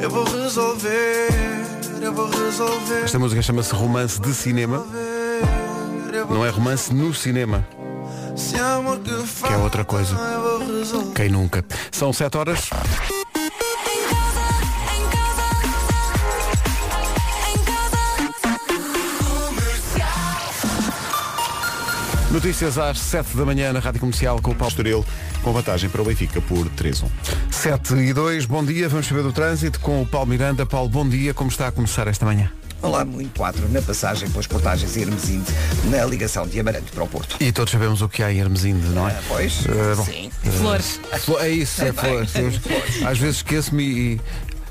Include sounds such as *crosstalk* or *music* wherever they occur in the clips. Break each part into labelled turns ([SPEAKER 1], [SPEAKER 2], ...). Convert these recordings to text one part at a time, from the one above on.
[SPEAKER 1] Eu vou resolver, eu vou resolver.
[SPEAKER 2] Esta música chama-se Romance de Cinema.
[SPEAKER 1] eu vou-
[SPEAKER 2] Não é romance no cinema,
[SPEAKER 1] Se amor que
[SPEAKER 2] que é
[SPEAKER 1] faz,
[SPEAKER 2] outra coisa.
[SPEAKER 1] eu vou resolver.
[SPEAKER 2] Quem nunca? São 7 horas. Notícias às 7 da manhã na Rádio Comercial com o Paulo
[SPEAKER 3] Estoril com vantagem para o Benfica por 3-1.
[SPEAKER 2] 7 e 2. Bom dia, vamos saber do trânsito com o Paulo Miranda. Paulo, bom dia, como está a começar esta manhã?
[SPEAKER 4] Olá, muito 4, na passagem pelas portagens Hermesinde, na ligação de Amarante para o Porto.
[SPEAKER 2] E todos sabemos o que há em Hermesinde, não é?
[SPEAKER 4] Ah, pois,
[SPEAKER 2] Eh, bom.
[SPEAKER 4] sim.
[SPEAKER 5] Flores.
[SPEAKER 2] Flor- É isso, é flor. Às vezes esqueço-me e.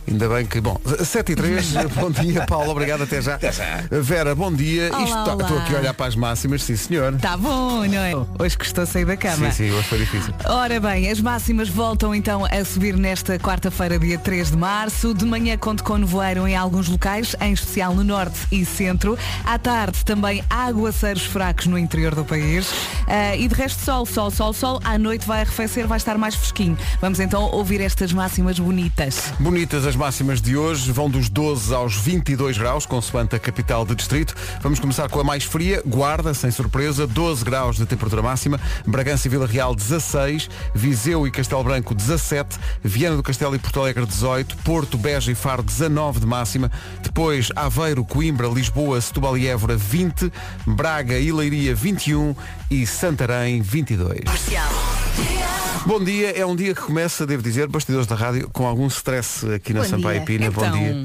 [SPEAKER 2] Ainda bem que, bom, 7 e
[SPEAKER 4] *laughs*
[SPEAKER 2] *laughs* 3, bom dia Paulo, obrigado, até já.
[SPEAKER 4] Até já.
[SPEAKER 2] Vera, bom dia.
[SPEAKER 5] Olá,
[SPEAKER 2] Isto tá-
[SPEAKER 5] olá.
[SPEAKER 2] Estou aqui a olhar para as máximas, sim senhor.
[SPEAKER 5] Está bom, não é? Hoje custou sair da
[SPEAKER 2] Sim,
[SPEAKER 5] cama.
[SPEAKER 2] sim, hoje foi difícil.
[SPEAKER 5] Ora bem, as máximas voltam então a subir nesta quarta-feira, dia 3 de março. De manhã conto com nevoeiro em alguns locais, em especial no norte e centro. À tarde também há aguaceiros fracos no interior do país. Ah, e de resto sol, sol, sol, sol. À noite vai arrefecer, vai estar mais fresquinho. Vamos então ouvir estas máximas bonitas.
[SPEAKER 2] Bonitas as máximas de hoje, vão dos 12 aos 22 graus, consoante a capital de distrito. Vamos começar com a mais fria, Guarda, sem surpresa, 12 graus de temperatura máxima, Bragança e Vila Real 16, Viseu e Castelo Branco 17, Viana do Castelo e Porto Alegre 18, Porto, Beja e Faro 19 de máxima, depois Aveiro, Coimbra, Lisboa, Setúbal e Évora 20, Braga e Leiria 21 e Santarém 22. Bom dia, é um dia que começa, devo dizer, bastidores da rádio, com algum stress aqui na
[SPEAKER 6] Bom
[SPEAKER 2] Sampaio
[SPEAKER 6] dia.
[SPEAKER 2] Pina. Bom
[SPEAKER 5] Então,
[SPEAKER 2] dia. É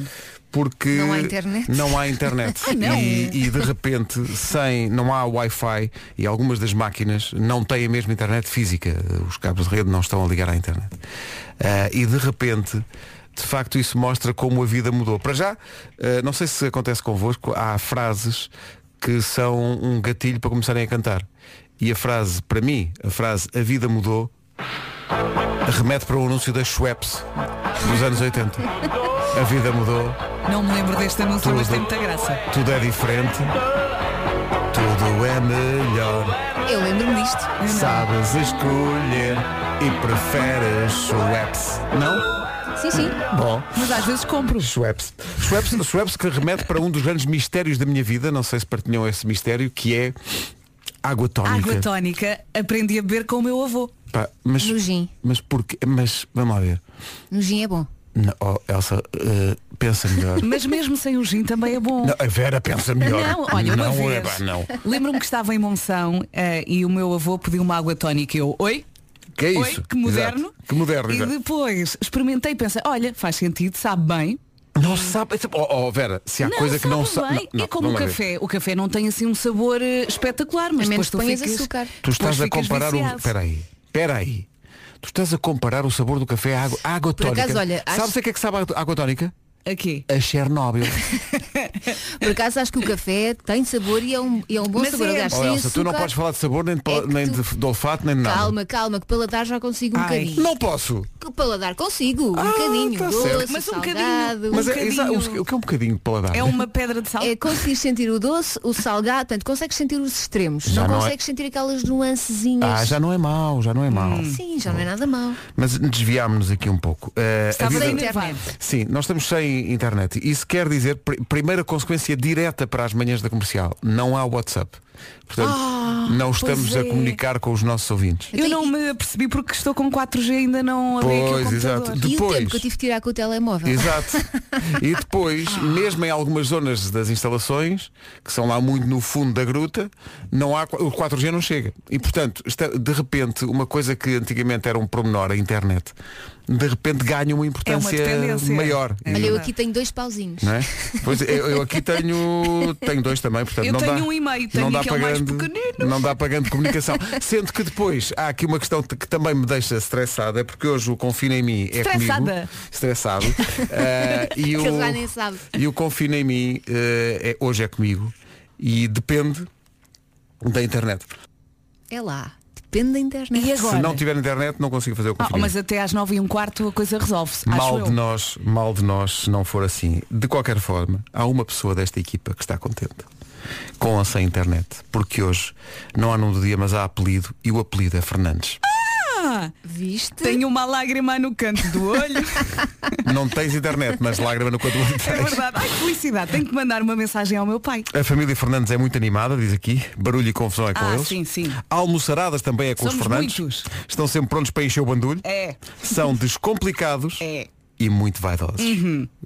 [SPEAKER 2] Porque
[SPEAKER 6] não há internet?
[SPEAKER 2] não há
[SPEAKER 6] *laughs*
[SPEAKER 2] internet.
[SPEAKER 5] não.
[SPEAKER 2] E, e de repente, sem, não há Wi-Fi e algumas das máquinas não têm a mesma internet física. Os cabos de rede não estão a ligar à internet. Ah, e de repente, de facto, isso mostra como a vida mudou. Para já, ah, não sei se acontece convosco, há frases que são um gatilho para começarem a cantar. E a frase, para mim, a frase a vida mudou remete para o anúncio da Schweppes dos anos 80. A vida mudou,
[SPEAKER 5] Não me lembro deste anúncio, mas tem muita graça.
[SPEAKER 2] tudo é diferente, tudo é melhor.
[SPEAKER 6] Eu lembro-me disto.
[SPEAKER 2] Sabes escolher e preferes Schweppes. Não?
[SPEAKER 6] Sim, sim.
[SPEAKER 2] Bom.
[SPEAKER 5] Mas às vezes compro.
[SPEAKER 2] Schweppes. Schweppes, Schweppes que remete para um dos grandes mistérios da minha vida, não sei se partilham esse mistério, que é água tónica.
[SPEAKER 5] Água tónica aprendi a beber com o meu avô.
[SPEAKER 2] Pá, mas,
[SPEAKER 6] No gin.
[SPEAKER 2] mas porquê? Mas vamos lá ver.
[SPEAKER 6] No gin é bom.
[SPEAKER 2] Não, oh, Elsa, eh, pensa
[SPEAKER 5] *laughs*
[SPEAKER 2] melhor.
[SPEAKER 5] Mas mesmo sem o gin também é bom.
[SPEAKER 2] Não, a Vera pensa melhor.
[SPEAKER 5] Não, olha, uma
[SPEAKER 2] não,
[SPEAKER 5] vez.
[SPEAKER 2] epá, não.
[SPEAKER 5] Lembro-me que estava em Monção eh, e o meu avô pediu uma água tónica e eu, oi?
[SPEAKER 2] Que é
[SPEAKER 5] oi,
[SPEAKER 2] isso?
[SPEAKER 5] que moderno.
[SPEAKER 2] Exato. Que moderno.
[SPEAKER 5] E
[SPEAKER 2] exato.
[SPEAKER 5] depois experimentei e pensei, olha, faz sentido, sabe bem.
[SPEAKER 2] Não sabe. Oh, oh, Vera, se há
[SPEAKER 5] não,
[SPEAKER 2] coisa que não
[SPEAKER 5] sabe.
[SPEAKER 2] sabe.
[SPEAKER 5] bem. é como o
[SPEAKER 2] vamos lá ver.
[SPEAKER 5] café. O café não tem assim um sabor eh, espetacular, mas
[SPEAKER 6] A menos que
[SPEAKER 5] depois tu
[SPEAKER 6] ponhas
[SPEAKER 5] ficas,
[SPEAKER 6] açúcar.
[SPEAKER 2] Tu estás
[SPEAKER 5] depois
[SPEAKER 2] a
[SPEAKER 5] ficas
[SPEAKER 2] comparar o.
[SPEAKER 5] viciado.
[SPEAKER 2] Espera aí. Espera aí. Tu estás a comparar o sabor do café à água, à água
[SPEAKER 6] Por
[SPEAKER 2] tónica.
[SPEAKER 6] acaso, olha, acho-
[SPEAKER 2] Sabes a que é que sabe a água- água tónica?
[SPEAKER 5] Aqui.
[SPEAKER 2] A
[SPEAKER 6] *laughs*
[SPEAKER 2] Chernobyl.
[SPEAKER 6] Por acaso acho que o café tem sabor e é um, e é um bom
[SPEAKER 5] Mas
[SPEAKER 6] sabor.
[SPEAKER 5] é-
[SPEAKER 6] Aliás,
[SPEAKER 2] Oh,
[SPEAKER 6] sem
[SPEAKER 2] Elsa, tu não
[SPEAKER 6] açúcar-
[SPEAKER 2] podes falar de sabor, nem de, pala-
[SPEAKER 6] É que
[SPEAKER 2] nem
[SPEAKER 6] tu-
[SPEAKER 2] de, de olfato, nem de nada.
[SPEAKER 6] Calma, calma, que paladar já consigo um
[SPEAKER 5] Ai.
[SPEAKER 6] bocadinho.
[SPEAKER 2] Não posso.
[SPEAKER 6] Que paladar consigo, um bocadinho.
[SPEAKER 2] tá certo.
[SPEAKER 6] doce,
[SPEAKER 5] Mas um bocadinho.
[SPEAKER 6] salgado.
[SPEAKER 2] Mas
[SPEAKER 5] Um
[SPEAKER 2] é, exa-
[SPEAKER 5] bocadinho.
[SPEAKER 2] o que é um bocadinho de paladar?
[SPEAKER 5] É uma pedra de sal.
[SPEAKER 6] É conseguir sentir o doce, o salgado, portanto, consegues sentir os extremos.
[SPEAKER 2] Já
[SPEAKER 6] não,
[SPEAKER 2] não é-
[SPEAKER 6] consegues sentir aquelas nuancezinhas.
[SPEAKER 2] Ah, já não é mau, já não é mau.
[SPEAKER 6] Sim, já não é nada mau.
[SPEAKER 2] Mas desviámos-nos aqui um pouco. Eh, a
[SPEAKER 5] Estava
[SPEAKER 2] vida-
[SPEAKER 5] sem internet.
[SPEAKER 2] Sim, nós estamos sem internet. Isso quer dizer, pr- primeira consequência direta para as manhãs da comercial, não há WhatsApp. Portanto, não estamos
[SPEAKER 5] pois
[SPEAKER 2] a
[SPEAKER 5] é.
[SPEAKER 2] comunicar com os nossos ouvintes.
[SPEAKER 6] Então
[SPEAKER 5] Eu não me apercebi porque estou com 4G e ainda não abri aqui o
[SPEAKER 2] Pois, exato.
[SPEAKER 5] computador.
[SPEAKER 6] E o
[SPEAKER 2] Depois-
[SPEAKER 6] tempo que eu tive que tirar com o telemóvel.
[SPEAKER 2] Exato. E depois, mesmo em algumas zonas das instalações, que são lá muito no fundo da gruta, não há, o 4G não chega. E portanto, esta- de repente, uma coisa que antigamente era um promenor, a internet, de repente ganha uma
[SPEAKER 5] É
[SPEAKER 2] importância
[SPEAKER 5] dependência.
[SPEAKER 2] maior.
[SPEAKER 5] É.
[SPEAKER 6] Olha, eu aqui tenho dois pauzinhos.
[SPEAKER 2] Não é? Pois eu, eu aqui tenho, tenho dois também, portanto
[SPEAKER 5] Eu
[SPEAKER 2] não dá,
[SPEAKER 5] tenho um e meio, tenho
[SPEAKER 2] não dá
[SPEAKER 5] aquele
[SPEAKER 2] para
[SPEAKER 5] mais
[SPEAKER 2] grande,
[SPEAKER 5] pequenino.
[SPEAKER 2] Não dá para grande comunicação. Sendo que depois há aqui uma questão que também me deixa estressada, é porque hoje o Confina em mim é comigo.
[SPEAKER 5] Estressada.
[SPEAKER 2] Estressado. Ah, e,
[SPEAKER 6] Que ele já nem
[SPEAKER 2] o,
[SPEAKER 6] sabe.
[SPEAKER 2] e o Confina em mim eh, é, hoje é comigo e depende da internet.
[SPEAKER 6] É lá. Depende da internet.
[SPEAKER 5] E
[SPEAKER 2] Se
[SPEAKER 5] agora?
[SPEAKER 2] não tiver internet não consigo fazer o
[SPEAKER 5] Ah,
[SPEAKER 2] Confina. em Mim.
[SPEAKER 5] mas até às 9 e um quarto a coisa resolve-se.
[SPEAKER 2] Mal
[SPEAKER 5] acho
[SPEAKER 2] de
[SPEAKER 5] eu.
[SPEAKER 2] nós, mal de nós se não for assim. De qualquer forma, há uma pessoa desta equipa que está contente. Com ou sem internet. Porque hoje não há nome do dia, mas há apelido e o apelido é Fernandes.
[SPEAKER 5] uma.
[SPEAKER 6] Viste?
[SPEAKER 5] Tenho uma lágrima no canto do
[SPEAKER 6] *laughs*
[SPEAKER 5] olho.
[SPEAKER 2] Não tens internet, mas lágrima no quadro
[SPEAKER 5] é verdade. Ai, felicidade. Tenho que mandar uma mensagem ao meu pai.
[SPEAKER 2] A família Fernandes é muito animada, diz aqui. Barulho e confusão é com
[SPEAKER 5] Ah,
[SPEAKER 2] eles.
[SPEAKER 5] sim, sim.
[SPEAKER 2] Almoçaradas também é com os
[SPEAKER 5] Somos
[SPEAKER 2] Fernandes.
[SPEAKER 5] muitos.
[SPEAKER 2] Estão sempre prontos para encher o bandulho.
[SPEAKER 5] É.
[SPEAKER 2] São descomplicados
[SPEAKER 5] É. Uhum.
[SPEAKER 2] e muito vaidosos.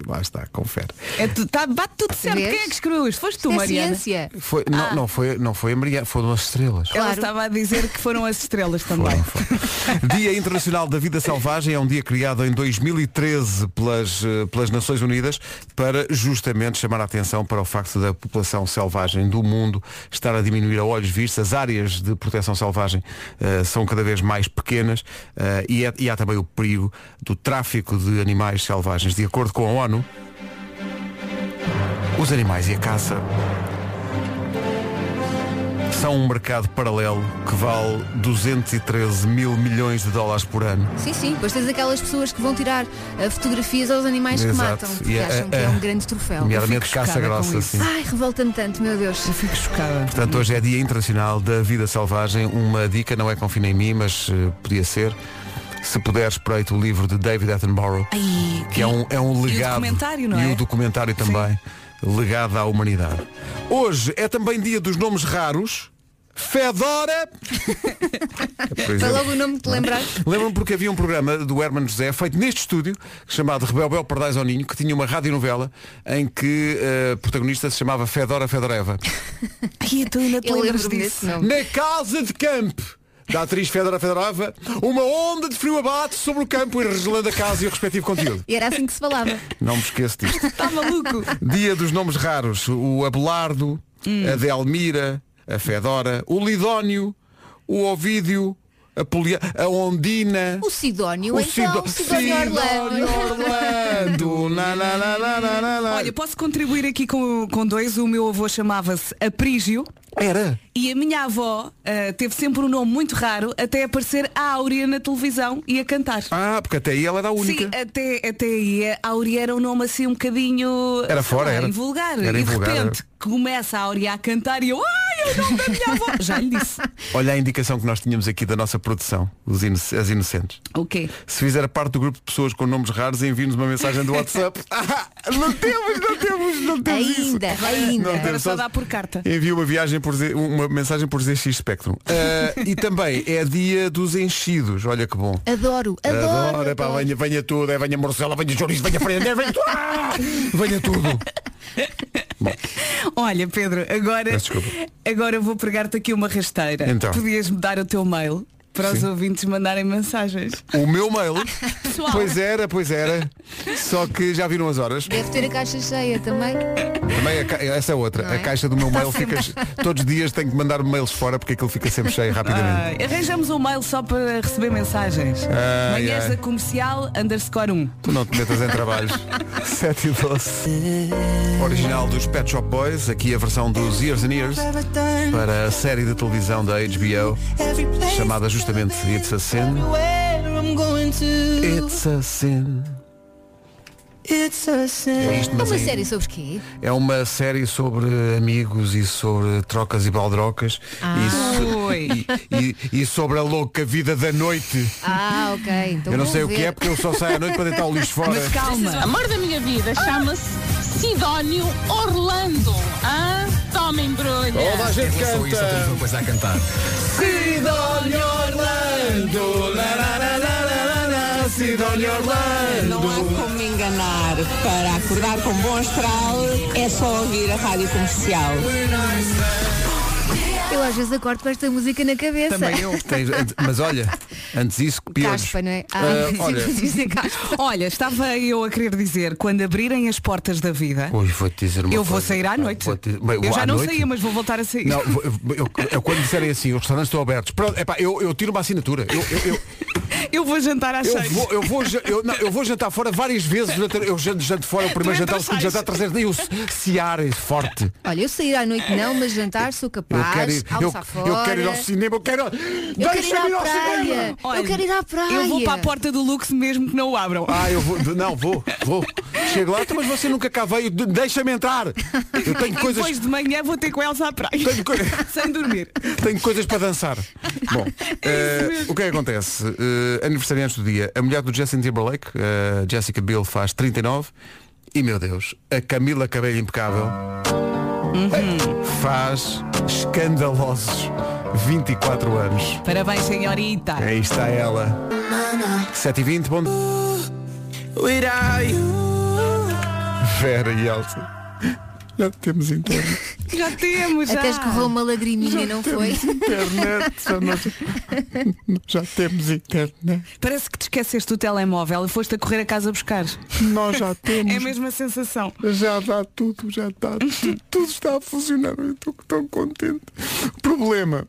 [SPEAKER 2] Lá está, confere.
[SPEAKER 5] é tu, tá, bate tudo certo.
[SPEAKER 6] Vês?
[SPEAKER 5] Quem é que escreveu isto? Foste tu,
[SPEAKER 6] é
[SPEAKER 5] Mariana.
[SPEAKER 6] ciência.
[SPEAKER 2] Foi, não,
[SPEAKER 5] Ah.
[SPEAKER 2] não foi, não foi a Maria, foram as estrelas.
[SPEAKER 5] Ela
[SPEAKER 6] Claro.
[SPEAKER 5] estava a dizer que foram as estrelas também.
[SPEAKER 2] Foram, foram. Dia Internacional da Vida Selvagem é um dia criado em 2013 pelas, eh, pelas Nações Unidas para justamente chamar a atenção para o facto da população selvagem do mundo estar a diminuir a olhos vistos. As áreas de proteção selvagem eh, são cada vez mais pequenas eh, e, é- e há também o perigo do tráfico de animais selvagens. De acordo com a ONU, os animais e a caça são um mercado paralelo que vale 213 mil milhões de dólares por ano.
[SPEAKER 6] Sim, sim. Depois tens aquelas pessoas que vão tirar ah, fotografias aos animais que
[SPEAKER 2] Exato.
[SPEAKER 6] matam, porque
[SPEAKER 2] E, ah,
[SPEAKER 6] acham que é
[SPEAKER 2] ah,
[SPEAKER 6] um grande troféu.
[SPEAKER 2] Nomeadamente
[SPEAKER 5] chocada
[SPEAKER 2] caça
[SPEAKER 5] com
[SPEAKER 2] grossa,
[SPEAKER 5] isso.
[SPEAKER 2] sim.
[SPEAKER 6] Ai, revolta-me tanto, meu Deus.
[SPEAKER 5] Eu fico chocada.
[SPEAKER 2] Portanto, hoje é Dia Internacional da Vida Selvagem. Uma dica, não é confina em mim, mas eh, podia ser. Se puder, espreite o livro de David Attenborough,
[SPEAKER 5] Ai,
[SPEAKER 2] que é um, é um
[SPEAKER 5] e o
[SPEAKER 2] legado.
[SPEAKER 5] documentário, não
[SPEAKER 2] E
[SPEAKER 5] é?
[SPEAKER 2] o documentário também. Legado à humanidade. Hoje é também dia dos nomes raros. Fedora! Por
[SPEAKER 6] Foi
[SPEAKER 2] exemplo.
[SPEAKER 6] logo o nome que te lembraste.
[SPEAKER 2] Lembro-me porque havia um programa do Herman José feito neste estúdio, chamado Rebelbel Pardais ao Ninho, que tinha uma radionovela em que eh, a protagonista se chamava Fedora Fedoreva.
[SPEAKER 5] Ai, tu ainda te
[SPEAKER 6] Eu
[SPEAKER 5] lembras
[SPEAKER 6] lembro-me desse
[SPEAKER 5] disso.
[SPEAKER 6] nome.
[SPEAKER 2] Na casa de campo da atriz Fedora Fedoreva, uma onda de frio abate sobre o campo e regelando a casa e o respectivo conteúdo.
[SPEAKER 6] E era assim que se
[SPEAKER 5] *laughs*
[SPEAKER 6] falava.
[SPEAKER 2] Não me esqueço disto.
[SPEAKER 5] Está Tá maluco?
[SPEAKER 2] Dia dos nomes raros. O Abelardo, a Delmira, a Fedora, o Lidónio, o Ovídio, a, Polia, a Ondina.
[SPEAKER 6] O Sidónio, então,
[SPEAKER 2] Cido-
[SPEAKER 6] o Sidónio Orlando.
[SPEAKER 2] Orlando. Na, na, na, na, na, na, na.
[SPEAKER 5] Olha, posso contribuir aqui com, com dois. O meu avô chamava-se Aprígio.
[SPEAKER 2] Era.
[SPEAKER 5] E a minha avó ah, teve sempre um nome muito raro até aparecer a Áurea na televisão e a cantar.
[SPEAKER 2] Ah, porque até aí ela era a única.
[SPEAKER 5] Sim, até, até aí a Áurea era um nome assim um bocadinho
[SPEAKER 2] Era
[SPEAKER 5] sei
[SPEAKER 2] fora,
[SPEAKER 5] lá,
[SPEAKER 2] era.
[SPEAKER 5] invulgar.
[SPEAKER 2] Era
[SPEAKER 5] e
[SPEAKER 2] invulgar,
[SPEAKER 5] de repente começa a Áurea a cantar e eu, ai, é o nome da minha avó. Já lhe
[SPEAKER 2] *laughs*
[SPEAKER 5] disse.
[SPEAKER 2] Olha a indicação que nós tínhamos aqui da nossa produção, os ino- as inocentes.
[SPEAKER 5] O quê?
[SPEAKER 2] Se fizer parte do grupo de pessoas com nomes raros, envie-nos uma mensagem do WhatsApp. Ah, não temos, não temos, não temos isso.
[SPEAKER 6] Ainda, ainda.
[SPEAKER 2] Não
[SPEAKER 5] Era
[SPEAKER 2] temos,
[SPEAKER 5] só
[SPEAKER 2] só-
[SPEAKER 5] dar por carta.
[SPEAKER 2] Envia uma, viagem por Z- uma mensagem por ZX Spectrum. Ah, e também é dia dos enchidos. Olha que bom.
[SPEAKER 6] Adoro, adoro.
[SPEAKER 2] Adoro, é pá, venha, venha tudo, é, venha morcela, venha chouriço, venha frente, venha tudo. Ah! Venha tudo.
[SPEAKER 5] Olha, Pedro, agora,
[SPEAKER 2] Peço desculpa.
[SPEAKER 5] agora vou pregar-te aqui uma rasteira.
[SPEAKER 2] Então.
[SPEAKER 5] Podias-me dar o teu mail para os
[SPEAKER 2] Sim.
[SPEAKER 5] ouvintes mandarem mensagens.
[SPEAKER 2] O meu mail,
[SPEAKER 5] Pessoal.
[SPEAKER 2] pois é. era, pois era. Só que já viram as horas.
[SPEAKER 6] Deve ter a caixa cheia também.
[SPEAKER 2] Também a ca- essa é outra.
[SPEAKER 6] Não é?
[SPEAKER 2] A caixa do meu mail fica. *laughs* Todos os dias tenho que mandar mails fora porque aquilo fica sempre cheio rapidamente.
[SPEAKER 5] Ai, arranjamos um mail só para receber mensagens.
[SPEAKER 2] Ai,
[SPEAKER 5] Manhãs
[SPEAKER 2] ai.
[SPEAKER 5] da comercial underscore 1.
[SPEAKER 2] Tu não te metas em trabalhos. 7 e 12. Original dos Pet Shop Boys, aqui a versão dos Years and Years
[SPEAKER 1] um
[SPEAKER 2] para a série de televisão da HBO chamada justamente It's a Sin. It's a Sin. É isto,
[SPEAKER 6] É
[SPEAKER 2] mas
[SPEAKER 6] uma
[SPEAKER 2] em-
[SPEAKER 6] série sobre quê?
[SPEAKER 2] É uma série sobre amigos e sobre trocas e baldrocas
[SPEAKER 5] Ah.
[SPEAKER 2] e so-
[SPEAKER 5] Ui.
[SPEAKER 2] e, e sobre a louca vida da noite.
[SPEAKER 6] Ah, ok. Então
[SPEAKER 2] eu não
[SPEAKER 6] vou
[SPEAKER 2] sei o
[SPEAKER 6] ver.
[SPEAKER 2] que é porque eu só saio à noite para deitar o lixo fora.
[SPEAKER 5] Mas calma.
[SPEAKER 7] Amor da minha vida, chama-se Sidónio Orlando. Ah, toma embrulho.
[SPEAKER 2] gente canta.
[SPEAKER 8] coisa a cantar.
[SPEAKER 2] Sidónio Orlando. La, la, la, la, la, la, la, Sidónio Orlando.
[SPEAKER 7] Não há como me enganar. Para acordar com bom astral, é só ouvir a rádio comercial.
[SPEAKER 6] Eu às vezes acordo com esta música na cabeça.
[SPEAKER 2] Também eu. *laughs* Tens- antes- mas olha, antes disso, que piores.
[SPEAKER 6] Caspa, não é? Ah,
[SPEAKER 5] *laughs*
[SPEAKER 2] Ah,
[SPEAKER 6] sim,
[SPEAKER 2] olha.
[SPEAKER 6] dizem caspa.
[SPEAKER 5] Olha, estava eu a querer dizer, quando abrirem as portas da vida,
[SPEAKER 2] Hoje vou-te dizer uma
[SPEAKER 5] eu vou
[SPEAKER 2] coisa.
[SPEAKER 5] sair à noite.
[SPEAKER 2] Vou-te- Bem,
[SPEAKER 5] Eu já
[SPEAKER 2] à
[SPEAKER 5] não
[SPEAKER 2] noite?
[SPEAKER 5] saía, mas vou voltar a sair.
[SPEAKER 2] Não, vou- eu, eu- eu quando disserem assim, os restaurantes estão abertos. Pronto, epá, eu, eu tiro uma assinatura. Eu, eu- eu-
[SPEAKER 5] *laughs* Eu vou jantar às
[SPEAKER 2] eu
[SPEAKER 5] seis.
[SPEAKER 2] vou, eu, vou, ja- eu, não, eu vou jantar fora várias vezes. durante a- Eu janto, janto fora, o primeiro
[SPEAKER 5] Tu
[SPEAKER 2] jantar, o
[SPEAKER 5] entras,
[SPEAKER 2] segundo jantar, o terceiro. E o sear é forte.
[SPEAKER 6] Olha, eu sair à noite não, mas jantar sou
[SPEAKER 2] Eu
[SPEAKER 6] capaz.
[SPEAKER 2] quero, ir, eu,
[SPEAKER 6] almoçar fora.
[SPEAKER 2] eu quero ir ao cinema, eu quero.
[SPEAKER 6] Eu quero ir
[SPEAKER 2] Deixa-me ir
[SPEAKER 6] à
[SPEAKER 2] ao cinema!
[SPEAKER 6] praia. Eu quero ir à praia.
[SPEAKER 5] Eu vou para a porta do luxo mesmo que não o abram.
[SPEAKER 2] Ah, eu vou. Não, vou, vou. Chego lá, "Então, mas você nunca cá veio, de- deixa-me entrar. Eu tenho
[SPEAKER 5] *laughs* E
[SPEAKER 2] coisas,
[SPEAKER 5] Depois de manhã vou ter com eles à praia.
[SPEAKER 2] Tenho coi-
[SPEAKER 5] *laughs* Sem dormir.
[SPEAKER 2] tenho coisas para dançar. Bom, eh, o que é que acontece? Eh, aniversariantes do dia. A mulher do Justin Timberlake, eh, Jessica Biel, faz 39. E, meu Deus, a Camila Cabelho Impecável eh, faz escandalosos 24 anos.
[SPEAKER 5] Parabéns, Tá. senhorita.
[SPEAKER 2] Aí está ela. 7h20, bom dia. Vera e Elsa. Já temos internet.
[SPEAKER 5] Já temos, já.
[SPEAKER 6] Até escorreu uma lagriminha, não foi?
[SPEAKER 2] internet só nós- já temos internet.
[SPEAKER 5] *laughs* Parece que te esqueceste do telemóvel e foste a correr a casa buscar.
[SPEAKER 2] Nós já
[SPEAKER 5] *laughs* É a
[SPEAKER 2] temos.
[SPEAKER 5] mesma sensação.
[SPEAKER 2] Já dá tudo, já está. Tudo, Tá, tudo está a funcionar. Eu estou tão contente. Problema.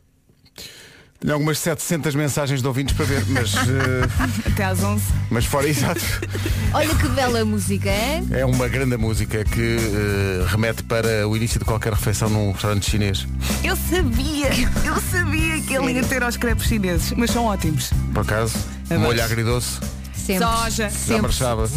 [SPEAKER 2] Tenho algumas 700 mensagens de ouvintes para ver,
[SPEAKER 6] *laughs*
[SPEAKER 2] mas, eh,
[SPEAKER 5] Até às 11.
[SPEAKER 2] mas fora exato.
[SPEAKER 6] Olha que bela música, hein?
[SPEAKER 2] É uma grande música que eh, remete para o início de qualquer refeição num restaurante chinês.
[SPEAKER 5] Eu sabia, eu sabia que ele ia ter aos crepes chineses, mas são ótimos.
[SPEAKER 2] Por acaso,
[SPEAKER 5] Abaixo.
[SPEAKER 2] molho agridoce,
[SPEAKER 6] É Sempre.
[SPEAKER 5] Soja.
[SPEAKER 2] já
[SPEAKER 6] Sempre.
[SPEAKER 2] marchava.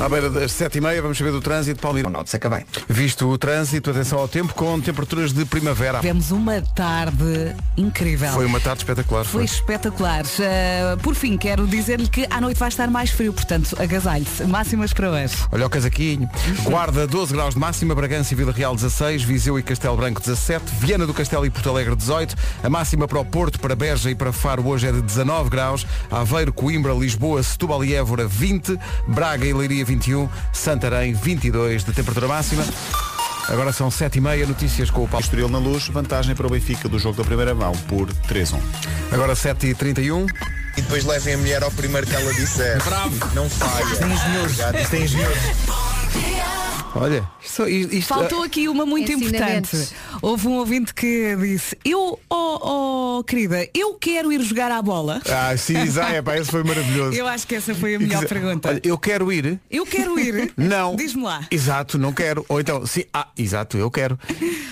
[SPEAKER 2] À beira das 7h30, vamos saber do trânsito, Palmeira.
[SPEAKER 4] Não, se acabei.
[SPEAKER 2] Visto o trânsito, atenção ao tempo, com temperaturas de primavera.
[SPEAKER 5] Tivemos uma tarde incrível.
[SPEAKER 2] Foi uma tarde espetacular.
[SPEAKER 5] Foi espetacular. Ah, por fim, quero dizer-lhe que à noite vai estar mais frio, portanto, agasalhe-se. Máximas para hoje.
[SPEAKER 2] Olha o casaquinho.
[SPEAKER 3] Uhum.
[SPEAKER 2] Guarda 12 graus de máxima, Bragança e Vila Real 16, Viseu e Castelo Branco 17, Viana do Castelo e Porto Alegre 18, a máxima para o Porto, para Beja e para Faro hoje é de 19 graus, Aveiro, Coimbra, Lisboa, Setúbal e Évora 20, Braga e Leiria 21, Santarém 22 de temperatura máxima. Agora são 7h30, notícias com o Paulo.
[SPEAKER 3] Estoril na luz, vantagem para o Benfica do jogo da primeira mão por 3-1.
[SPEAKER 2] Agora 7h31.
[SPEAKER 8] E depois levem a mulher ao primeiro que ela disser. Bravo! Não falha.
[SPEAKER 2] é
[SPEAKER 8] Tem engenheiros. Tem engenheiros.
[SPEAKER 2] Olha, isto, isto-
[SPEAKER 5] Faltou aqui uma muito
[SPEAKER 6] Ensinamentos.
[SPEAKER 5] importante. Houve um ouvinte que disse, eu, oh, oh, querida, eu quero ir jogar à bola.
[SPEAKER 2] Ah, sim, Isaia, pá, esse foi maravilhoso.
[SPEAKER 5] Eu acho que essa foi a melhor pergunta.
[SPEAKER 2] É, Olha, eu quero ir.
[SPEAKER 5] Eu quero ir.
[SPEAKER 2] *laughs* Não.
[SPEAKER 5] Diz-me lá.
[SPEAKER 2] Exato, não quero. Ou então, sim, ah, exato, eu quero.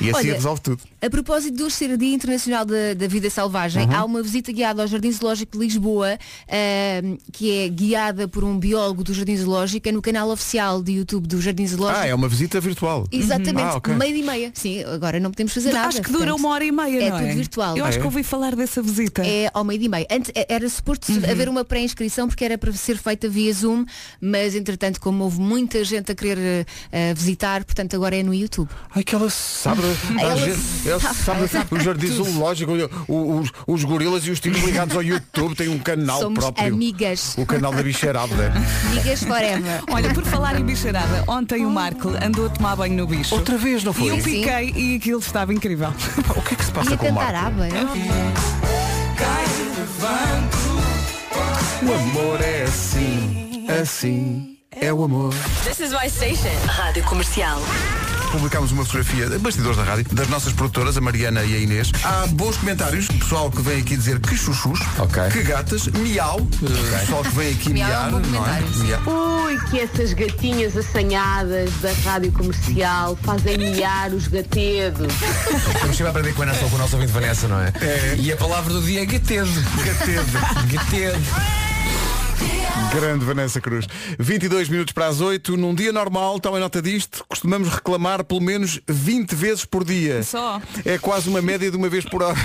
[SPEAKER 2] E assim
[SPEAKER 6] Olha,
[SPEAKER 2] resolve tudo.
[SPEAKER 6] A propósito de hoje ser Dia Internacional da, da Vida Selvagem,
[SPEAKER 2] Uhum.
[SPEAKER 6] há uma visita guiada ao Jardim Zoológico de Lisboa, ahm, que é guiada por um biólogo do Jardim Zoológico, é no canal oficial de YouTube do Jardim Zoológico.
[SPEAKER 2] Ah, é uma visita virtual.
[SPEAKER 6] Exatamente,
[SPEAKER 2] Ah, ok.
[SPEAKER 6] meia e meia. Sim, agora não podemos fazer nada.
[SPEAKER 5] Uhum. Acho que dura
[SPEAKER 6] portanto,
[SPEAKER 5] uma hora e meia,
[SPEAKER 6] é
[SPEAKER 5] não é?
[SPEAKER 6] tudo virtual.
[SPEAKER 5] Eu acho
[SPEAKER 2] Ah, é?
[SPEAKER 5] que ouvi falar dessa visita. Uhum.
[SPEAKER 6] É ao meio e meia. Antes é- era suposto haver uma pré-inscrição porque era para ser feita via Zoom, mas entretanto, como houve muita gente a querer eh, eh, visitar, portanto agora é no YouTube.
[SPEAKER 2] Ai, que ela sabe. a
[SPEAKER 6] Ela
[SPEAKER 2] gente- ela sabe,
[SPEAKER 6] sabe- *laughs*
[SPEAKER 2] o jardim zoológico, o- os, os gorilas e os tiros ligados ao YouTube têm um canal
[SPEAKER 6] Somos
[SPEAKER 2] próprio.
[SPEAKER 6] amigas.
[SPEAKER 2] O canal da bicharada.
[SPEAKER 6] Amigas forever.
[SPEAKER 5] *laughs* Olha, por falar em bicharada, ontem o Marco andou a tomar banho no bicho.
[SPEAKER 2] Outra vez, não
[SPEAKER 5] E
[SPEAKER 2] foi?
[SPEAKER 5] eu piquei e aquilo estava incrível.
[SPEAKER 2] O que é que se passa
[SPEAKER 6] Ia
[SPEAKER 2] com o
[SPEAKER 6] cantar
[SPEAKER 2] Marco?
[SPEAKER 6] aba. é?
[SPEAKER 2] O amor é assim, assim é o amor.
[SPEAKER 9] This is my station. Rádio Comercial.
[SPEAKER 2] Publicámos uma fotografia, bastidores da rádio, das nossas produtoras, a Mariana e a Inês. Há bons comentários, pessoal que vem aqui dizer que chuchus, que gatas, miau, eh, pessoal que vem aqui
[SPEAKER 6] Miau é um
[SPEAKER 2] miar,
[SPEAKER 6] bom
[SPEAKER 2] não é?
[SPEAKER 6] comentário, sim.
[SPEAKER 2] Miau.
[SPEAKER 10] Ui, que essas gatinhas assanhadas da rádio comercial fazem miar os gatedos.
[SPEAKER 8] Estamos sempre a aprender com a Ana Sol, com o nosso ouvinte Vanessa, não é? E a palavra do dia é gatedo. *laughs* Gatedo. gatedo.
[SPEAKER 2] Grande Vanessa Cruz. 22 minutos para as 8, num dia normal, tal em nota disto, costumamos reclamar pelo menos 20 vezes por dia.
[SPEAKER 5] Só.
[SPEAKER 2] É quase uma média de uma vez por hora.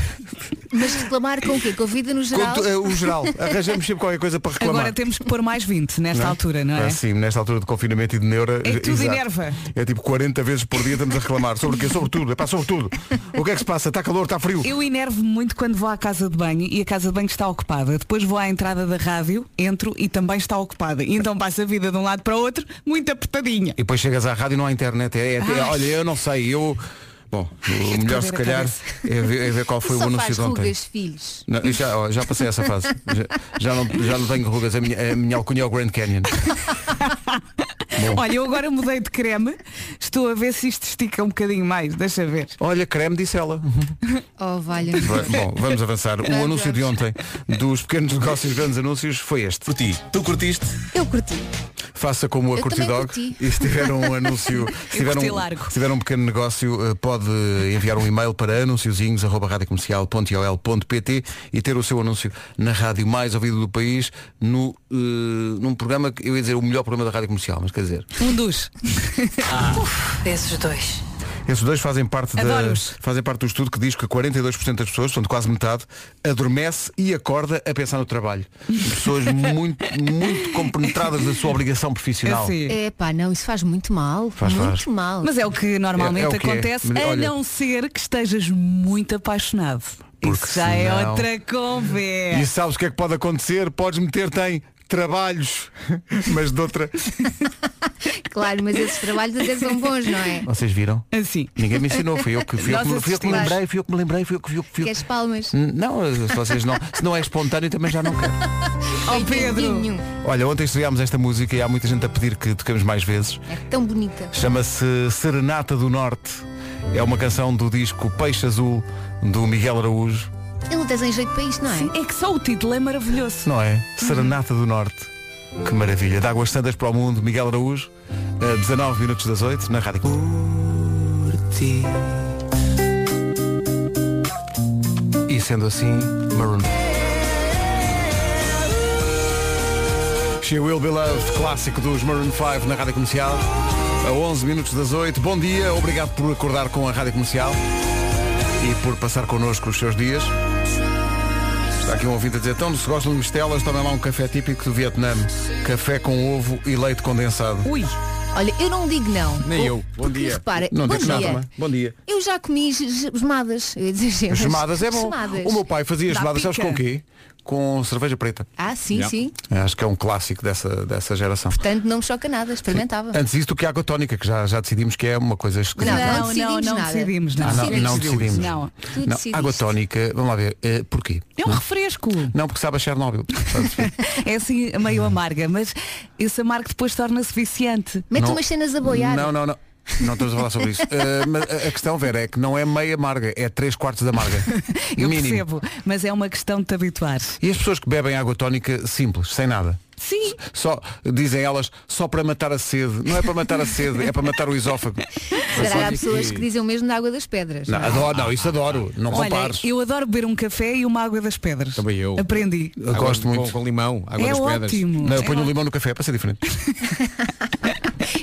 [SPEAKER 6] Mas reclamar com o quê? Com a vida no geral?
[SPEAKER 2] Quanto- eh, o geral,
[SPEAKER 5] *laughs*
[SPEAKER 2] arranjamos sempre qualquer coisa para reclamar.
[SPEAKER 5] Agora temos que pôr mais 20 nesta
[SPEAKER 2] Não é?
[SPEAKER 5] altura, não é?
[SPEAKER 2] Ah, sim, nesta altura de confinamento e de neura.
[SPEAKER 5] É tudo
[SPEAKER 2] exato.
[SPEAKER 5] inerva.
[SPEAKER 2] É tipo 40 vezes por dia estamos a reclamar. Sobre o quê? Sobre tudo. É pá, sobre tudo. O que é que se passa? Está calor, está frio.
[SPEAKER 5] Eu enervo-me muito quando vou à casa de banho e a casa de banho está ocupada. Depois vou à entrada da rádio, entro e também está ocupada. E então passa a vida de um lado para o outro, muito apertadinha.
[SPEAKER 2] E depois chegas à rádio e não há internet. É, é- é-
[SPEAKER 5] Ai.
[SPEAKER 2] olha, eu não sei, eu. Bom, o melhor se
[SPEAKER 5] a
[SPEAKER 2] calhar
[SPEAKER 5] cabeça.
[SPEAKER 2] é ver, é ver qual foi o
[SPEAKER 6] Só
[SPEAKER 2] anúncio
[SPEAKER 6] faz
[SPEAKER 2] de ontem.
[SPEAKER 6] rugas, filhos.
[SPEAKER 2] Não, eu já, ó, já passei essa fase. Já, já não, já não tenho rugas. A minha, a minha alcunha é o Grand Canyon.
[SPEAKER 5] Olha, eu agora mudei de creme. Estou a ver se isto estica um bocadinho mais. Deixa ver.
[SPEAKER 2] Olha, creme, disse ela.
[SPEAKER 5] *laughs*
[SPEAKER 6] Oh, valha.
[SPEAKER 2] *laughs* Va- Bom, vamos avançar. O anúncio de ontem dos pequenos negócios, grandes anúncios, foi este.
[SPEAKER 8] Curti. Tu curtiste?
[SPEAKER 6] Eu curti.
[SPEAKER 2] Faça como a
[SPEAKER 6] Eu
[SPEAKER 2] Curti
[SPEAKER 6] também
[SPEAKER 2] Dog
[SPEAKER 6] curti.
[SPEAKER 2] e se tiver um anúncio, se tiver
[SPEAKER 5] curti
[SPEAKER 2] um,
[SPEAKER 5] largo.
[SPEAKER 2] se tiver um pequeno negócio, eh, pode enviar um e-mail para anunciozinhos@radiocomercial.ol.pt e ter o seu anúncio na rádio mais ouvida do país, no, eh, num programa que eu ia dizer o melhor programa da rádio comercial, mas quer dizer,
[SPEAKER 5] Um dos.
[SPEAKER 9] Ah. Esses dois.
[SPEAKER 2] esses dois fazem parte, da,
[SPEAKER 5] Adoro-os.
[SPEAKER 2] fazem parte do estudo que diz que 42% das pessoas, portanto quase metade, adormece e acorda a pensar no trabalho.
[SPEAKER 5] *laughs*
[SPEAKER 2] Pessoas muito, muito compenetradas da sua obrigação profissional.
[SPEAKER 5] Assim.
[SPEAKER 6] É pá, não, isso faz muito mal.
[SPEAKER 2] Faz,
[SPEAKER 6] muito
[SPEAKER 2] faz.
[SPEAKER 6] mal.
[SPEAKER 5] Mas é o que normalmente
[SPEAKER 2] É- é o que é.
[SPEAKER 5] acontece,
[SPEAKER 2] Mas, olha-
[SPEAKER 5] a não ser que estejas muito apaixonado.
[SPEAKER 2] Porque
[SPEAKER 5] Isso já é
[SPEAKER 2] senão-
[SPEAKER 5] outra conversa.
[SPEAKER 2] E sabes o que é que pode acontecer? Podes meter-te em trabalhos, mas de
[SPEAKER 5] *laughs*
[SPEAKER 2] outra.
[SPEAKER 6] *laughs* Claro, mas esses trabalhos até são bons, não é?
[SPEAKER 2] Vocês viram?
[SPEAKER 5] Assim.
[SPEAKER 2] Ninguém me ensinou, fui eu que, fui eu que, me-
[SPEAKER 5] Nós
[SPEAKER 2] fui eu que me
[SPEAKER 5] assistimos.
[SPEAKER 2] lembrei, fui eu que me lembrei, fui eu que fui eu que fui eu-
[SPEAKER 6] Queres palmas?
[SPEAKER 2] Não, se vocês não, se não é espontâneo também já
[SPEAKER 5] *laughs*
[SPEAKER 2] não quero.
[SPEAKER 5] Ó Pedro.
[SPEAKER 6] Tadinho,
[SPEAKER 2] Olha, ontem estreámos esta música e há muita gente a pedir que toquemos mais vezes.
[SPEAKER 6] É tão bonita.
[SPEAKER 2] Chama-se Serenata do Norte. É uma canção do disco Peixe Azul do Miguel Araújo,
[SPEAKER 6] Ele não tem jeito para isto, não é?
[SPEAKER 5] Sim, é que só o título é maravilhoso.
[SPEAKER 2] não é? Serenata do Norte. Que maravilha. De Águas Santas para o Mundo, Miguel Araújo, a 19 minutos das 8 na Rádio. Clube. E sendo assim, Maroon. She Will Be Loved, clássico dos Maroon 5 na Rádio Comercial. A 11 minutos das 8. Bom dia, obrigado por acordar com a Rádio Comercial e por passar connosco os seus dias. Está aqui um ouvinte a dizer, então se gostam de mistelas, tomem lá um café típico do Vietnã. Café com ovo e leite condensado.
[SPEAKER 5] Ui,
[SPEAKER 6] Olha, eu não digo não.
[SPEAKER 2] Nem eu. Bom
[SPEAKER 6] Porque,
[SPEAKER 2] dia.
[SPEAKER 6] Repara,
[SPEAKER 2] Não é?
[SPEAKER 6] bom
[SPEAKER 2] digo
[SPEAKER 6] dia.
[SPEAKER 2] nada, mas bom dia.
[SPEAKER 6] Eu já comi ge- gemadas. Eu ia dizer gemas.
[SPEAKER 2] Gemadas é bom.
[SPEAKER 6] Gemadas.
[SPEAKER 2] O meu pai fazia
[SPEAKER 5] Dá
[SPEAKER 2] gemadas, sabes
[SPEAKER 5] pica.
[SPEAKER 2] com o quê? Com cerveja preta.
[SPEAKER 6] Ah, sim, sim.
[SPEAKER 2] Acho que é um clássico dessa, dessa geração.
[SPEAKER 6] Portanto, não me choca nada. Experimentava.
[SPEAKER 2] Antes disso do que a água tónica, que já, já decidimos que é uma coisa esquisita.
[SPEAKER 6] Não,
[SPEAKER 5] não, não,
[SPEAKER 6] decidimos
[SPEAKER 5] não
[SPEAKER 6] nada.
[SPEAKER 5] decidimos
[SPEAKER 2] Ah,
[SPEAKER 5] nada.
[SPEAKER 2] não, não
[SPEAKER 8] decidiu
[SPEAKER 2] decidimos.
[SPEAKER 8] isso.
[SPEAKER 5] Não.
[SPEAKER 6] Tu
[SPEAKER 2] Não,
[SPEAKER 6] decidiste.
[SPEAKER 2] água tónica, vamos lá ver, eh, porquê?
[SPEAKER 5] É um refresco.
[SPEAKER 2] Não, porque sabe a Chernobyl.
[SPEAKER 5] É assim meio amarga, mas esse amargo depois torna-se viciante.
[SPEAKER 6] *laughs* Mete
[SPEAKER 2] Não.
[SPEAKER 6] umas cenas a boiar.
[SPEAKER 2] Não, não, não. Não estamos a falar sobre isso. Eh, mas a a questão, Vera, é que não é meia amarga, é três quartos da
[SPEAKER 6] *laughs*
[SPEAKER 2] amarga.
[SPEAKER 5] Eu
[SPEAKER 2] Mínimo.
[SPEAKER 5] percebo, mas é uma questão de te habituar.
[SPEAKER 2] E as pessoas que bebem água tónica simples, sem nada?
[SPEAKER 5] Sim,
[SPEAKER 2] Só, dizem elas, só para matar a sede. Não é para matar a sede, é para matar o
[SPEAKER 5] *laughs*
[SPEAKER 2] esófago.
[SPEAKER 6] Será que há pessoas que dizem o mesmo da água das pedras?
[SPEAKER 2] Não, adoro, não, isso adoro. Não
[SPEAKER 5] olha,
[SPEAKER 2] compares.
[SPEAKER 5] eu adoro beber um café e uma água das pedras.
[SPEAKER 8] Também eu.
[SPEAKER 5] Aprendi.
[SPEAKER 2] Eu gosto
[SPEAKER 8] Água
[SPEAKER 2] muito.
[SPEAKER 8] Com, com limão, água
[SPEAKER 5] é
[SPEAKER 8] das pedras.
[SPEAKER 5] ótimo.
[SPEAKER 2] Não, eu
[SPEAKER 5] É
[SPEAKER 2] ponho o limão no café para ser diferente.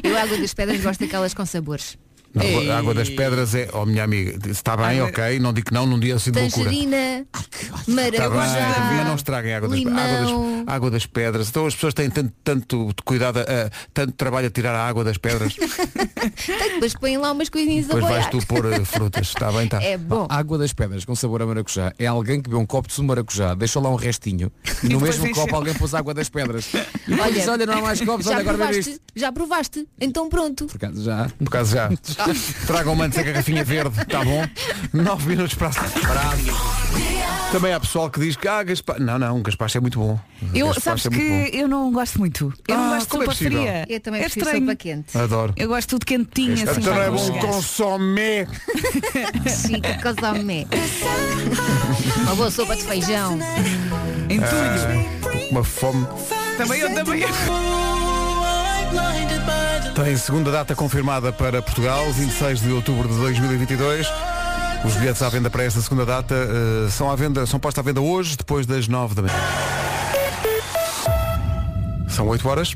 [SPEAKER 6] Eu a água das pedras gosto daquelas com sabores.
[SPEAKER 2] Não, a água das pedras é, oh minha amiga, está bem,
[SPEAKER 5] Água-
[SPEAKER 2] ok, não digo que não, num dia assim de loucura.
[SPEAKER 6] Tangerina,
[SPEAKER 2] Está Tá bem, mas não
[SPEAKER 6] maracujá.
[SPEAKER 2] estraguem a água das,
[SPEAKER 6] limão.
[SPEAKER 2] água, das, água das pedras. Então as pessoas têm tanto, tanto cuidado, a- a- tanto trabalho a tirar a água das
[SPEAKER 5] *laughs*
[SPEAKER 2] pedras.
[SPEAKER 6] Tem- Mas põem lá umas coisinhas a
[SPEAKER 2] Depois vais
[SPEAKER 6] boiar.
[SPEAKER 2] tu pôr eh, frutas.
[SPEAKER 8] tá
[SPEAKER 2] Está bem, está.
[SPEAKER 6] É bom.
[SPEAKER 8] Água das pedras com sabor a maracujá é alguém que bebeu um copo de sumo de maracujá, deixou lá um
[SPEAKER 11] *laughs*
[SPEAKER 8] restinho e no
[SPEAKER 5] depois
[SPEAKER 8] mesmo
[SPEAKER 5] encheu.
[SPEAKER 8] copo alguém pôs água das pedras. E depois
[SPEAKER 6] Olha,
[SPEAKER 8] disse, olha, não há mais copos, olha,
[SPEAKER 6] Já
[SPEAKER 8] agora bebe isto.
[SPEAKER 6] provaste? Já provaste? Então
[SPEAKER 2] *laughs*
[SPEAKER 6] pronto.
[SPEAKER 8] Por acaso já.
[SPEAKER 2] Por causa já. Tragam manteiga garrafinha verde, está bom? nove minutos para a Bravo. Também há pessoal que diz que ah, Gaspar. Não, não, um gaspacho é muito bom.
[SPEAKER 5] Eu,
[SPEAKER 2] Gaspacho
[SPEAKER 5] sabes
[SPEAKER 2] é muito
[SPEAKER 5] que eu não gosto muito. Eu não
[SPEAKER 2] Ah,
[SPEAKER 5] gosto de
[SPEAKER 2] como é
[SPEAKER 5] sopa
[SPEAKER 2] possível?
[SPEAKER 5] fria.
[SPEAKER 6] Eu também
[SPEAKER 5] é
[SPEAKER 6] prefiro
[SPEAKER 5] estranho.
[SPEAKER 6] sopa quente.
[SPEAKER 2] bom. Adoro.
[SPEAKER 5] Eu gosto tudo quentinho, assim,
[SPEAKER 2] Então
[SPEAKER 5] já
[SPEAKER 2] é
[SPEAKER 5] com
[SPEAKER 2] bom
[SPEAKER 5] os gajos.
[SPEAKER 2] consomé.
[SPEAKER 6] Sim, que coisa mé. Uma boa sopa de feijão.
[SPEAKER 5] Entulho.
[SPEAKER 2] Ah, Uma fome.
[SPEAKER 5] Também eu também.
[SPEAKER 2] Tem segunda data confirmada para Portugal, 26 de outubro de 2022. Os bilhetes à venda para esta segunda data eh, são à venda, são postos à venda hoje, depois das 9 da manhã. São 8 horas.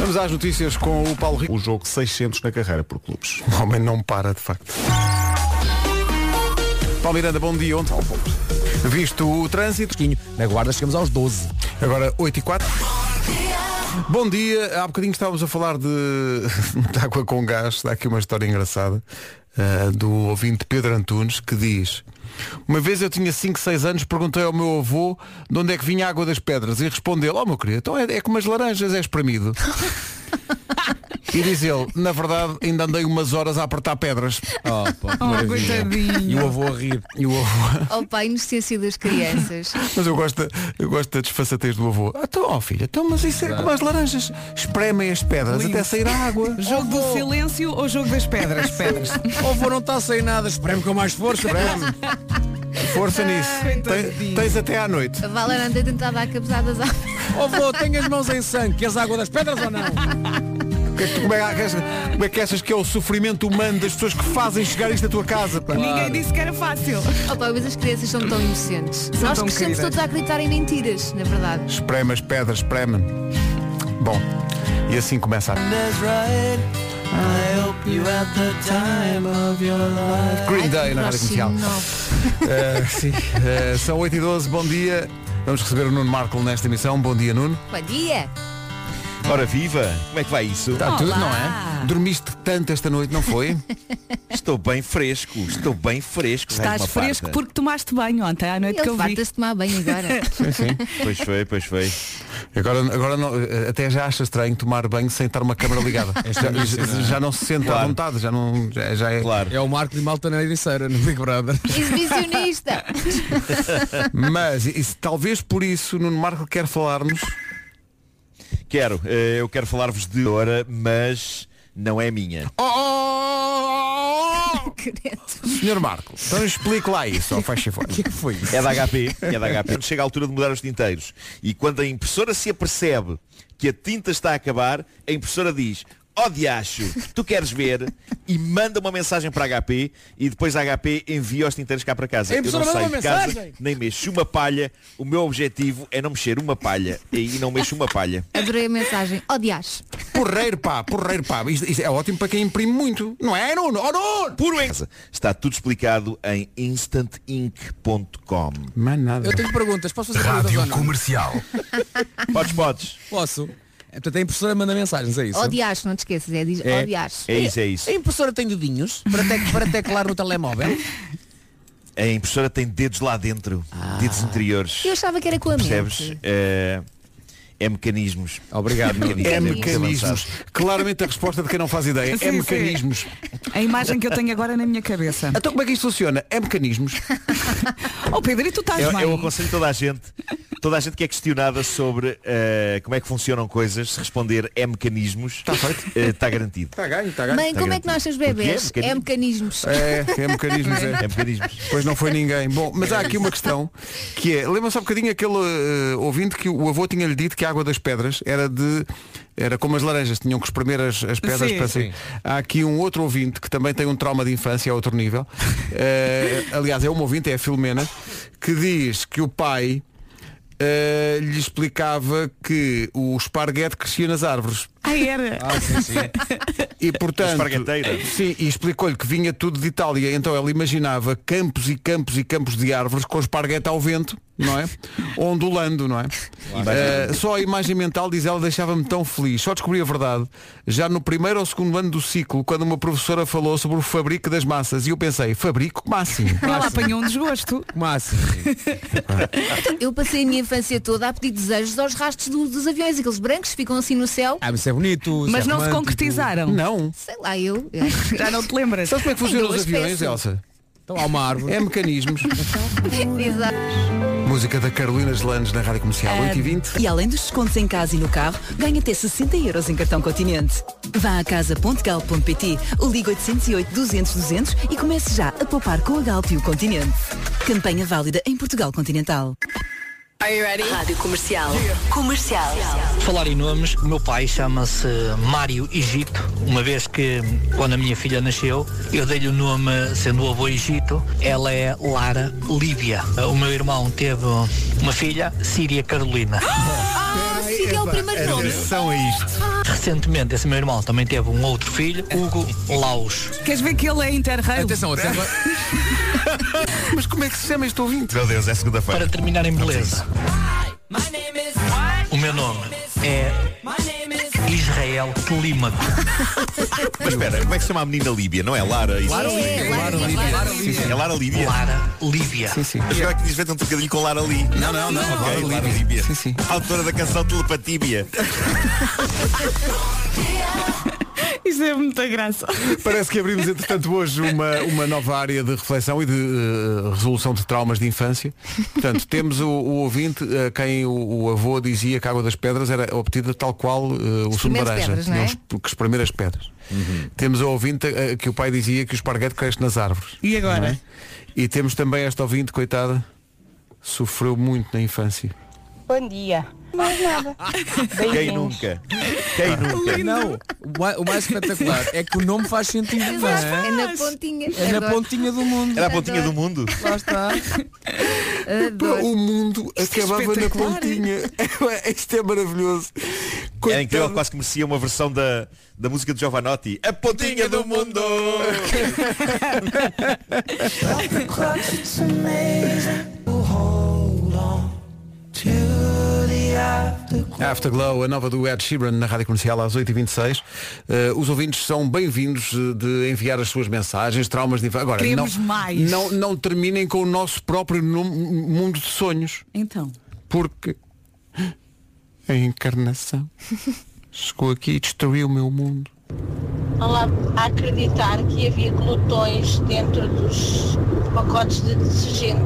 [SPEAKER 2] Vamos às notícias com o Paulo Rico.
[SPEAKER 3] O jogo 600 na carreira por clubes.
[SPEAKER 2] O homem não para, de facto. Paulo Miranda, bom dia. Ontem, visto o trânsito,
[SPEAKER 8] Na guarda chegamos aos 12.
[SPEAKER 2] agora 8 e 4. Bom dia, há bocadinho estávamos a falar de, *laughs* de água com gás, dá aqui uma história engraçada ah, do ouvinte Pedro Antunes que diz Uma vez eu tinha 5, 6 anos, perguntei ao meu avô de onde é que vinha a água "Oh,
[SPEAKER 8] *laughs*
[SPEAKER 2] das pedras e respondeu, ó meu querido, então é, é como as laranjas, é espremido. E E diz ele, na verdade, ainda andei umas horas a apertar pedras.
[SPEAKER 8] Oh, pá, que maravilha.
[SPEAKER 5] coitadinho.
[SPEAKER 8] E o avô a rir.
[SPEAKER 2] E o avô...
[SPEAKER 6] Oh pá, a inocência das crianças.
[SPEAKER 2] Mas eu gosto, eu gosto da desfaçatez do avô. Ah, Então, ó filha, então, mas isso é como as laranjas. Espremem as pedras até sair a
[SPEAKER 8] *laughs*
[SPEAKER 2] água.
[SPEAKER 5] Jogo do silêncio ou jogo das pedras? Pedras.
[SPEAKER 8] O avô não está sem nada, espreme com mais força.
[SPEAKER 2] Força nisso. Tens, tens até à noite.
[SPEAKER 6] A Valeranda tentava dar cabeçadas à
[SPEAKER 8] Ó avô, tenho as mãos em sangue, queres água das pedras ou não?
[SPEAKER 2] Que tu- Como é, que achas- como é que achas que é o sofrimento humano das pessoas que fazem chegar isto à tua casa? pá?
[SPEAKER 5] Ninguém disse que
[SPEAKER 8] *laughs*
[SPEAKER 5] era fácil.
[SPEAKER 6] Oh pá, mas as crianças são tão inocentes.
[SPEAKER 5] São
[SPEAKER 6] Nós
[SPEAKER 5] tão
[SPEAKER 6] crescemos
[SPEAKER 5] queridas.
[SPEAKER 6] todos a acreditar em mentiras, na verdade.
[SPEAKER 2] Espreme as pedras, espreme. Bom, e assim começa a... Green Day na área comercial. *laughs* Eh, sim. Eh, são 8 e 12 bom dia. Vamos receber o Nuno Marco nesta emissão. Bom dia, Nuno.
[SPEAKER 6] Bom dia!
[SPEAKER 3] Ora viva! Como é que vai isso?
[SPEAKER 2] Está tudo, não
[SPEAKER 5] Olá.
[SPEAKER 2] é? Dormiste tanto esta noite, não foi?
[SPEAKER 11] *laughs* Estou bem fresco, estou bem fresco.
[SPEAKER 5] Estás
[SPEAKER 11] Raiz uma
[SPEAKER 5] fresco
[SPEAKER 11] farta.
[SPEAKER 5] porque tomaste banho ontem à noite que
[SPEAKER 6] Ele
[SPEAKER 5] eu vi.
[SPEAKER 6] farta-se de tomar banho
[SPEAKER 5] *laughs*
[SPEAKER 6] agora.
[SPEAKER 2] sim, sim.
[SPEAKER 11] Pois foi, pois foi.
[SPEAKER 2] Agora, agora não- eh, até já acha estranho tomar banho sem estar uma câmara ligada. já, já- já não se sente à vontade, já não. Já, já é.
[SPEAKER 11] Claro.
[SPEAKER 8] É o Marco de Malta na Ericeira, no Big Brother. *laughs*
[SPEAKER 6] Exibicionista!
[SPEAKER 2] *laughs* Mas isso- talvez por isso Nuno Marco quer falar-nos.
[SPEAKER 11] Quero, eh, eu quero falar-vos de hora, mas não é minha.
[SPEAKER 8] oh,
[SPEAKER 2] Oh!
[SPEAKER 6] Credo.
[SPEAKER 2] Senhor Marco, então explique lá isso, ó, faz
[SPEAKER 8] *laughs*
[SPEAKER 2] favor.
[SPEAKER 8] que foi isso?
[SPEAKER 11] É da HP, é da HP. Chega a altura de mudar os tinteiros. E quando a impressora se apercebe que a tinta está a acabar, a impressora diz, ó diacho, tu queres ver? E manda uma mensagem para a HP e depois a HP envia os tinteiros cá para casa.
[SPEAKER 8] A
[SPEAKER 11] eu não
[SPEAKER 8] impressora manda
[SPEAKER 11] saio
[SPEAKER 8] uma
[SPEAKER 11] de casa,
[SPEAKER 8] mensagem?
[SPEAKER 11] nem mexo uma palha. O meu objetivo é não mexer uma palha. E não mexo uma palha.
[SPEAKER 6] Adorei a mensagem. Odias.
[SPEAKER 2] Porreiro pá, porreiro pá. Isto, isto é ótimo para quem imprime muito. Não é, Nuno? Oh, Nuno!
[SPEAKER 11] Puro em... Está tudo explicado em instantink.com.
[SPEAKER 2] Mas
[SPEAKER 8] Eu
[SPEAKER 2] nada.
[SPEAKER 8] tenho perguntas, posso fazer perguntas ou não?
[SPEAKER 2] comercial.
[SPEAKER 11] *laughs* Podes, podes.
[SPEAKER 8] Posso. É, Portanto, a impressora manda mensagens, é isso?
[SPEAKER 6] Odias, não te esqueças, é diz
[SPEAKER 8] É.
[SPEAKER 6] odias.
[SPEAKER 11] É isso, é isso.
[SPEAKER 8] A impressora tem dedinhos para, tec- para teclar no telemóvel?
[SPEAKER 11] *laughs* A impressora tem dedos lá dentro,
[SPEAKER 2] Ah.
[SPEAKER 11] dedos interiores.
[SPEAKER 6] Eu achava que era com a
[SPEAKER 11] Percebes?
[SPEAKER 6] mente.
[SPEAKER 11] É, é mecanismos.
[SPEAKER 8] Obrigado, Nuno.
[SPEAKER 2] É
[SPEAKER 11] muito
[SPEAKER 2] mecanismos.
[SPEAKER 11] avançado.
[SPEAKER 2] Claramente a resposta de quem não faz ideia.
[SPEAKER 5] Sim,
[SPEAKER 2] é
[SPEAKER 5] sim.
[SPEAKER 2] mecanismos.
[SPEAKER 5] A imagem que eu tenho agora é na minha cabeça.
[SPEAKER 2] Então como é que isto funciona? É mecanismos.
[SPEAKER 5] Oh Pedro, e tu estás
[SPEAKER 11] Eu,
[SPEAKER 5] bem?
[SPEAKER 11] eu aconselho toda a gente, toda a gente que é questionada sobre eh, como é que funcionam coisas, se responder é mecanismos, está garantido. Tá
[SPEAKER 2] Está Tá ganho, está
[SPEAKER 6] Mãe, como é que
[SPEAKER 11] garantido.
[SPEAKER 6] nós os
[SPEAKER 11] Porque
[SPEAKER 6] bebês?
[SPEAKER 11] é
[SPEAKER 6] É mecanismos.
[SPEAKER 2] Um É, é mecanismos,
[SPEAKER 6] *laughs*
[SPEAKER 2] é.
[SPEAKER 11] É mecanismos.
[SPEAKER 2] Pois não foi ninguém. Bom, mas há aqui uma questão que é, lembra-se há bocadinho aquele eh, ouvinte que o avô tinha-lhe dito que a água das pedras era de. Era como as laranjas, tinham que espremer as, as pedras
[SPEAKER 5] Sim.
[SPEAKER 2] para sair. Há aqui um outro ouvinte que também tem um trauma de infância a outro nível. Eh, aliás, é um ouvinte, é a Filomena, que diz que o pai eh, lhe explicava que o esparguete crescia nas árvores.
[SPEAKER 5] Ah, era.
[SPEAKER 2] E
[SPEAKER 11] A
[SPEAKER 2] portanto,
[SPEAKER 11] espargateira.
[SPEAKER 2] sim, e explicou-lhe que vinha tudo de Itália, então ele imaginava campos e campos e campos de árvores com espargueta ao vento, não é? Ondulando, não é? Eh, só a imagem mental, diz ela, deixava-me tão feliz. Só descobri a verdade já no primeiro ou segundo ano do ciclo, quando uma professora falou sobre o fabrico das massas e eu pensei, fabrico máximo.
[SPEAKER 5] Ela apanhou um desgosto.
[SPEAKER 8] Máximo.
[SPEAKER 6] Eu passei a minha infância toda a pedir desejos aos rastros do- dos aviões, aqueles brancos que ficam assim no céu.
[SPEAKER 8] Ah, mas isso é bonito. isso
[SPEAKER 5] Mas
[SPEAKER 8] é
[SPEAKER 5] não se
[SPEAKER 2] *laughs*
[SPEAKER 8] romântico.
[SPEAKER 5] concretizaram.
[SPEAKER 2] Não.
[SPEAKER 6] Sei lá, eu.
[SPEAKER 5] Já não te lembras.
[SPEAKER 2] Sabes como é que funcionam
[SPEAKER 6] Ainda
[SPEAKER 2] os
[SPEAKER 6] hoje
[SPEAKER 2] aviões,
[SPEAKER 6] penso.
[SPEAKER 2] Elsa?
[SPEAKER 8] Então há uma árvore.
[SPEAKER 2] É mecanismos.
[SPEAKER 6] Exato.
[SPEAKER 2] Música da Carolina Gelandes na Rádio Comercial
[SPEAKER 5] É
[SPEAKER 2] 8h20.
[SPEAKER 5] Ah,
[SPEAKER 9] E além dos descontos em casa e no carro, ganha até 60 euros em cartão continente. Vá a casa.gal.pt ou ligue 808 200 200 e comece já a poupar com a Galp e o Continente. Campanha válida em Portugal Continental. Rádio Comercial. Comercial.
[SPEAKER 12] Falar em nomes, o meu pai chama-se Mário Egito, uma vez que quando a minha filha nasceu, eu dei-lhe o nome, sendo o avô Egito, ela é Lara Líbia. O meu irmão teve uma filha, Síria Carolina.
[SPEAKER 6] Ah, sim, é o primeiro nome.
[SPEAKER 2] Atenção a isto.
[SPEAKER 12] Recentemente, esse meu irmão também teve um outro filho, Hugo Laos.
[SPEAKER 5] Queres ver que ele é interrail?
[SPEAKER 8] Atenção, atenção.
[SPEAKER 5] *laughs*
[SPEAKER 2] Mas como é que se chama este ouvinte?
[SPEAKER 11] Meu Deus, é
[SPEAKER 12] Para
[SPEAKER 11] segunda-feira.
[SPEAKER 12] terminar em beleza, o meu nome é Israel Clímaco.
[SPEAKER 11] *laughs* Mas espera, como é que se chama a menina Líbia? Não é Lara? Isso?
[SPEAKER 6] É, Lara Lee.
[SPEAKER 11] É Lara Líbia.
[SPEAKER 12] Lara Líbia.
[SPEAKER 2] Sim, sim.
[SPEAKER 11] Mas agora que diz feito um trocadilho com Lara Lee. Não, não, não. Ok, Lara Líbia.
[SPEAKER 2] Sim, sim.
[SPEAKER 11] Autora da canção Telepatíbia.
[SPEAKER 13] *laughs* Isso é muita graça.
[SPEAKER 2] Parece que abrimos, entretanto, hoje uma, uma nova área de reflexão e de eh, resolução de traumas de infância. Portanto, temos o, o ouvinte a quem o, o avô dizia que a água das pedras era obtida tal qual eh, o sumo
[SPEAKER 14] Espremer
[SPEAKER 2] de
[SPEAKER 14] as
[SPEAKER 2] laranja.
[SPEAKER 14] pedras, não é?
[SPEAKER 2] Tinham os- que espremer as pedras. Temos o ouvinte eh, que o pai dizia que o esparguete cresce nas árvores.
[SPEAKER 13] E agora?
[SPEAKER 2] não é? E temos também esta ouvinte, coitada, sofreu muito na infância.
[SPEAKER 15] Bom dia. Mais nada.
[SPEAKER 5] *laughs*
[SPEAKER 11] Quem nunca? Quem nunca?
[SPEAKER 8] Não, o mai- o mais espetacular é que o nome faz sentido, não é?
[SPEAKER 6] É na pontinha.
[SPEAKER 8] É na pontinha do mundo.
[SPEAKER 11] Era a pontinha do mundo?
[SPEAKER 8] Lá está. um
[SPEAKER 2] O mundo
[SPEAKER 11] Isto é
[SPEAKER 2] acabava na
[SPEAKER 11] espetacular.
[SPEAKER 2] pontinha. *laughs* Isto é maravilhoso.
[SPEAKER 11] Era incrível, quase que merecia uma versão da, da música de Giovanotti.
[SPEAKER 2] *laughs*
[SPEAKER 11] A pontinha do
[SPEAKER 8] *laughs*
[SPEAKER 11] mundo!
[SPEAKER 2] Afterglow, a nova do Ed Sheeran na Rádio Comercial às 8h26. Eh, os ouvintes são bem-vindos eh, de enviar as suas mensagens, traumas de infância. Agora,
[SPEAKER 5] Queremos
[SPEAKER 2] não,
[SPEAKER 5] mais.
[SPEAKER 2] Não, não terminem com o nosso próprio nu- mundo de sonhos,
[SPEAKER 5] Então.
[SPEAKER 2] porque a
[SPEAKER 5] *laughs*
[SPEAKER 2] encarnação chegou aqui e destruiu o meu mundo.
[SPEAKER 16] Olá, a acreditar que havia glutões dentro dos pacotes de detergente.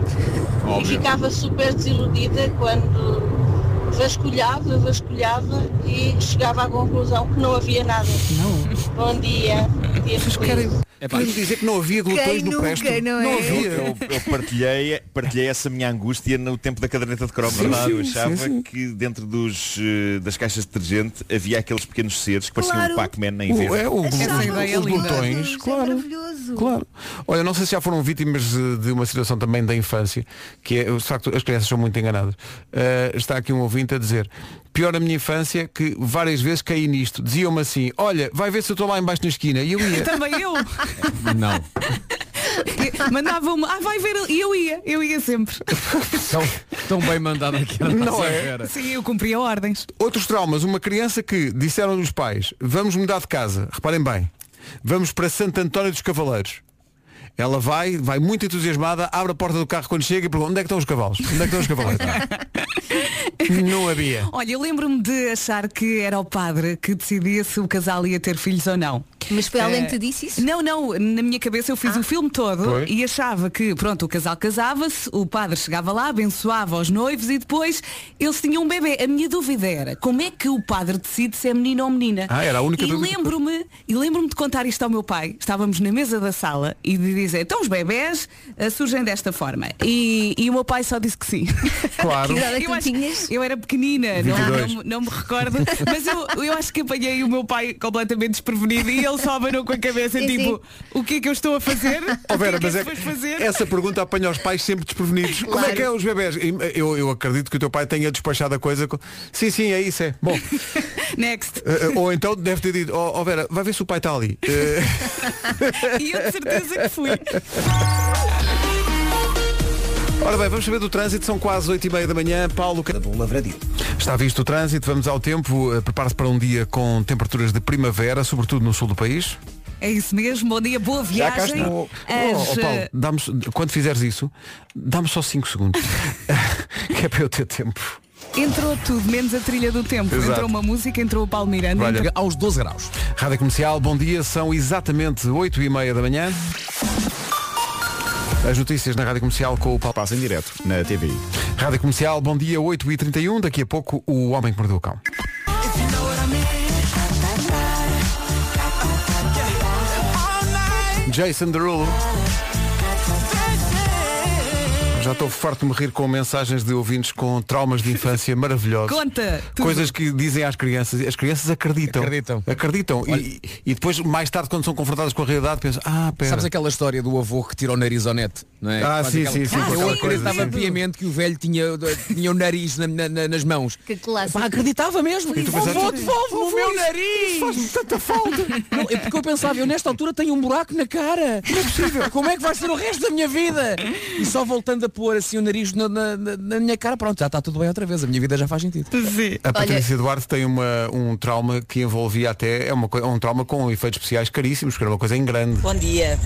[SPEAKER 16] E
[SPEAKER 17] Óbvio.
[SPEAKER 16] ficava super desiludida quando vasculhava, vasculhava e chegava à conclusão que não havia nada. Não. Bom dia. dia feliz.
[SPEAKER 2] Querem É dizer que não havia glutões
[SPEAKER 16] Quem
[SPEAKER 2] no
[SPEAKER 16] nunca,
[SPEAKER 2] presto?
[SPEAKER 16] não é?
[SPEAKER 11] Eu, eu- eu partilhei, partilhei essa minha angústia no tempo da caderneta de cromo,
[SPEAKER 2] Sim,
[SPEAKER 11] verdade?
[SPEAKER 2] sim,
[SPEAKER 11] eu achava
[SPEAKER 2] sim, sim.
[SPEAKER 11] que dentro dos, eh, das caixas de detergente havia aqueles pequenos seres que pareciam
[SPEAKER 2] Claro.
[SPEAKER 11] um Pac-Man na
[SPEAKER 2] O-
[SPEAKER 11] inverno.
[SPEAKER 2] é, o-
[SPEAKER 5] Essa ideia é
[SPEAKER 2] os
[SPEAKER 5] linda.
[SPEAKER 2] botões, claro. Claro. Olha, não sei se já foram vítimas eh, de uma situação também da infância, que é, de facto, as crianças são muito enganadas. Eh, está aqui um ouvinte a dizer, pior a minha infância que várias vezes caí nisto. Diziam-me assim, olha, vai ver se eu estou lá embaixo na esquina. E eu ia.
[SPEAKER 13] Também eu.
[SPEAKER 2] Não.
[SPEAKER 13] Mandavam-me, ah, vai ver ali. E eu ia, eu ia sempre.
[SPEAKER 8] Tão, tão bem mandada aqui
[SPEAKER 2] *laughs*
[SPEAKER 8] a
[SPEAKER 2] Não
[SPEAKER 8] nossa
[SPEAKER 2] é?
[SPEAKER 8] Vera.
[SPEAKER 13] Sim, eu cumpria ordens.
[SPEAKER 2] Outros traumas, uma criança que disseram os pais, vamos mudar de casa, reparem bem, vamos para Santo António dos Cavaleiros. Ela vai, vai muito entusiasmada, abre a porta do carro quando chega e pergunta onde é que estão os cavalos? Onde é que estão
[SPEAKER 13] *laughs*
[SPEAKER 2] os cavaleiros? Não havia.
[SPEAKER 5] Olha, eu lembro-me de achar que era o padre que decidia se o casal ia ter filhos ou não. Eh,
[SPEAKER 6] Mas
[SPEAKER 8] É,
[SPEAKER 6] foi além que te
[SPEAKER 5] disse isso? Não, não. Na minha cabeça eu
[SPEAKER 2] Ah.
[SPEAKER 5] fiz o filme todo
[SPEAKER 6] Foi?
[SPEAKER 5] e achava que, pronto, o casal casava-se, o padre chegava lá, abençoava os noivos e depois eles tinham um bebê. A minha dúvida era como é que o padre decide se é menino ou menina?
[SPEAKER 2] Ah, era a única
[SPEAKER 5] e
[SPEAKER 2] dúvida que-
[SPEAKER 5] lembro-me E lembro-me de contar isto ao meu pai. Estávamos na mesa da sala e de dizer, então os bebés ah, surgem desta forma. E, e o meu pai só disse que sim.
[SPEAKER 2] Claro. Que idade é
[SPEAKER 5] *laughs* eu, acho- eu era
[SPEAKER 8] é,
[SPEAKER 5] pequenina, não, é?
[SPEAKER 2] 22.
[SPEAKER 5] não- não me
[SPEAKER 13] *laughs*
[SPEAKER 5] recordo. Mas eu, eu acho que apanhei o meu pai completamente desprevenido e ele só abanou com a cabeça,
[SPEAKER 13] Sim,
[SPEAKER 5] tipo, o que é que eu estou a fazer?
[SPEAKER 2] Ó, Vera,
[SPEAKER 5] o que é que
[SPEAKER 2] mas é
[SPEAKER 5] se faz
[SPEAKER 2] que
[SPEAKER 5] fazer?
[SPEAKER 2] essa pergunta apanha os pais sempre desprevenidos. Como é que é os bebés? Eu, eu acredito que o teu pai tenha despachado a coisa. com- Sim, sim, é isso, é. Bom.
[SPEAKER 5] *laughs* Next.
[SPEAKER 2] Eh, eh, Ou então deve ter dito, ó ó, Vera, vai ver se o pai está ali. Eh,
[SPEAKER 5] *laughs* e eu de certeza que fui.
[SPEAKER 2] Ora bem, vamos saber do trânsito, são quase 8 e meia da manhã, Paulo
[SPEAKER 4] um
[SPEAKER 2] do Lavradio. Está visto o trânsito, vamos ao tempo, Eh, prepare-se para um dia com temperaturas de primavera, sobretudo no sul do país.
[SPEAKER 5] É isso mesmo, bom dia, boa viagem.
[SPEAKER 2] Oh,
[SPEAKER 5] As,
[SPEAKER 2] oh, Paulo,
[SPEAKER 5] eh,
[SPEAKER 2] dá-me só- quando fizeres isso, dá-me só 5 segundos.
[SPEAKER 5] *laughs*
[SPEAKER 2] *laughs* que é para eu ter tempo.
[SPEAKER 5] Entrou tudo, menos a trilha do tempo.
[SPEAKER 2] Exato.
[SPEAKER 5] Entrou uma música, entrou o Paulo Miranda.
[SPEAKER 2] Olha,
[SPEAKER 5] entrou-
[SPEAKER 2] aos 12 graus. Rádio Comercial, bom dia, são exatamente 8 e meia da manhã. As notícias na Rádio Comercial com o Paulo. Passa em direto na TV. Rádio Comercial, bom dia, 8 e 31 daqui a pouco o Homem que Mordeu o Cão. Jason Derulo. Já estou farto de me rir com mensagens de ouvintes com traumas de infância maravilhosos.
[SPEAKER 5] Conta! tudo.
[SPEAKER 2] Coisas que dizem às crianças, e as crianças acreditam. Acreditam. Acreditam. E, e depois, mais tarde, quando são confrontadas com a realidade, pensam, ah, pera.
[SPEAKER 8] Sabes aquela história do avô que tirou o nariz ao neto? Não é?
[SPEAKER 2] Ah,
[SPEAKER 8] Faz
[SPEAKER 2] sim,
[SPEAKER 8] aquela-
[SPEAKER 2] sim, sim, com
[SPEAKER 8] Eu
[SPEAKER 2] aquela coisa,
[SPEAKER 8] acreditava
[SPEAKER 2] sim.
[SPEAKER 8] piamente que o velho tinha, tinha o nariz na- na- na- nas mãos.
[SPEAKER 6] Que clássico.
[SPEAKER 8] Pá, acreditava mesmo.
[SPEAKER 6] E tu
[SPEAKER 8] Vou
[SPEAKER 6] pensaste-
[SPEAKER 8] devolve devolve-me o
[SPEAKER 6] Isso
[SPEAKER 8] meu
[SPEAKER 6] faz-
[SPEAKER 8] nariz.
[SPEAKER 6] isso faz-me
[SPEAKER 8] tanta falta. *laughs* Não, é porque eu pensava, eu nesta altura tenho um buraco na cara. Não é possível. Como é que vai ser o resto da minha vida? E só voltando a pôr assim o nariz na, na- na- na minha cara, pronto, já está tudo bem outra vez. A minha vida já faz sentido.
[SPEAKER 2] A Patrícia Duarte Ah, tem uma, um trauma que é envolvia até, é uma, coi- um trauma com efeitos especiais caríssimos, que era uma coisa em grande.
[SPEAKER 18] Bom dia.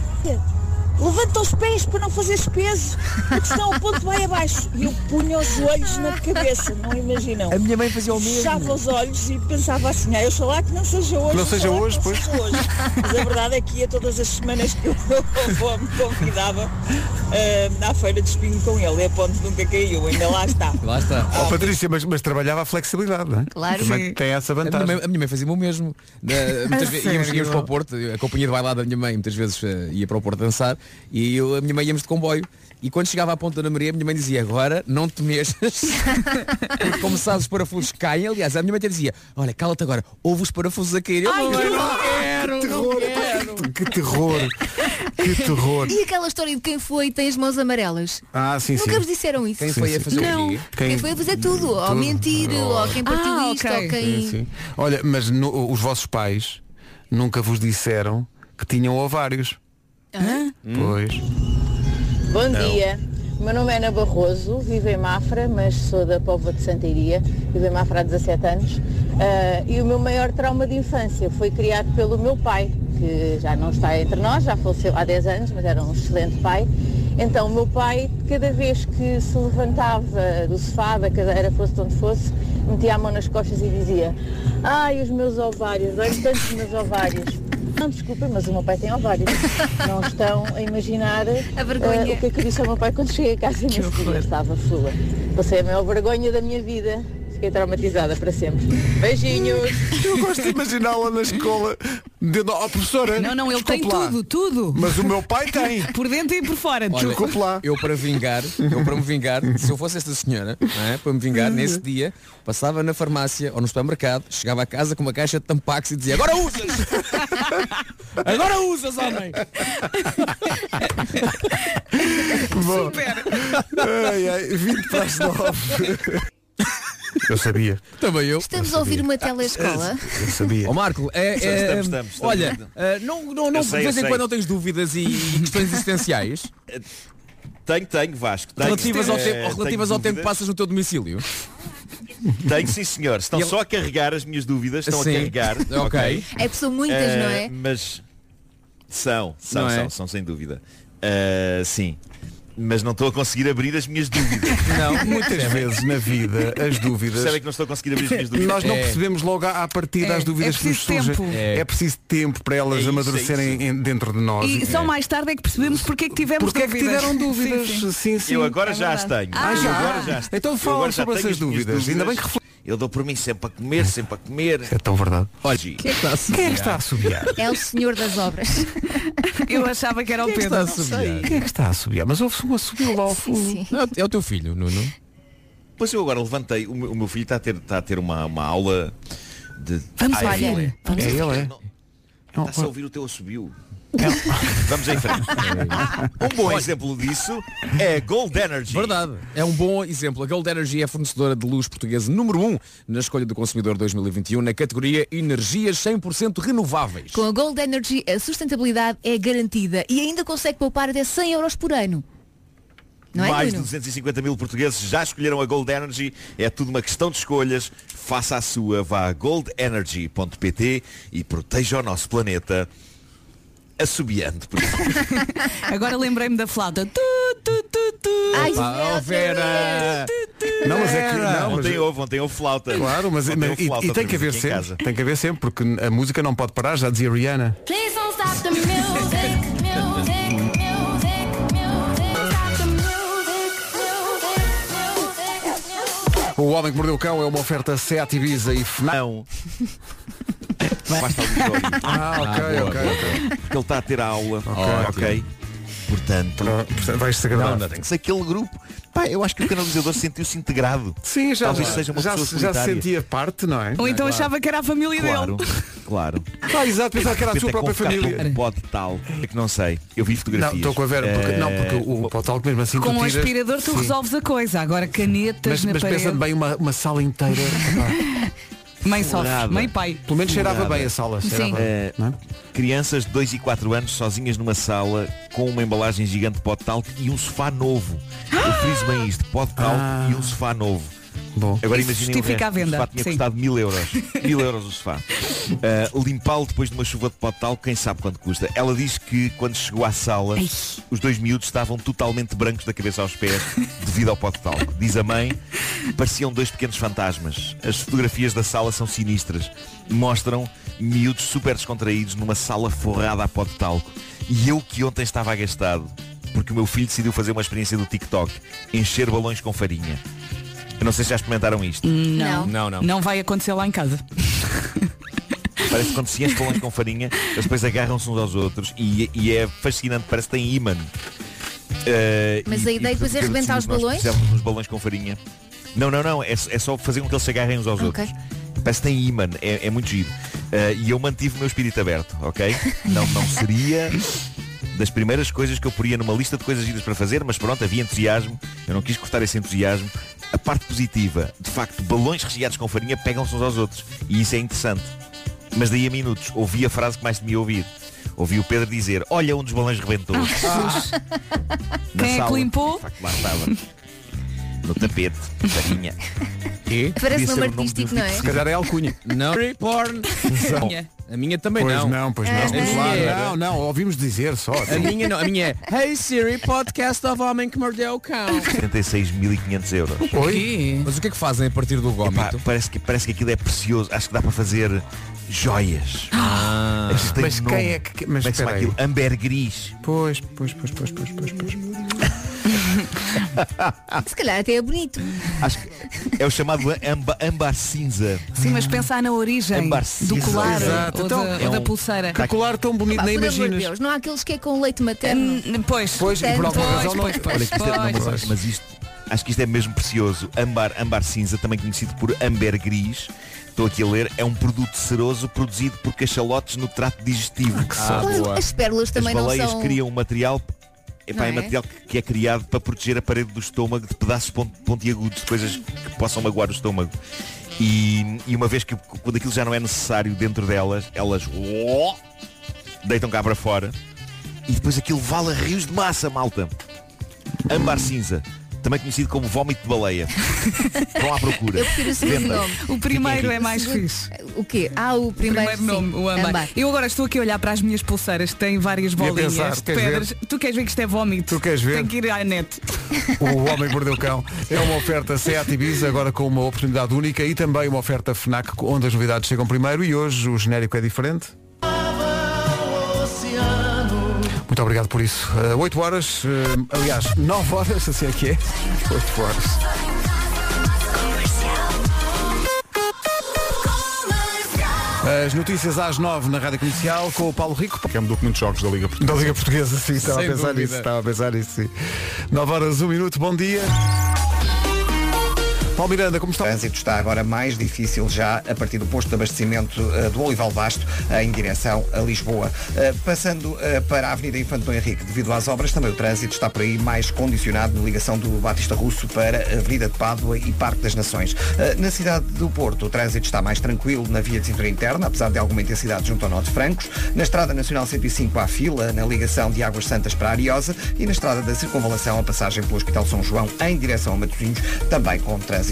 [SPEAKER 14] levanta os pés para não fazeres peso, porque senão o ponto vai abaixo. E eu punha os olhos na cabeça, não imaginam.
[SPEAKER 8] A minha mãe fazia o mesmo.
[SPEAKER 14] Fechava os olhos e pensava assim, ah, eu sei lá que não seja hoje.
[SPEAKER 2] Que não seja
[SPEAKER 14] oxalá
[SPEAKER 2] hoje,
[SPEAKER 14] que não
[SPEAKER 2] pois.
[SPEAKER 14] seja hoje. Mas a verdade é que ia todas as semanas que eu me convidava ah, à feira de espinho com ele. É ponto nunca caiu, ainda lá está.
[SPEAKER 8] Lá está.
[SPEAKER 2] Ó Oh, Patrícia, mas, mas trabalhava a flexibilidade, não é?
[SPEAKER 14] Claro.
[SPEAKER 2] Também
[SPEAKER 14] Sim.
[SPEAKER 2] tem essa
[SPEAKER 8] A
[SPEAKER 2] vantagem.
[SPEAKER 8] minha mãe, a minha mãe fazia-me o mesmo.
[SPEAKER 6] *laughs*
[SPEAKER 8] Na- muitas vezes, íamos,
[SPEAKER 2] sério?
[SPEAKER 8] íamos para o Porto, a companhia de bailada da minha mãe muitas vezes eh, ia para o Porto dançar e eu, a minha mãe íamos de comboio. E quando chegava à ponta da Ana Maria, a minha mãe dizia, agora não te mexas,
[SPEAKER 6] *laughs*
[SPEAKER 8] porque como sabes os parafusos caem. Aliás, a minha mãe até dizia, olha, cala-te agora, ouve os parafusos a cair. Eu
[SPEAKER 6] Ai,
[SPEAKER 8] não,
[SPEAKER 6] que
[SPEAKER 8] não
[SPEAKER 6] horror!
[SPEAKER 8] quero,
[SPEAKER 6] Que
[SPEAKER 8] não
[SPEAKER 6] horror!
[SPEAKER 8] quero.
[SPEAKER 2] Que terror. Que terror.
[SPEAKER 6] E aquela história de quem foi e tem as mãos amarelas?
[SPEAKER 2] Ah, sim,
[SPEAKER 6] Nunca
[SPEAKER 2] sim.
[SPEAKER 6] vos disseram isso?
[SPEAKER 2] Quem foi a fazer o
[SPEAKER 6] não.
[SPEAKER 2] quê?
[SPEAKER 6] Quem...
[SPEAKER 2] Quem-
[SPEAKER 6] foi a fazer tudo? Ou
[SPEAKER 2] tudo. Oh.
[SPEAKER 6] mentir, ou quem partiu
[SPEAKER 5] Ah,
[SPEAKER 6] isto,
[SPEAKER 5] ok.
[SPEAKER 6] ou quem...
[SPEAKER 2] Sim, sim. Olha, mas no- os vossos pais nunca vos disseram que tinham ovários. Pois.
[SPEAKER 15] Bom
[SPEAKER 2] Não.
[SPEAKER 15] dia. O meu nome é Ana Barroso, vivo em Mafra, mas sou da Povo de Santa Iria, vivo em Mafra há 17 anos. Ah, e o meu maior trauma de infância foi criado pelo meu pai, que já não está entre nós, já faleceu há 10 anos, mas era um excelente pai. Então o meu pai, cada vez que se levantava do sofá, da cadeira, fosse de onde fosse, metia a mão nas costas e dizia Ai, os meus ovários, dói tanto os meus ovários. Não, desculpa, mas o meu pai tem ovários. Não estão a imaginar
[SPEAKER 6] vergonha.
[SPEAKER 15] eh, o que é que eu disse ao meu pai quando cheguei a casa nesse dia. Estava flua. Você é a maior vergonha da minha vida. Fiquei traumatizada para sempre. Beijinhos!
[SPEAKER 2] Eu gosto de imaginá-la na escola. Dentro, oh, professora.
[SPEAKER 5] Não, não, ele tem
[SPEAKER 2] desculpe lá.
[SPEAKER 5] tudo, tudo.
[SPEAKER 2] Mas o meu pai tem.
[SPEAKER 5] *laughs* por dentro e por fora.
[SPEAKER 8] Olha, Eu para vingar, eu para me vingar, se eu fosse esta senhora, não é? para me vingar nesse dia, passava na farmácia ou no supermercado, chegava a casa com uma caixa de tampax e dizia, agora usas!
[SPEAKER 2] *laughs*
[SPEAKER 8] agora usas, homem!
[SPEAKER 2] Bom. Ai, ai, 20 para as 9. Eu sabia.
[SPEAKER 8] Também eu.
[SPEAKER 6] Estamos a ouvir uma telescola.
[SPEAKER 2] Eu sabia.
[SPEAKER 8] Ó Marco, é, é,
[SPEAKER 11] Estamos, estamos, estamos, estamos.
[SPEAKER 8] olha, eh, não, não, não
[SPEAKER 11] Eu sei, eu
[SPEAKER 8] de vez em
[SPEAKER 11] sei.
[SPEAKER 8] quando não tens dúvidas e e questões existenciais
[SPEAKER 11] Tenho, tenho, Vasco. Tenho,
[SPEAKER 8] relativas ao
[SPEAKER 11] Eh,
[SPEAKER 8] tempo,
[SPEAKER 11] tenho
[SPEAKER 8] relativas ao tempo que
[SPEAKER 11] dúvidas.
[SPEAKER 8] passas no teu domicílio.
[SPEAKER 11] Tenho sim senhor. Estão
[SPEAKER 8] E ele-
[SPEAKER 11] só a carregar as minhas dúvidas, estão
[SPEAKER 8] Sim.
[SPEAKER 11] a carregar.
[SPEAKER 8] Ok.
[SPEAKER 6] É porque são muitas,
[SPEAKER 11] Eh,
[SPEAKER 6] não é?
[SPEAKER 11] Mas são, são,
[SPEAKER 8] Não é?
[SPEAKER 11] são, são sem dúvida. Eh, sim. Mas não estou a conseguir abrir as minhas dúvidas.
[SPEAKER 2] *laughs* Não, muitas vezes na vida as dúvidas.
[SPEAKER 11] Percebem que não estou a conseguir abrir
[SPEAKER 2] *laughs*
[SPEAKER 11] as minhas dúvidas.
[SPEAKER 2] Nós não
[SPEAKER 11] É.
[SPEAKER 2] percebemos logo à à partida
[SPEAKER 5] É.
[SPEAKER 2] as dúvidas
[SPEAKER 5] É
[SPEAKER 2] que nos
[SPEAKER 5] preciso
[SPEAKER 2] surgem.
[SPEAKER 5] tempo.
[SPEAKER 2] É. preciso tempo para elas
[SPEAKER 11] É isso, é
[SPEAKER 2] amadurecerem em- dentro de nós.
[SPEAKER 5] E só
[SPEAKER 2] É.
[SPEAKER 5] mais tarde é que percebemos porque é que tivemos
[SPEAKER 2] Porque é que
[SPEAKER 5] dúvidas.
[SPEAKER 2] tiveram dúvidas?
[SPEAKER 5] Sim, sim.
[SPEAKER 11] eu agora já as
[SPEAKER 5] verdade.
[SPEAKER 11] tenho.
[SPEAKER 5] Ah,
[SPEAKER 11] Eu
[SPEAKER 5] já?
[SPEAKER 11] agora já as-
[SPEAKER 2] Então
[SPEAKER 11] eu
[SPEAKER 2] fala
[SPEAKER 11] agora já
[SPEAKER 2] sobre
[SPEAKER 11] tenho
[SPEAKER 2] essas
[SPEAKER 11] as minhas
[SPEAKER 2] dúvidas. Ainda bem que
[SPEAKER 11] Eu dou por mim sempre a comer, sempre a comer.
[SPEAKER 2] É tão verdade.
[SPEAKER 11] Olha,
[SPEAKER 2] Quem é que está a assobiar?
[SPEAKER 6] É o senhor das obras.
[SPEAKER 5] Eu achava que era o
[SPEAKER 2] Quem é que está
[SPEAKER 5] Pedro.
[SPEAKER 2] a assobiar? Quem é que está a assobiar? Mas houve um assobio lá ao fundo.
[SPEAKER 8] É o teu filho, Nuno.
[SPEAKER 11] Pois eu agora levantei, o meu, o meu filho está a ter, está a ter uma, uma aula de.
[SPEAKER 5] Vamos lá,
[SPEAKER 11] é ele,
[SPEAKER 5] Guilherme.
[SPEAKER 11] é.
[SPEAKER 5] Vamos
[SPEAKER 11] É
[SPEAKER 5] lá.
[SPEAKER 2] é.
[SPEAKER 11] ele, é. Está-se a ouvir o teu assobio. Vamos em frente. Um bom exemplo disso é a Gold Energy.
[SPEAKER 8] Verdade. É um bom exemplo. A Gold Energy é fornecedora de luz portuguesa número 1 na escolha do consumidor 2021 na categoria Energias 100% Renováveis.
[SPEAKER 6] Com a Gold Energy, a sustentabilidade é garantida e ainda consegue poupar até 100 euros por ano. Não é,
[SPEAKER 11] Mais de
[SPEAKER 6] Nuno?
[SPEAKER 11] 250 mil portugueses já escolheram a Gold Energy. É tudo uma questão de escolhas. Faça a sua. Vá a goldenergy.pt e proteja o nosso planeta assobiando. Por exemplo.
[SPEAKER 5] *laughs* Agora lembrei-me da flauta. Tu, tu, tu, tu.
[SPEAKER 6] Ai,
[SPEAKER 8] Opa, oh, Vera!
[SPEAKER 2] Não, mas é que- não, mas-
[SPEAKER 11] ontem houve, ontem houve flauta.
[SPEAKER 2] Claro, mas,
[SPEAKER 11] Ontem
[SPEAKER 2] mas-
[SPEAKER 11] houve
[SPEAKER 2] e,
[SPEAKER 11] flauta,
[SPEAKER 2] e tem que
[SPEAKER 11] temos
[SPEAKER 2] haver
[SPEAKER 11] aqui em
[SPEAKER 2] sempre.
[SPEAKER 11] casa.
[SPEAKER 2] Tem que haver sempre, porque a música não pode parar, já dizia Rihanna.
[SPEAKER 17] Please don't stop the music, music, music, music. Stop the music, music,
[SPEAKER 2] O Homem que Mordeu o Cão é uma oferta 7 Ibiza e FNAC.
[SPEAKER 11] Não. Basta auditório.
[SPEAKER 2] *laughs* Ah, ok,
[SPEAKER 11] boa,
[SPEAKER 2] ok,
[SPEAKER 11] boa,
[SPEAKER 2] ok.
[SPEAKER 11] boa. Ele está a ter a aula.
[SPEAKER 2] Ok.
[SPEAKER 11] ok. Portanto,
[SPEAKER 2] Vais se agradar.
[SPEAKER 11] Não, não, tem que ser aquele grupo. Pá, eu acho que o canalizador sentiu-se integrado.
[SPEAKER 2] Sim, já,
[SPEAKER 11] Talvez
[SPEAKER 2] já,
[SPEAKER 11] seja uma
[SPEAKER 2] já,
[SPEAKER 11] pessoa
[SPEAKER 2] se- já se
[SPEAKER 11] solitária.
[SPEAKER 2] sentia parte, não é?
[SPEAKER 5] Ou então
[SPEAKER 11] Claro.
[SPEAKER 5] achava que era a família
[SPEAKER 11] Claro,
[SPEAKER 5] dele.
[SPEAKER 11] claro.
[SPEAKER 2] Ah, exato, pensava que era a
[SPEAKER 11] De
[SPEAKER 2] sua
[SPEAKER 11] repente é
[SPEAKER 2] própria
[SPEAKER 11] convocado
[SPEAKER 2] família.
[SPEAKER 11] para Um bode tal. É que não sei. Eu vi fotografias. Eh,
[SPEAKER 2] Não, estou com a Vera, porque, não, porque o Potalco mesmo assim
[SPEAKER 5] Com
[SPEAKER 2] tu
[SPEAKER 5] um
[SPEAKER 2] tiras-
[SPEAKER 5] aspirador tu
[SPEAKER 2] Sim.
[SPEAKER 5] resolves a coisa. Agora canetas
[SPEAKER 2] Mas,
[SPEAKER 5] na
[SPEAKER 2] mas pensa
[SPEAKER 5] parede.
[SPEAKER 2] bem uma, uma sala
[SPEAKER 11] *laughs*
[SPEAKER 2] inteira.
[SPEAKER 5] Mãe sofre, mãe pai.
[SPEAKER 2] Pelo menos cheirava bem é? a sala.
[SPEAKER 5] Sim.
[SPEAKER 2] Cheirava,
[SPEAKER 11] Eh, Crianças de 2 e 4 anos sozinhas numa sala com uma embalagem gigante de pó de talco e um sofá novo. Eu friso bem isto, pó de talco e um sofá novo.
[SPEAKER 2] Ah. Bom.
[SPEAKER 11] Agora
[SPEAKER 5] Isso
[SPEAKER 11] imaginem o resto.
[SPEAKER 5] justifica a venda,
[SPEAKER 11] O sofá tinha
[SPEAKER 5] sim.
[SPEAKER 11] custado mil euros. mil euros o sofá. Uh, Limpá-lo depois de uma chuva de pó de tal, quem sabe quanto custa. Ela diz que quando chegou à sala,
[SPEAKER 5] Ai.
[SPEAKER 11] os dois miúdos estavam totalmente brancos da cabeça aos pés devido ao pó de talco. Diz a mãe, pareciam dois pequenos fantasmas. As fotografias da sala são sinistras. Mostram miúdos super descontraídos numa sala forrada a pó de talco. E eu que ontem estava agastado, porque o meu filho decidiu fazer uma experiência do TikTok, encher balões com farinha. Eu não sei se já experimentaram isto.
[SPEAKER 5] Não. Não vai acontecer lá em casa.
[SPEAKER 11] Parece que quando se enchem balões com farinha, eles depois agarram-se uns aos outros e, e é fascinante, parece que tem imã. Eh,
[SPEAKER 6] Mas
[SPEAKER 11] e-
[SPEAKER 6] a ideia
[SPEAKER 11] e
[SPEAKER 6] depois é
[SPEAKER 11] porque
[SPEAKER 6] arrebentar
[SPEAKER 11] decidimos nós
[SPEAKER 6] os
[SPEAKER 11] que
[SPEAKER 6] balões?
[SPEAKER 11] Fizemos uns balões com farinha. Não, não, não, é, é só fazer com que eles se agarrem uns aos
[SPEAKER 6] Ok.
[SPEAKER 11] outros. Parece que tem imã, é, é muito giro. Eh, e eu mantive o meu espírito aberto, ok? Não, não seria das primeiras coisas que eu poria numa lista de coisas giras para fazer, mas pronto, havia entusiasmo, eu não quis cortar esse entusiasmo. A parte positiva, de facto, balões recheados com farinha pegam-se uns aos outros. E isso é interessante. Mas daí a minutos, ouvi a frase que mais temia ouvir. Ouvi o Pedro dizer, olha um dos balões rebentou.
[SPEAKER 2] Ah.
[SPEAKER 11] Na
[SPEAKER 5] Quem é que
[SPEAKER 11] sala.
[SPEAKER 5] limpou?
[SPEAKER 11] De facto, lá estava. No tapete, farinha.
[SPEAKER 8] *laughs*
[SPEAKER 11] E?
[SPEAKER 5] Parece nome artístico, não é?
[SPEAKER 2] Se calhar é alcunha.
[SPEAKER 8] Não. Porn.
[SPEAKER 2] Não.
[SPEAKER 8] A minha também
[SPEAKER 2] pois
[SPEAKER 8] não.
[SPEAKER 2] não, pois não.
[SPEAKER 8] Esta é
[SPEAKER 2] Claro,
[SPEAKER 8] dinheiro.
[SPEAKER 2] não, não, ouvimos dizer só.
[SPEAKER 8] A minha não, a minha é Hey Siri, podcast of homem que mordeu o
[SPEAKER 2] *laughs*
[SPEAKER 8] cão.
[SPEAKER 11] 76.500 euros.
[SPEAKER 8] Oi? Mas o que é que fazem a partir do
[SPEAKER 11] Epá, parece, que, parece que aquilo é precioso. Acho que dá para fazer joias.
[SPEAKER 2] Ah.
[SPEAKER 11] Aquilo tem
[SPEAKER 2] Mas
[SPEAKER 11] um
[SPEAKER 2] quem
[SPEAKER 11] nome.
[SPEAKER 2] é que- mas
[SPEAKER 11] Como é que se
[SPEAKER 2] espera
[SPEAKER 11] chama
[SPEAKER 2] aí.
[SPEAKER 11] aquilo? Ambergris.
[SPEAKER 2] Pois, pois, pois, pois, pois, pois, pois.
[SPEAKER 6] Se calhar até é bonito.
[SPEAKER 11] Acho que é o chamado amba, ambar cinza.
[SPEAKER 5] Sim, mas pensar na origem
[SPEAKER 11] Ambar
[SPEAKER 5] do
[SPEAKER 11] cinza.
[SPEAKER 5] colar
[SPEAKER 11] Exato.
[SPEAKER 5] ou,
[SPEAKER 11] Então,
[SPEAKER 5] da,
[SPEAKER 11] é
[SPEAKER 5] ou da
[SPEAKER 11] um-
[SPEAKER 5] pulseira.
[SPEAKER 11] Que colar
[SPEAKER 2] tão bonito,
[SPEAKER 6] Pá, por amor de Deus, não há aqueles que é com leite materno.
[SPEAKER 5] Pois,
[SPEAKER 2] Pois, e por alguma
[SPEAKER 6] Tanto.
[SPEAKER 2] razão não
[SPEAKER 11] Olha, que isto é- não, mas, mas isto, acho que isto é mesmo precioso. Ambar, ambar cinza, também conhecido por amber gris. Estou aqui a ler, é um produto seroso produzido por cachalotes no trato digestivo.
[SPEAKER 6] Claro, Ah, as pérolas também
[SPEAKER 11] Ah, As
[SPEAKER 6] não
[SPEAKER 11] baleias
[SPEAKER 6] são.
[SPEAKER 11] criam um material. Epá,
[SPEAKER 6] Não
[SPEAKER 11] é
[SPEAKER 6] é?
[SPEAKER 11] material que- que é criado para proteger a parede do estômago de pedaços pon- pontiagudos, de coisas que possam magoar o estômago. E, e uma vez que quando aquilo já não é necessário dentro delas, elas uó, deitam cá para fora e depois aquilo vale a rios de massa, malta. Ambar cinza, também conhecido como vómito de
[SPEAKER 6] *laughs*
[SPEAKER 11] baleia. Vão à procura.
[SPEAKER 6] Eu prefiro o segundo
[SPEAKER 11] Vendem.
[SPEAKER 6] nome.
[SPEAKER 5] O primeiro é
[SPEAKER 11] Fiquem
[SPEAKER 5] mais
[SPEAKER 6] Segundo-
[SPEAKER 5] fixe.
[SPEAKER 6] O quê? Ah, o primeiro,
[SPEAKER 5] Primeiro nome,
[SPEAKER 6] sim,
[SPEAKER 5] o ambar.
[SPEAKER 6] ambar.
[SPEAKER 5] Eu agora estou aqui a olhar para as minhas pulseiras que têm várias
[SPEAKER 2] a
[SPEAKER 5] bolinhas
[SPEAKER 2] pensar,
[SPEAKER 5] de
[SPEAKER 2] queres ver?
[SPEAKER 5] pedras. Tu queres ver que isto é vómito?
[SPEAKER 2] Tu queres ver?
[SPEAKER 5] Tenho que ir à net.
[SPEAKER 2] O Homem que Mordeu o Cão é uma oferta Seat Ibiza, agora com uma oportunidade única e também uma oferta FNAC, onde as novidades chegam primeiro e hoje o genérico é diferente. Muito obrigado por isso. Eh, Oito horas, eh, aliás, nove horas, *laughs* assim é que é. Oito horas. As notícias às nove na Rádio Comercial com o Paulo Rico.
[SPEAKER 3] Que é um documento de jogos da Liga Portuguesa.
[SPEAKER 2] Da Liga Portuguesa, sim, estava
[SPEAKER 3] Sem
[SPEAKER 2] a pensar
[SPEAKER 3] dúvida.
[SPEAKER 2] nisso, estava a pensar nisso, sim. 9 horas, 1 minuto, bom dia. Paulo Miranda, como está?
[SPEAKER 4] O trânsito está agora mais difícil já a partir do posto de abastecimento eh, do Olival Basto eh, em direção a Lisboa. Eh, Passando eh, para a Avenida Infante Dom Henrique, devido às obras, também o trânsito está por aí mais condicionado na ligação do Batista Russo para a Avenida de Pádua e Parque das Nações. Eh, Na cidade do Porto, o trânsito está mais tranquilo na via de cintura interna, apesar de alguma intensidade junto ao Nó de Francos. Na Estrada Nacional 105 à fila, na ligação de Águas Santas para Ariosa e na Estrada da Circunvalação a passagem pelo Hospital São João em direção a Matosinhos, também com um trânsito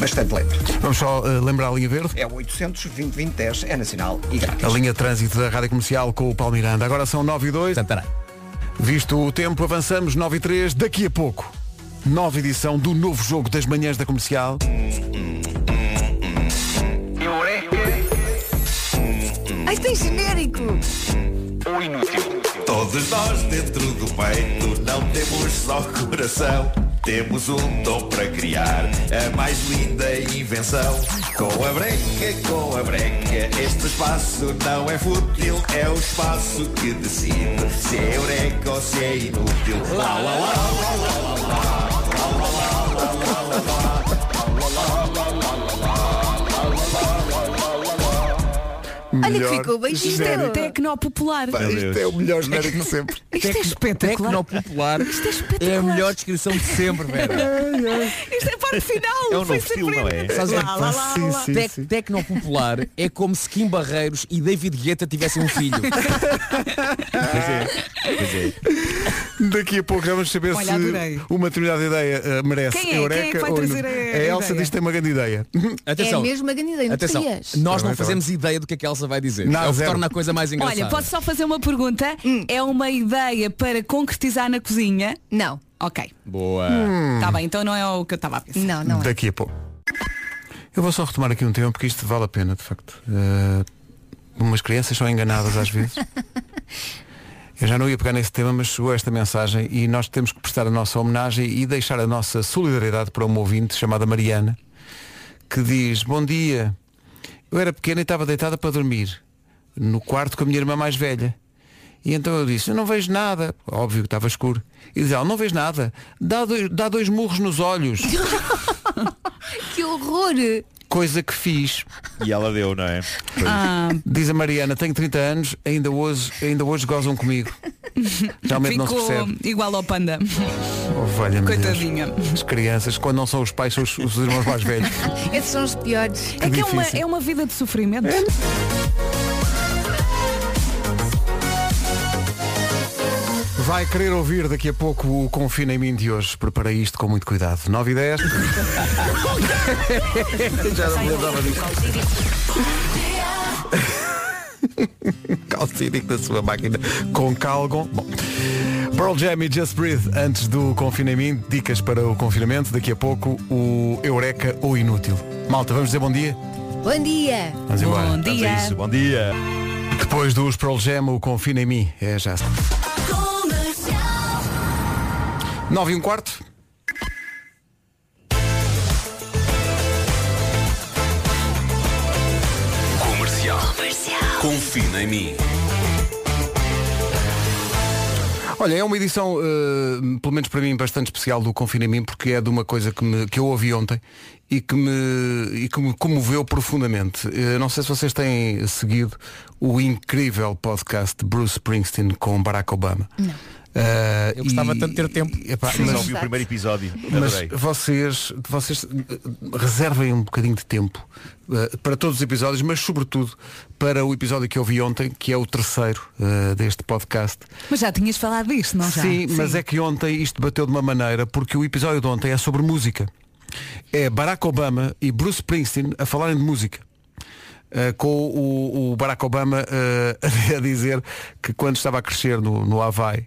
[SPEAKER 4] bastante lento.
[SPEAKER 2] Vamos só eh, lembrar a linha verde.
[SPEAKER 4] É o 820-2010, é nacional e grátis.
[SPEAKER 2] A linha de trânsito da Rádio Comercial com o Paulo Miranda. Agora são 9 e 2. Visto o tempo, avançamos 9 e 3 daqui a pouco. Nova edição do novo jogo das manhãs da
[SPEAKER 6] *laughs*
[SPEAKER 2] comercial.
[SPEAKER 6] Ai, tem genérico!
[SPEAKER 17] Ou inútil.
[SPEAKER 18] Todos nós dentro do peito não temos só coração. Temos um dom para criar a mais linda invenção. Com a breca, com a breca, este espaço não é fútil. É o espaço que decide se é eureka ou se é inútil. Lá, lá, lá.
[SPEAKER 6] Olha que ficou bem
[SPEAKER 5] Isto é tecnopopular.
[SPEAKER 2] Isto é o melhor genérico de sempre.
[SPEAKER 5] *laughs* Isto é espetacular.
[SPEAKER 8] Tecnopopular é a melhor descrição de sempre, velho. *laughs*
[SPEAKER 5] Isto é a parte final.
[SPEAKER 8] É um
[SPEAKER 5] foi
[SPEAKER 8] novo estilo, não é?
[SPEAKER 5] surpreendente.
[SPEAKER 8] Sabes o que é que
[SPEAKER 5] Lá, lá,
[SPEAKER 8] passa?
[SPEAKER 5] lá,
[SPEAKER 8] Sim,
[SPEAKER 5] lá.
[SPEAKER 8] sim, Tec- Tecnopopular
[SPEAKER 5] *laughs*
[SPEAKER 8] é como se Kim Barreiros e David Guetta tivessem um filho.
[SPEAKER 11] Pois é.
[SPEAKER 2] Daqui a pouco já vamos
[SPEAKER 6] Um
[SPEAKER 2] saber
[SPEAKER 11] Olha,
[SPEAKER 2] se
[SPEAKER 11] adorei.
[SPEAKER 2] uma determinada ideia eh, merece
[SPEAKER 6] Quem é? Quem é que
[SPEAKER 2] Eureka
[SPEAKER 6] vai
[SPEAKER 2] ou não.
[SPEAKER 6] trazer a
[SPEAKER 2] Elsa
[SPEAKER 6] ideia?
[SPEAKER 2] diz que tem uma grande ideia. *laughs*
[SPEAKER 6] É mesmo uma grande ideia, não
[SPEAKER 8] Atenção,
[SPEAKER 6] querias?
[SPEAKER 8] nós
[SPEAKER 2] Tá bem, tá
[SPEAKER 8] não fazemos ideia do que é que a Elsa vai dizer.
[SPEAKER 2] Nada,
[SPEAKER 8] é o que
[SPEAKER 2] zero.
[SPEAKER 8] torna a coisa mais engraçada.
[SPEAKER 5] Olha, posso só fazer uma pergunta?
[SPEAKER 6] Hum.
[SPEAKER 5] É uma ideia para concretizar na cozinha?
[SPEAKER 6] Não.
[SPEAKER 5] Ok.
[SPEAKER 2] Ah.
[SPEAKER 8] Boa.
[SPEAKER 6] Tá
[SPEAKER 5] Está bem, então não é o que eu estava a pensar.
[SPEAKER 6] Não, é.
[SPEAKER 5] *laughs*
[SPEAKER 2] Daqui a pouco. Eu vou só retomar aqui um tema porque isto vale a pena, de facto. Eh, umas crianças são enganadas às vezes. Eu já não ia pegar nesse tema, mas chegou esta mensagem e nós temos que prestar a nossa homenagem e deixar a nossa solidariedade para uma ouvinte chamada Mariana, que diz, bom dia, eu era pequena e estava deitada para dormir, no quarto com a minha irmã mais velha. E então eu disse, eu não vejo nada. Óbvio que estava escuro. E diz ela, não vejo nada. Dá dois, dá dois murros nos olhos.
[SPEAKER 6] Que horror!
[SPEAKER 2] Coisa que fiz.
[SPEAKER 11] E ela deu, não é?
[SPEAKER 5] Ah.
[SPEAKER 2] Diz a Mariana, tenho 30 anos, ainda hoje, ainda hoje gozam comigo. Realmente não se
[SPEAKER 5] Ficou
[SPEAKER 2] percebe.
[SPEAKER 5] igual ao panda.
[SPEAKER 2] Oh, valha-me Deus.
[SPEAKER 5] Coitadinha.
[SPEAKER 2] As crianças, quando não são os pais, são os, os irmãos mais velhos.
[SPEAKER 6] *laughs* Esses são os piores.
[SPEAKER 5] é que é uma,
[SPEAKER 2] difícil. É
[SPEAKER 5] é uma vida de sofrimento.
[SPEAKER 2] Vai querer ouvir daqui a pouco o Confina em mim de hoje. Preparei isto com muito cuidado. 9 e 10. *laughs* Já não me lembrava disso. *laughs* Calcídico da sua máquina com Calgon. Bom. Pearl Jam e Just Breathe antes do confinamento. Dicas para o confinamento. Daqui a pouco o Eureka ou Inútil. Malta, vamos dizer bom dia?
[SPEAKER 6] Bom dia!
[SPEAKER 2] Vamos embora.
[SPEAKER 11] Vamos a isso. Bom dia.
[SPEAKER 2] Depois dos Pearl Jam, o Confina em mim. É já. 9 e um quarto.
[SPEAKER 17] Comercial. Comercial.
[SPEAKER 18] Confina em
[SPEAKER 8] *laughs*
[SPEAKER 18] mim.
[SPEAKER 2] Olha, é uma edição, eh, pelo menos para mim, bastante especial do Confina em mim, porque é de uma coisa que, me- que eu ouvi ontem e que me, e que me comoveu profundamente. Eh, não sei se vocês têm seguido o incrível podcast de Bruce Springsteen com Barack Obama. Não. eu
[SPEAKER 11] gostava
[SPEAKER 2] tanto de ter tempo. Epá,
[SPEAKER 11] Sim,
[SPEAKER 2] mas,
[SPEAKER 11] já ouvi o primeiro episódio.
[SPEAKER 2] mas
[SPEAKER 11] Adorei.
[SPEAKER 2] vocês, vocês eh, reservem um bocadinho de tempo eh, para todos os episódios, mas sobretudo para o episódio que eu vi ontem, que é o terceiro eh, deste podcast.
[SPEAKER 5] Mas já tinhas falado disto, não já?
[SPEAKER 2] Sim, mas é que ontem isto bateu de uma maneira, porque o episódio de ontem é sobre música. É Barack Obama e Bruce Springsteen a falarem de música. Uh, com o, o Barack Obama uh, *laughs* a dizer que quando estava a crescer no, no Havaí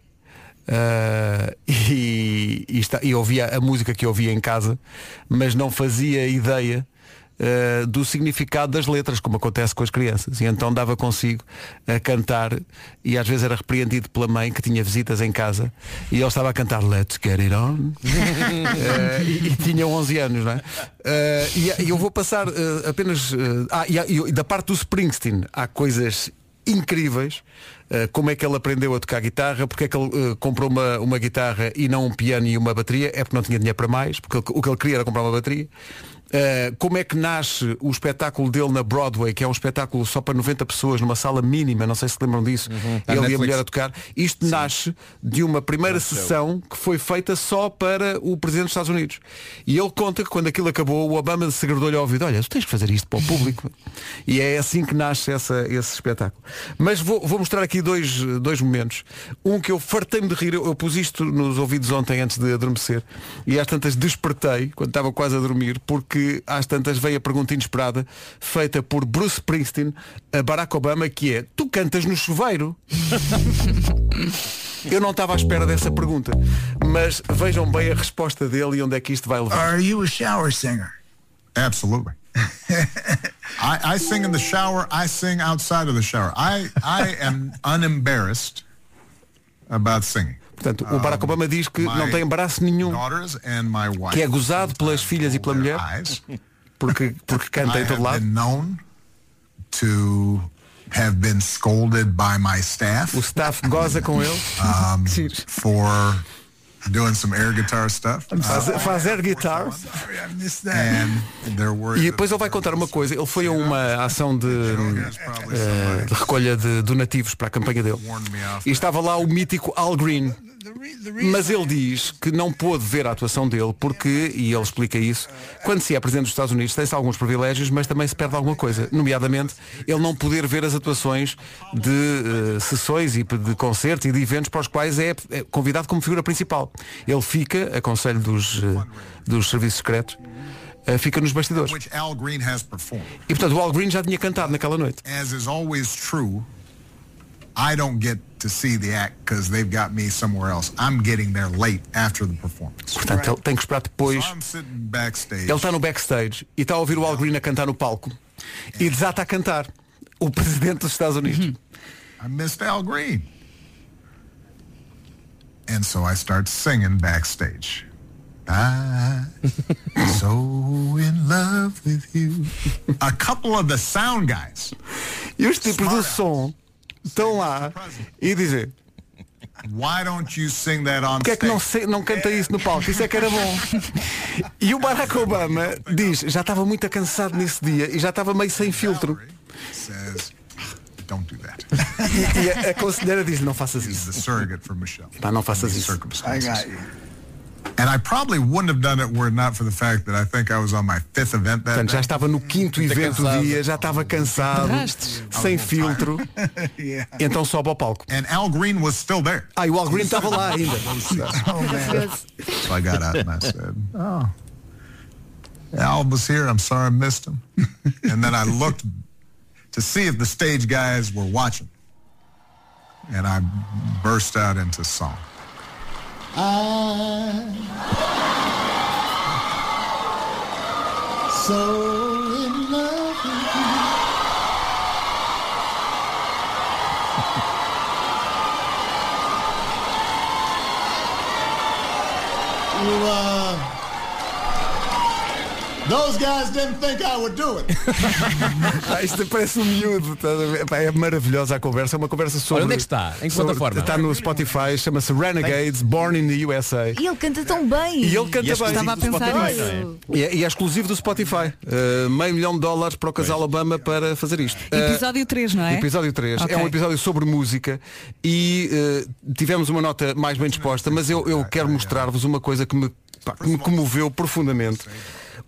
[SPEAKER 2] uh, e, e, está- e ouvia a música que ouvia em casa, mas não fazia ideia uh, do significado das letras, como acontece com as crianças. E então dava consigo a cantar e às vezes era repreendido pela mãe que tinha visitas em casa e ele estava a cantar Let's Get It On Eh, *laughs* e, e tinha 11 anos, não é? Eh, e, e eu vou passar eh, apenas. eh, ah, e, há- e da parte do Springsteen há coisas incríveis. eh, como é que ele aprendeu a tocar guitarra, porque é que ele eh, comprou uma, uma guitarra e não um piano e uma bateria, é porque não tinha dinheiro para mais, porque ele- o que ele queria era comprar uma bateria. Eh, como é que nasce o espetáculo dele na Broadway, que é um espetáculo só para 90 pessoas, numa sala mínima, não sei se lembram disso,
[SPEAKER 8] Tá na
[SPEAKER 2] ele e a
[SPEAKER 8] Netflix.
[SPEAKER 2] mulher a tocar. Isto nasce de uma primeira sessão que foi feita só para o Presidente dos Estados Unidos. E ele conta que quando aquilo acabou, o Obama se agradou-lhe ao ouvido, olha, tu tens que fazer isto para o público. e é assim que nasce essa- esse espetáculo. Mas vou, vou mostrar aqui dois, dois momentos. Um que eu fartei-me de rir, eu, eu pus isto nos ouvidos ontem antes de adormecer, e às tantas despertei, quando estava quase a dormir, porque às tantas veio a pergunta inesperada, feita por Bruce Springsteen a Barack Obama, que é, tu cantas no chuveiro? Eu não estava à espera dessa pergunta, mas vejam bem a resposta dele e onde é que isto vai levar.
[SPEAKER 19] Are you a shower singer? *laughs* Absolutely. I, I sing in the shower. I sing outside of the shower. I, I am unembarrassed about singing. Um,
[SPEAKER 2] Portanto, o Barack Obama diz que
[SPEAKER 19] my
[SPEAKER 2] não tem embaraço nenhum,
[SPEAKER 19] daughters and my wife.
[SPEAKER 2] que é gozado pelas filhas e pela mulher, porque, porque canta
[SPEAKER 19] I
[SPEAKER 2] em todo
[SPEAKER 19] have
[SPEAKER 2] lado.
[SPEAKER 19] been known to have been scolded by my staff.
[SPEAKER 2] O staff goza com ele. *laughs*
[SPEAKER 19] Um, for doing some air guitar stuff.
[SPEAKER 2] Faz,
[SPEAKER 19] Uh,
[SPEAKER 2] faz air guitar.
[SPEAKER 19] and there were
[SPEAKER 2] E depois ele vai contar uma coisa. Ele foi a uma ação de, eh, de recolha de donativos para a campanha dele. E estava lá o mítico Al Green. Mas ele diz que não pôde ver a atuação dele porque, e ele explica isso, quando se é presidente dos Estados Unidos tem-se alguns privilégios, mas também se perde alguma coisa. Nomeadamente, ele não poder ver as atuações de eh, sessões e de concertos e de eventos para os quais é, é convidado como figura principal. Ele fica, a conselho dos, eh, dos serviços secretos, eh, fica nos bastidores.
[SPEAKER 19] which Al Green has performed.
[SPEAKER 2] E portanto, o Al Green já tinha cantado naquela noite.
[SPEAKER 19] As is always true, I don't get to see the act because they've got me somewhere else. I'm getting there late after the performance.
[SPEAKER 2] Portanto, ele tem que esperar depois.
[SPEAKER 19] I'm sitting backstage.
[SPEAKER 2] Ele está no backstage e está a ouvir o Al Green a cantar no palco e desata a cantar o presidente dos Estados Unidos.
[SPEAKER 19] Uhum. I missed Al Green. And so I start singing backstage. I *laughs* so in love with you. A couple of the sound guys.
[SPEAKER 2] E os tipos do som estão lá e dizem
[SPEAKER 19] Why don't you sing that on
[SPEAKER 2] Porquê é que não, se- não canta isso no palco? Isso é que
[SPEAKER 19] *laughs*
[SPEAKER 2] era bom. E o Barack Obama diz, já estava muito cansado nesse dia e já estava meio sem filtro.
[SPEAKER 19] says, "Ah, don't do that.
[SPEAKER 2] E, e a, a conselheira diz, não faças
[SPEAKER 19] The
[SPEAKER 2] isso.
[SPEAKER 19] surrogate for Michelle.
[SPEAKER 2] Pá, não faças isso.
[SPEAKER 19] And I probably wouldn't have done it were it not for the fact that I think I was on my fifth event that
[SPEAKER 2] Portanto, já
[SPEAKER 19] night.
[SPEAKER 2] estava no quinto
[SPEAKER 19] Muito
[SPEAKER 2] evento do
[SPEAKER 19] cansado.
[SPEAKER 2] dia, já estava cansado,
[SPEAKER 19] Rastes.
[SPEAKER 2] sem filtro.
[SPEAKER 19] *laughs* yeah.
[SPEAKER 2] Então sobe ao palco.
[SPEAKER 19] And Al Green was still there.
[SPEAKER 2] Ah, e o Al Green estava lá
[SPEAKER 19] *laughs*
[SPEAKER 2] ainda.
[SPEAKER 19] oh, man. So I got out and I said,
[SPEAKER 8] Ah.
[SPEAKER 19] oh, Al was here. I'm sorry I missed him. *laughs* and then I looked to see if the stage guys were watching. And I burst out into song.
[SPEAKER 17] I so in love with you.
[SPEAKER 20] You, uh, those guys didn't think I would do it.
[SPEAKER 2] Pá, Isto parece um miúdo. estás a ver? Pá, é maravilhosa a conversa. É uma conversa sobre.
[SPEAKER 8] Olha, onde é que está? Em que
[SPEAKER 2] sobre-
[SPEAKER 8] plataforma?
[SPEAKER 2] Está no Spotify, chama-se Renegades, Born in the USA.
[SPEAKER 6] E ele canta tão bem.
[SPEAKER 2] E ele
[SPEAKER 8] é
[SPEAKER 2] canta bem. E é, e é exclusivo do Spotify. Uh, meio milhão de dólares para o casal Obama para fazer isto. Uh,
[SPEAKER 5] Episódio 3, não é?
[SPEAKER 2] Episódio 3.
[SPEAKER 5] Ok.
[SPEAKER 2] É um episódio sobre música e eh, tivemos uma nota mais bem disposta, mas eu, eu quero mostrar-vos uma coisa que me, pá, que me comoveu profundamente.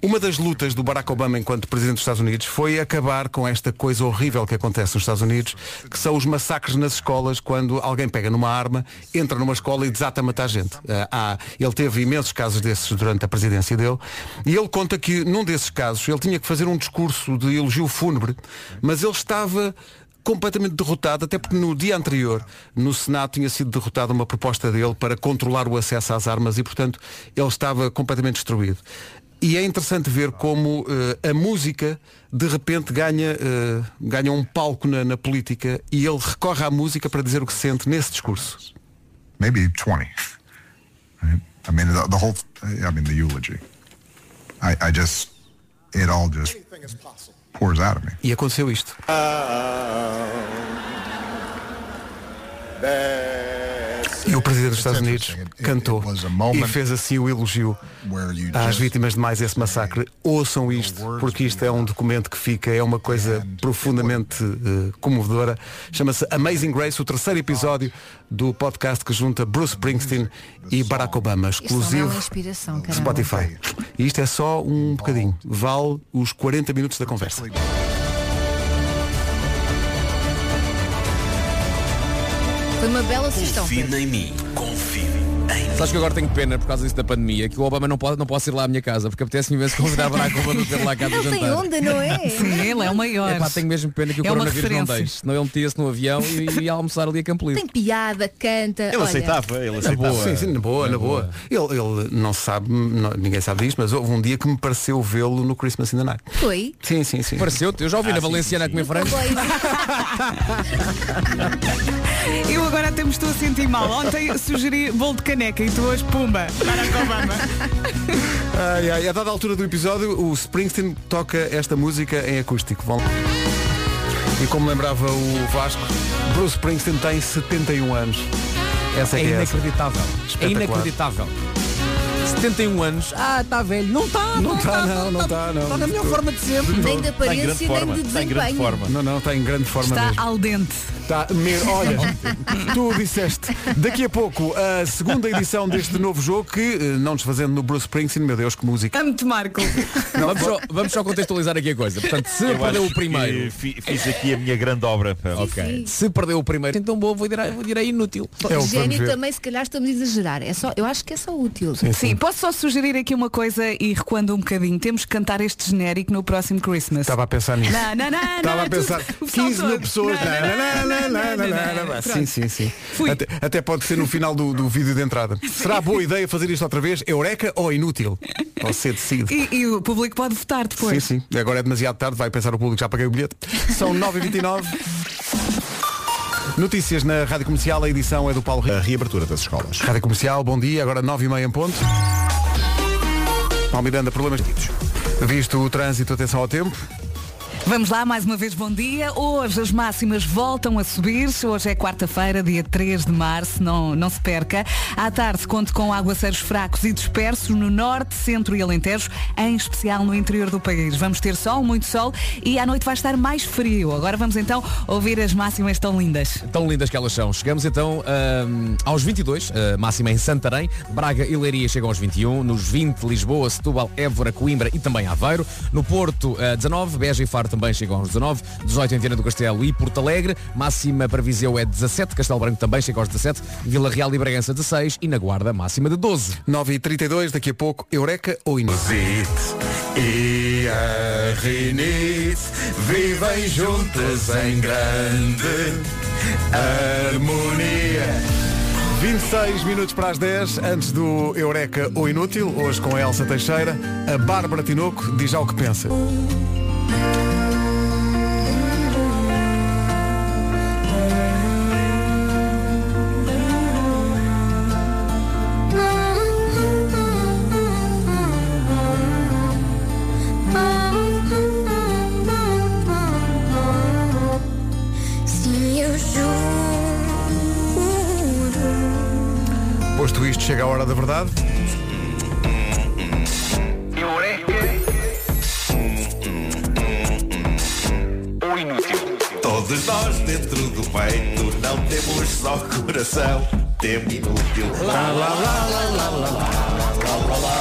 [SPEAKER 2] Uma das lutas do Barack Obama enquanto presidente dos Estados Unidos foi acabar com esta coisa horrível que acontece nos Estados Unidos, que são os massacres nas escolas quando alguém pega numa arma, entra numa escola e desata a matar gente. Ah, há- ele teve imensos casos desses durante a presidência dele e ele conta que num desses casos ele tinha que fazer um discurso de elogio fúnebre, mas ele estava completamente derrotado, até porque no dia anterior no Senado tinha sido derrotada uma proposta dele para controlar o acesso às armas e, portanto, ele estava completamente destruído. E é interessante ver como eh, a música de repente ganha, eh, ganha um palco na, na política e ele recorre à música para dizer o que sente nesse discurso.
[SPEAKER 19] *laughs* maybe 20. Right? I mean, the, the whole, I mean, the eulogy. I, I just, it all just pours out of me.
[SPEAKER 2] E aconteceu isto.
[SPEAKER 17] Ah,
[SPEAKER 2] E o presidente dos Estados Unidos cantou e fez assim o elogio às vítimas de mais esse massacre. Ouçam isto, porque isto é um documento que fica, é uma coisa profundamente eh, comovedora. Chama-se Amazing Grace, o terceiro episódio do podcast que junta Bruce Springsteen e Barack Obama,
[SPEAKER 6] Isto não é uma
[SPEAKER 2] exclusivo
[SPEAKER 6] inspiração, caramba.
[SPEAKER 2] Spotify. E isto é só um bocadinho. Vale os 40 minutos da conversa.
[SPEAKER 6] Foi uma bela sugestão. Pedro.
[SPEAKER 8] em mim. Confie em mim. Sabes que agora tenho pena por causa disso da pandemia que o Obama não pode não posso ir lá à minha casa porque apetece-me imenso convidar Barack Obama para ter lá a casa
[SPEAKER 6] Ele tem
[SPEAKER 8] jantar.
[SPEAKER 6] onda, não é?
[SPEAKER 5] *laughs* Sim, ele é o maior.
[SPEAKER 8] Epá, tenho mesmo pena que o
[SPEAKER 5] É uma
[SPEAKER 8] coronavírus não
[SPEAKER 5] referência.
[SPEAKER 8] deixe. Senão ele metia-se no avião e ia almoçar ali a Campo Livre.
[SPEAKER 6] Tem piada, canta. É, olha.
[SPEAKER 8] ele
[SPEAKER 2] Na
[SPEAKER 8] aceitava.
[SPEAKER 2] boa. Sim, sim, na boa, na, boa. Ele, ele não sabe, não- ninguém sabe disto, mas houve um dia que me pareceu vê-lo no Christmas in the Night.
[SPEAKER 5] *laughs*
[SPEAKER 6] Foi?
[SPEAKER 2] Sim, sim, sim.
[SPEAKER 8] Pareceu-te? Eu já ouvi
[SPEAKER 2] Ah,
[SPEAKER 8] na
[SPEAKER 2] sim,
[SPEAKER 8] Valenciana a comer frango.
[SPEAKER 13] Eu agora até me estou a sentir mal. Ontem sugeri bolo de caneca e tu hoje, pumba, Barack Obama.
[SPEAKER 2] Ai, ai, a dada altura do episódio, o Springsteen toca esta música em acústico. Vão lá. E como lembrava o Vasco, Bruce Springsteen tem 71 anos. Essa é,
[SPEAKER 8] É
[SPEAKER 2] que essa.
[SPEAKER 8] inacreditável. É
[SPEAKER 2] Espetacular.
[SPEAKER 8] inacreditável. 71 anos. Ah, está velho. Não está, não está, não, tá. não está, não. Está na melhor forma tá de sempre.
[SPEAKER 6] Nem de aparência, nem de desempenho.
[SPEAKER 2] Não, não, está em grande forma
[SPEAKER 5] Está
[SPEAKER 2] mesmo.
[SPEAKER 5] al dente. Tá
[SPEAKER 2] Tá, me- olha,
[SPEAKER 5] *laughs*
[SPEAKER 2] tu o disseste. Daqui a pouco, a segunda edição deste novo jogo que, eh, não desfazendo no Bruce Springsteen, meu Deus, que música.
[SPEAKER 13] Amo-te, Marco.
[SPEAKER 8] vamos, só, vamos só contextualizar aqui a coisa. Portanto, se
[SPEAKER 11] Eu
[SPEAKER 8] perdeu
[SPEAKER 11] acho
[SPEAKER 8] o primeiro.
[SPEAKER 11] que fi- fiz aqui a minha grande obra.
[SPEAKER 6] sim.
[SPEAKER 8] Se perdeu o primeiro, então boa, vou dirá, vou dirá inútil.
[SPEAKER 5] É
[SPEAKER 6] Gênio também, se calhar, estamos a exagerar. É só, eu acho que é só útil.
[SPEAKER 5] Sim, posso só sugerir aqui uma coisa e recuando um bocadinho. Temos que cantar este genérico no próximo Christmas.
[SPEAKER 2] Estava a pensar nisso.
[SPEAKER 5] Não, não,
[SPEAKER 2] Estava
[SPEAKER 5] não, Ah, não, é
[SPEAKER 2] a pensar.
[SPEAKER 5] tudo- o pessoal
[SPEAKER 2] 15 mil
[SPEAKER 5] todo.
[SPEAKER 2] pessoas.
[SPEAKER 5] Não, não, não, não, não, não, não.
[SPEAKER 2] Sim, sim, sim.
[SPEAKER 5] Fui.
[SPEAKER 2] Até, até pode ser no final do, do vídeo de
[SPEAKER 5] *laughs*
[SPEAKER 2] entrada. Será boa ideia fazer isto outra vez? Eureka ou inútil? Você decide.
[SPEAKER 5] E, e o público pode votar depois.
[SPEAKER 2] Sim, sim. Agora é demasiado tarde, vai pensar o público, já paguei o bilhete. São 9h29. Notícias na Rádio Comercial, a edição é do Paulo Rico. A reabertura das escolas. Rádio Comercial, bom dia, agora 9h30 em ponto. Paulo Miranda, problemas tidos. Visto o trânsito, atenção ao tempo.
[SPEAKER 5] Vamos lá, mais uma vez bom dia. Hoje as máximas voltam a subir. Hoje é quarta-feira, dia 3 de março, não, não se perca. À tarde conto com aguaceiros fracos e dispersos no norte, centro e alentejo, em especial no interior do país. Vamos ter sol, muito sol e à noite vai estar mais frio. Agora vamos então ouvir as máximas tão lindas.
[SPEAKER 8] Tão lindas que elas são. Chegamos então ahm, aos 22, ah, máxima em Santarém. Braga e Leiria chegam aos 21. Nos 20, Lisboa, Setúbal, Évora, Coimbra e também Aveiro. No Porto, ah, 19. Beja e Faro também chegam aos 19. 18 em Viana do Castelo e Porto Alegre. Máxima para Viseu é 17. Castelo Branco também chega aos 17. Vila Real e Bragança 16. E na Guarda, máxima de 12.
[SPEAKER 2] 9h32, daqui a pouco, Eureka ou Inútil?
[SPEAKER 18] E a Rinite vivem juntas em grande harmonia.
[SPEAKER 2] 26 minutos para as 10, antes do Eureka ou Inútil, hoje com a Elsa Teixeira, a Bárbara Tinoco diz já o que pensa.
[SPEAKER 17] Se eu juro
[SPEAKER 2] Posto isto, chega a hora da verdade.
[SPEAKER 18] Ou inútil. Todos nós dentro do peito não temos só coração, temos inútil. Lá, lá, lá, lá, lá, lá, lá.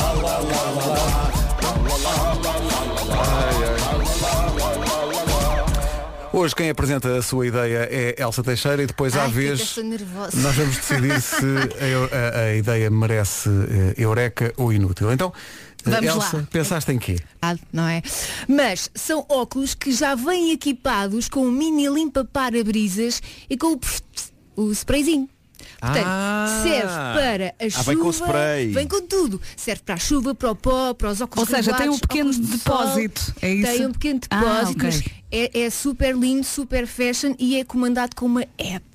[SPEAKER 2] Hoje quem apresenta a sua ideia é Elsa Teixeira e depois à
[SPEAKER 6] Ai, que
[SPEAKER 2] vez
[SPEAKER 6] estou nervosa.
[SPEAKER 2] nós vamos
[SPEAKER 6] *laughs*
[SPEAKER 2] decidir se a, eu- a- a ideia merece eh, eureka ou inútil. Então, eh,
[SPEAKER 6] Vamos
[SPEAKER 2] Elsa,
[SPEAKER 6] lá.
[SPEAKER 2] pensaste em quê?
[SPEAKER 6] Ah, não é? Mas são óculos que já vêm equipados com um mini limpa-parabrisas e com o, pss, pss, o sprayzinho. Portanto,
[SPEAKER 11] Ah.
[SPEAKER 6] serve para a
[SPEAKER 11] Ah,
[SPEAKER 6] chuva.
[SPEAKER 11] vem com o spray.
[SPEAKER 6] Vem com tudo. Serve para a chuva, para o pó, para os óculos
[SPEAKER 5] Ou seja, tem um
[SPEAKER 6] graduados,
[SPEAKER 5] pequeno
[SPEAKER 6] óculos de sol.
[SPEAKER 5] depósito, é isso?
[SPEAKER 6] Tem um pequeno
[SPEAKER 5] Ah,
[SPEAKER 6] depósito,
[SPEAKER 5] ok.
[SPEAKER 6] mas é, é super lindo, super fashion e é comandado com uma app.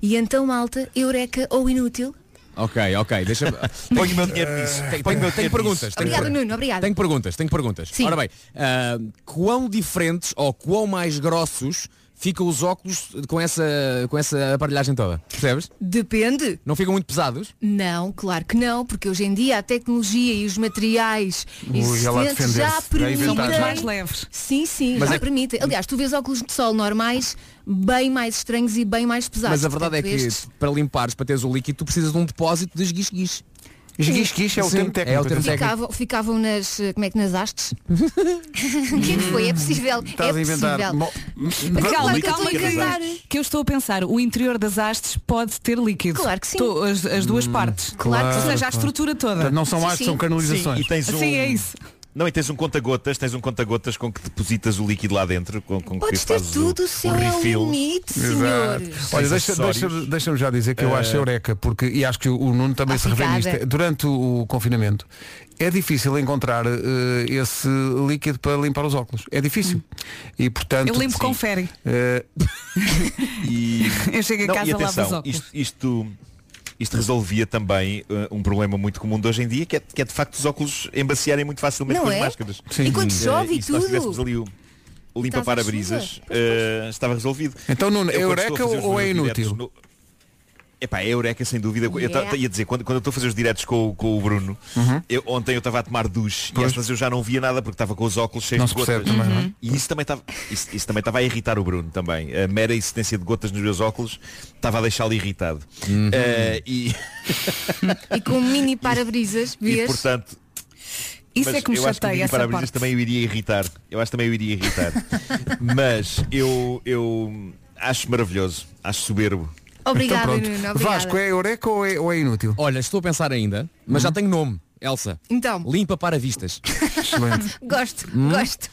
[SPEAKER 6] E então, malta, eureka ou inútil?
[SPEAKER 8] Ok,
[SPEAKER 11] *laughs*
[SPEAKER 8] ok. Deixa
[SPEAKER 11] Ponho o meu dinheiro nisso.
[SPEAKER 8] Tenho,
[SPEAKER 11] Ponho o meu
[SPEAKER 8] tenho
[SPEAKER 11] dinheiro
[SPEAKER 8] perguntas.
[SPEAKER 11] nisso.
[SPEAKER 8] Tenho,
[SPEAKER 6] Obrigada,
[SPEAKER 8] per-
[SPEAKER 6] Nuno, obrigada.
[SPEAKER 8] tenho perguntas, tenho perguntas.
[SPEAKER 6] Sim.
[SPEAKER 8] Ora bem, ah, quão diferentes ou quão mais grossos ficam os óculos com essa, com essa aparelhagem toda? Percebes?
[SPEAKER 6] Depende.
[SPEAKER 8] Não ficam muito pesados?
[SPEAKER 6] Não, claro que não, porque hoje em dia a tecnologia e os materiais
[SPEAKER 8] Ui, ela
[SPEAKER 6] existentes
[SPEAKER 8] defende-se.
[SPEAKER 6] já
[SPEAKER 8] Vai
[SPEAKER 6] permitem.
[SPEAKER 8] inventar. São muito
[SPEAKER 5] mais leves.
[SPEAKER 6] Sim, sim,
[SPEAKER 8] Mas
[SPEAKER 6] já
[SPEAKER 8] é-
[SPEAKER 6] permitem. Aliás, tu vês óculos de sol normais bem mais estranhos e bem mais pesados.
[SPEAKER 8] Mas a verdade é que
[SPEAKER 6] Portanto, estes-
[SPEAKER 8] para limpares, para teres o líquido, tu precisas de um depósito de esguiche-guiche.
[SPEAKER 2] Esguiche-guiche é o
[SPEAKER 8] Sim,
[SPEAKER 2] termo técnico,
[SPEAKER 8] É o termo técnico.
[SPEAKER 6] Ficavam, ficavam nas. eh, Como é que nas
[SPEAKER 8] *laughs*
[SPEAKER 6] hastes? O que é que foi? É possível. é possível.
[SPEAKER 5] Calma,
[SPEAKER 6] Claro que eu
[SPEAKER 5] calma,
[SPEAKER 6] estou a inventar.
[SPEAKER 5] que, que eu estou a pensar, o interior das hastes pode ter líquido.
[SPEAKER 6] Claro que sim.
[SPEAKER 5] Tô- as, as duas partes.
[SPEAKER 11] Hum, claro que
[SPEAKER 5] Ou
[SPEAKER 11] sim.
[SPEAKER 5] seja, a estrutura toda.
[SPEAKER 11] Portanto, não são Sim, hastes, sim. são canalizações. Sim, e tens um-
[SPEAKER 5] Sim, é isso.
[SPEAKER 11] Não, e tens um conta-gotas, tens um conta-gotas com que depositas o líquido lá dentro, com, com
[SPEAKER 6] Podes
[SPEAKER 11] que
[SPEAKER 6] ter
[SPEAKER 11] fazes
[SPEAKER 6] tudo,
[SPEAKER 11] o,
[SPEAKER 6] o céu
[SPEAKER 11] o
[SPEAKER 6] é o
[SPEAKER 11] refill.
[SPEAKER 6] limite,
[SPEAKER 11] Exato.
[SPEAKER 6] senhores.
[SPEAKER 2] Olha,
[SPEAKER 11] Os
[SPEAKER 2] deixa-
[SPEAKER 11] acessórios.
[SPEAKER 2] deixa-me deixa-me já dizer que eu
[SPEAKER 11] Eh,
[SPEAKER 2] acho eureka, porque, e acho que o- o Nuno também se revê
[SPEAKER 6] Obrigada.
[SPEAKER 2] nisto, durante o, o confinamento é difícil encontrar eh, esse líquido para limpar os óculos. É difícil.
[SPEAKER 6] Hum.
[SPEAKER 2] E portanto.
[SPEAKER 5] Eu limpo com ferry.
[SPEAKER 2] Eh,
[SPEAKER 11] *laughs* E...
[SPEAKER 5] Eu chego a
[SPEAKER 11] Não,
[SPEAKER 5] casa,
[SPEAKER 11] e
[SPEAKER 5] lavo os
[SPEAKER 11] atenção,
[SPEAKER 5] óculos.
[SPEAKER 11] Isto, isto, isto resolvia também eh, um problema muito comum de hoje em dia, que é, que é de facto os óculos embaciarem muito facilmente
[SPEAKER 6] Não
[SPEAKER 11] com as
[SPEAKER 6] é?
[SPEAKER 11] máscaras.
[SPEAKER 6] Sim. E quando
[SPEAKER 11] Eh,
[SPEAKER 6] chove e
[SPEAKER 11] se nós
[SPEAKER 6] tudo?
[SPEAKER 11] tivéssemos ali o limpa para-brisas, eh, estava resolvido.
[SPEAKER 2] Então, Nuno,
[SPEAKER 11] Eu, quando
[SPEAKER 2] eureka
[SPEAKER 11] estou a fazer os
[SPEAKER 2] ou
[SPEAKER 11] meus
[SPEAKER 2] é
[SPEAKER 11] diretos
[SPEAKER 2] inútil?
[SPEAKER 11] no- Epá, é a Eureka sem dúvida. Eu ta-
[SPEAKER 6] Yeah.
[SPEAKER 11] ia dizer, quando, quando eu estou a fazer os diretos com, o- com o Bruno,
[SPEAKER 2] Uhum.
[SPEAKER 11] eu- ontem eu estava a tomar duche e às vezes eu já não via nada porque estava com os óculos cheios
[SPEAKER 2] Não
[SPEAKER 11] de
[SPEAKER 2] se
[SPEAKER 11] gotas.
[SPEAKER 2] percebe também, não é?
[SPEAKER 11] E isso também estava isso, isso também estava a irritar o Bruno também. A mera existência de gotas nos meus óculos estava a deixá-lo irritado.
[SPEAKER 2] Uhum.
[SPEAKER 11] Eh, e,
[SPEAKER 6] E com um mini para-brisas,
[SPEAKER 11] e
[SPEAKER 6] vês?
[SPEAKER 11] portanto.
[SPEAKER 6] Isso
[SPEAKER 11] mas
[SPEAKER 6] é que me
[SPEAKER 11] eu acho
[SPEAKER 6] chateia,
[SPEAKER 11] o Mini
[SPEAKER 6] essa
[SPEAKER 11] Parabrisas
[SPEAKER 6] parte.
[SPEAKER 11] também o iria irritar. Eu acho que também o iria
[SPEAKER 6] *laughs*
[SPEAKER 11] irritar. mas eu, eu acho maravilhoso, acho soberbo.
[SPEAKER 6] Obrigada, Nuno, obrigada.
[SPEAKER 8] é
[SPEAKER 2] eureka ou Então é, inútil? Hum.
[SPEAKER 8] Olha, estou a pensar ainda, mas já tenho nome. Elsa.
[SPEAKER 6] Então.
[SPEAKER 8] Limpa para
[SPEAKER 6] *laughs*
[SPEAKER 8] vistas.
[SPEAKER 2] Excelente.
[SPEAKER 6] Gosto,
[SPEAKER 8] Hum?
[SPEAKER 6] gosto.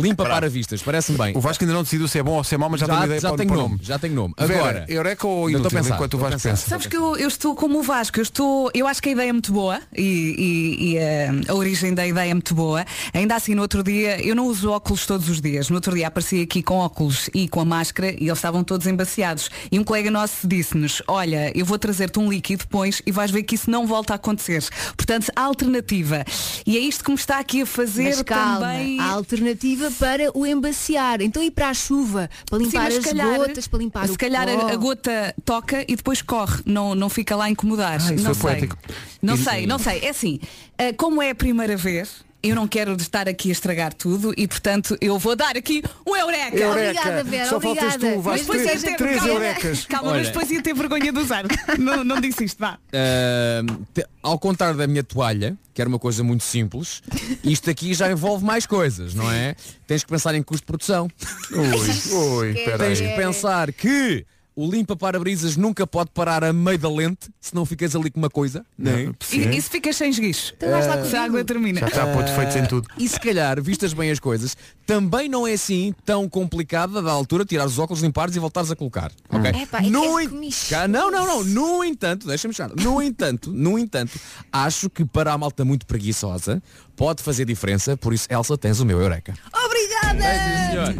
[SPEAKER 8] Limpa para vistas, parece-me bem.
[SPEAKER 2] O Vasco ainda não decidiu se é bom ou se é mau, mas já, tem uma ideia
[SPEAKER 8] já
[SPEAKER 2] para,
[SPEAKER 8] tenho
[SPEAKER 2] para o
[SPEAKER 8] nome, Já tenho nome.
[SPEAKER 2] Vera,
[SPEAKER 8] Agora.
[SPEAKER 2] Eureka ou
[SPEAKER 8] Não, estou a
[SPEAKER 2] inútil,
[SPEAKER 8] pensar,
[SPEAKER 2] enquanto o
[SPEAKER 8] estou a
[SPEAKER 2] Vasco
[SPEAKER 8] pensar.
[SPEAKER 2] pensa?
[SPEAKER 5] Sabes que eu, eu estou como o Vasco, eu, estou, eu acho que a ideia é muito boa e, e- e a, a origem da ideia é muito boa. Ainda assim, no outro dia, eu não uso óculos todos os dias. No outro dia apareci aqui com óculos e com a máscara e eles estavam todos embaciados. E um colega nosso disse-nos, olha, eu vou trazer-te um líquido depois e vais ver que isso não volta a acontecer. Portanto, a alternativa. E é isto que me está aqui a fazer
[SPEAKER 6] Mas calma,
[SPEAKER 5] também.
[SPEAKER 6] há alternativa para o embaciar. Então ir para a chuva, para
[SPEAKER 5] Sim,
[SPEAKER 6] limpar
[SPEAKER 5] mas se
[SPEAKER 6] as
[SPEAKER 5] calhar-
[SPEAKER 6] gotas, para limpar
[SPEAKER 5] Se
[SPEAKER 6] o
[SPEAKER 5] calhar
[SPEAKER 6] pó. *laughs*
[SPEAKER 5] a, a gota toca e depois corre, não, não fica lá a incomodar.
[SPEAKER 2] Ah, isso
[SPEAKER 5] não
[SPEAKER 2] foi
[SPEAKER 5] sei.
[SPEAKER 2] poético.
[SPEAKER 5] Não
[SPEAKER 2] E-
[SPEAKER 5] sei, não sei. É assim, ah, como é a primeira vez, eu não quero estar aqui a estragar tudo e portanto eu vou dar aqui um eureka.
[SPEAKER 2] Eureka. Só faltas tu, Vasco.
[SPEAKER 5] Mas depois
[SPEAKER 2] Três-
[SPEAKER 5] ia ter-
[SPEAKER 2] três
[SPEAKER 5] calma,
[SPEAKER 2] eurecas.
[SPEAKER 5] Calma,
[SPEAKER 8] Olha.
[SPEAKER 5] mas depois ia ter vergonha de usar. não, não disse isto, vá.
[SPEAKER 8] Ahm, te- ao contrário da minha toalha, que era uma coisa muito simples, isto aqui já envolve mais coisas, não é? Tens que pensar em custo de produção.
[SPEAKER 2] Ui, ui, peraí.
[SPEAKER 8] Tens que pensar que o limpa-parabrisas nunca pode parar a meio da lente, se não ficas ali com uma coisa. Não, é?
[SPEAKER 5] E, e se ficas sem esguicho?
[SPEAKER 8] Então vais lá
[SPEAKER 5] Ah,
[SPEAKER 8] comigo.
[SPEAKER 5] Se a água termina.
[SPEAKER 8] Ah, E se calhar, vistas bem as coisas, também não é assim tão complicada da altura tirar os óculos, limpares e voltares a colocar.
[SPEAKER 2] Hum.
[SPEAKER 8] ok?
[SPEAKER 6] Epá, é que
[SPEAKER 8] No
[SPEAKER 6] é
[SPEAKER 8] en-
[SPEAKER 6] comichão.
[SPEAKER 8] Cá- Não, não, não. No entanto, deixa-me chegar. No entanto, no entanto, acho que para a malta muito preguiçosa pode fazer diferença, por isso, Elsa, tens o meu Eureka.
[SPEAKER 17] Obrigada!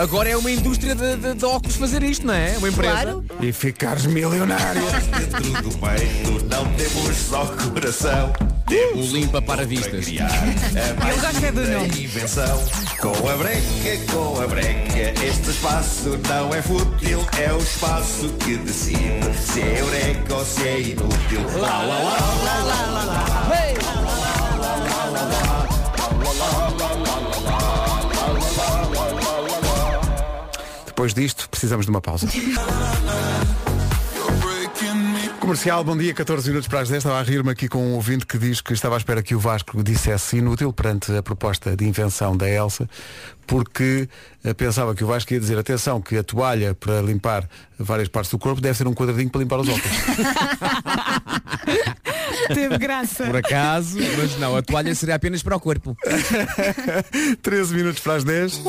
[SPEAKER 8] Agora é uma indústria de, de- de óculos fazer isto, não é? Uma empresa.
[SPEAKER 17] Claro.
[SPEAKER 2] E ficares milionário.
[SPEAKER 18] Dentro do peito não temos só coração. Temos
[SPEAKER 8] limpa para
[SPEAKER 11] *laughs*
[SPEAKER 8] vistas.
[SPEAKER 18] Eu
[SPEAKER 5] gosto é do nome.
[SPEAKER 18] Invenção. Com a breca, com a breca. Este espaço não é fútil. É o espaço que decide se é eureka ou se é inútil. Lá, lá, lá.
[SPEAKER 2] Depois disto, precisamos de uma pausa. Comercial, bom dia, 14 minutos para as 10. Estava a rir-me aqui com um ouvinte que diz que estava à espera que o Vasco dissesse inútil perante a proposta de invenção da Elsa, porque eh, pensava que o Vasco ia dizer, atenção, que a toalha para limpar várias partes do corpo deve ser um quadradinho para limpar os óculos.
[SPEAKER 5] Teve graça.
[SPEAKER 8] Por acaso, mas não, a toalha seria apenas para
[SPEAKER 2] *laughs*
[SPEAKER 8] o corpo.
[SPEAKER 2] 13 minutos para as 10.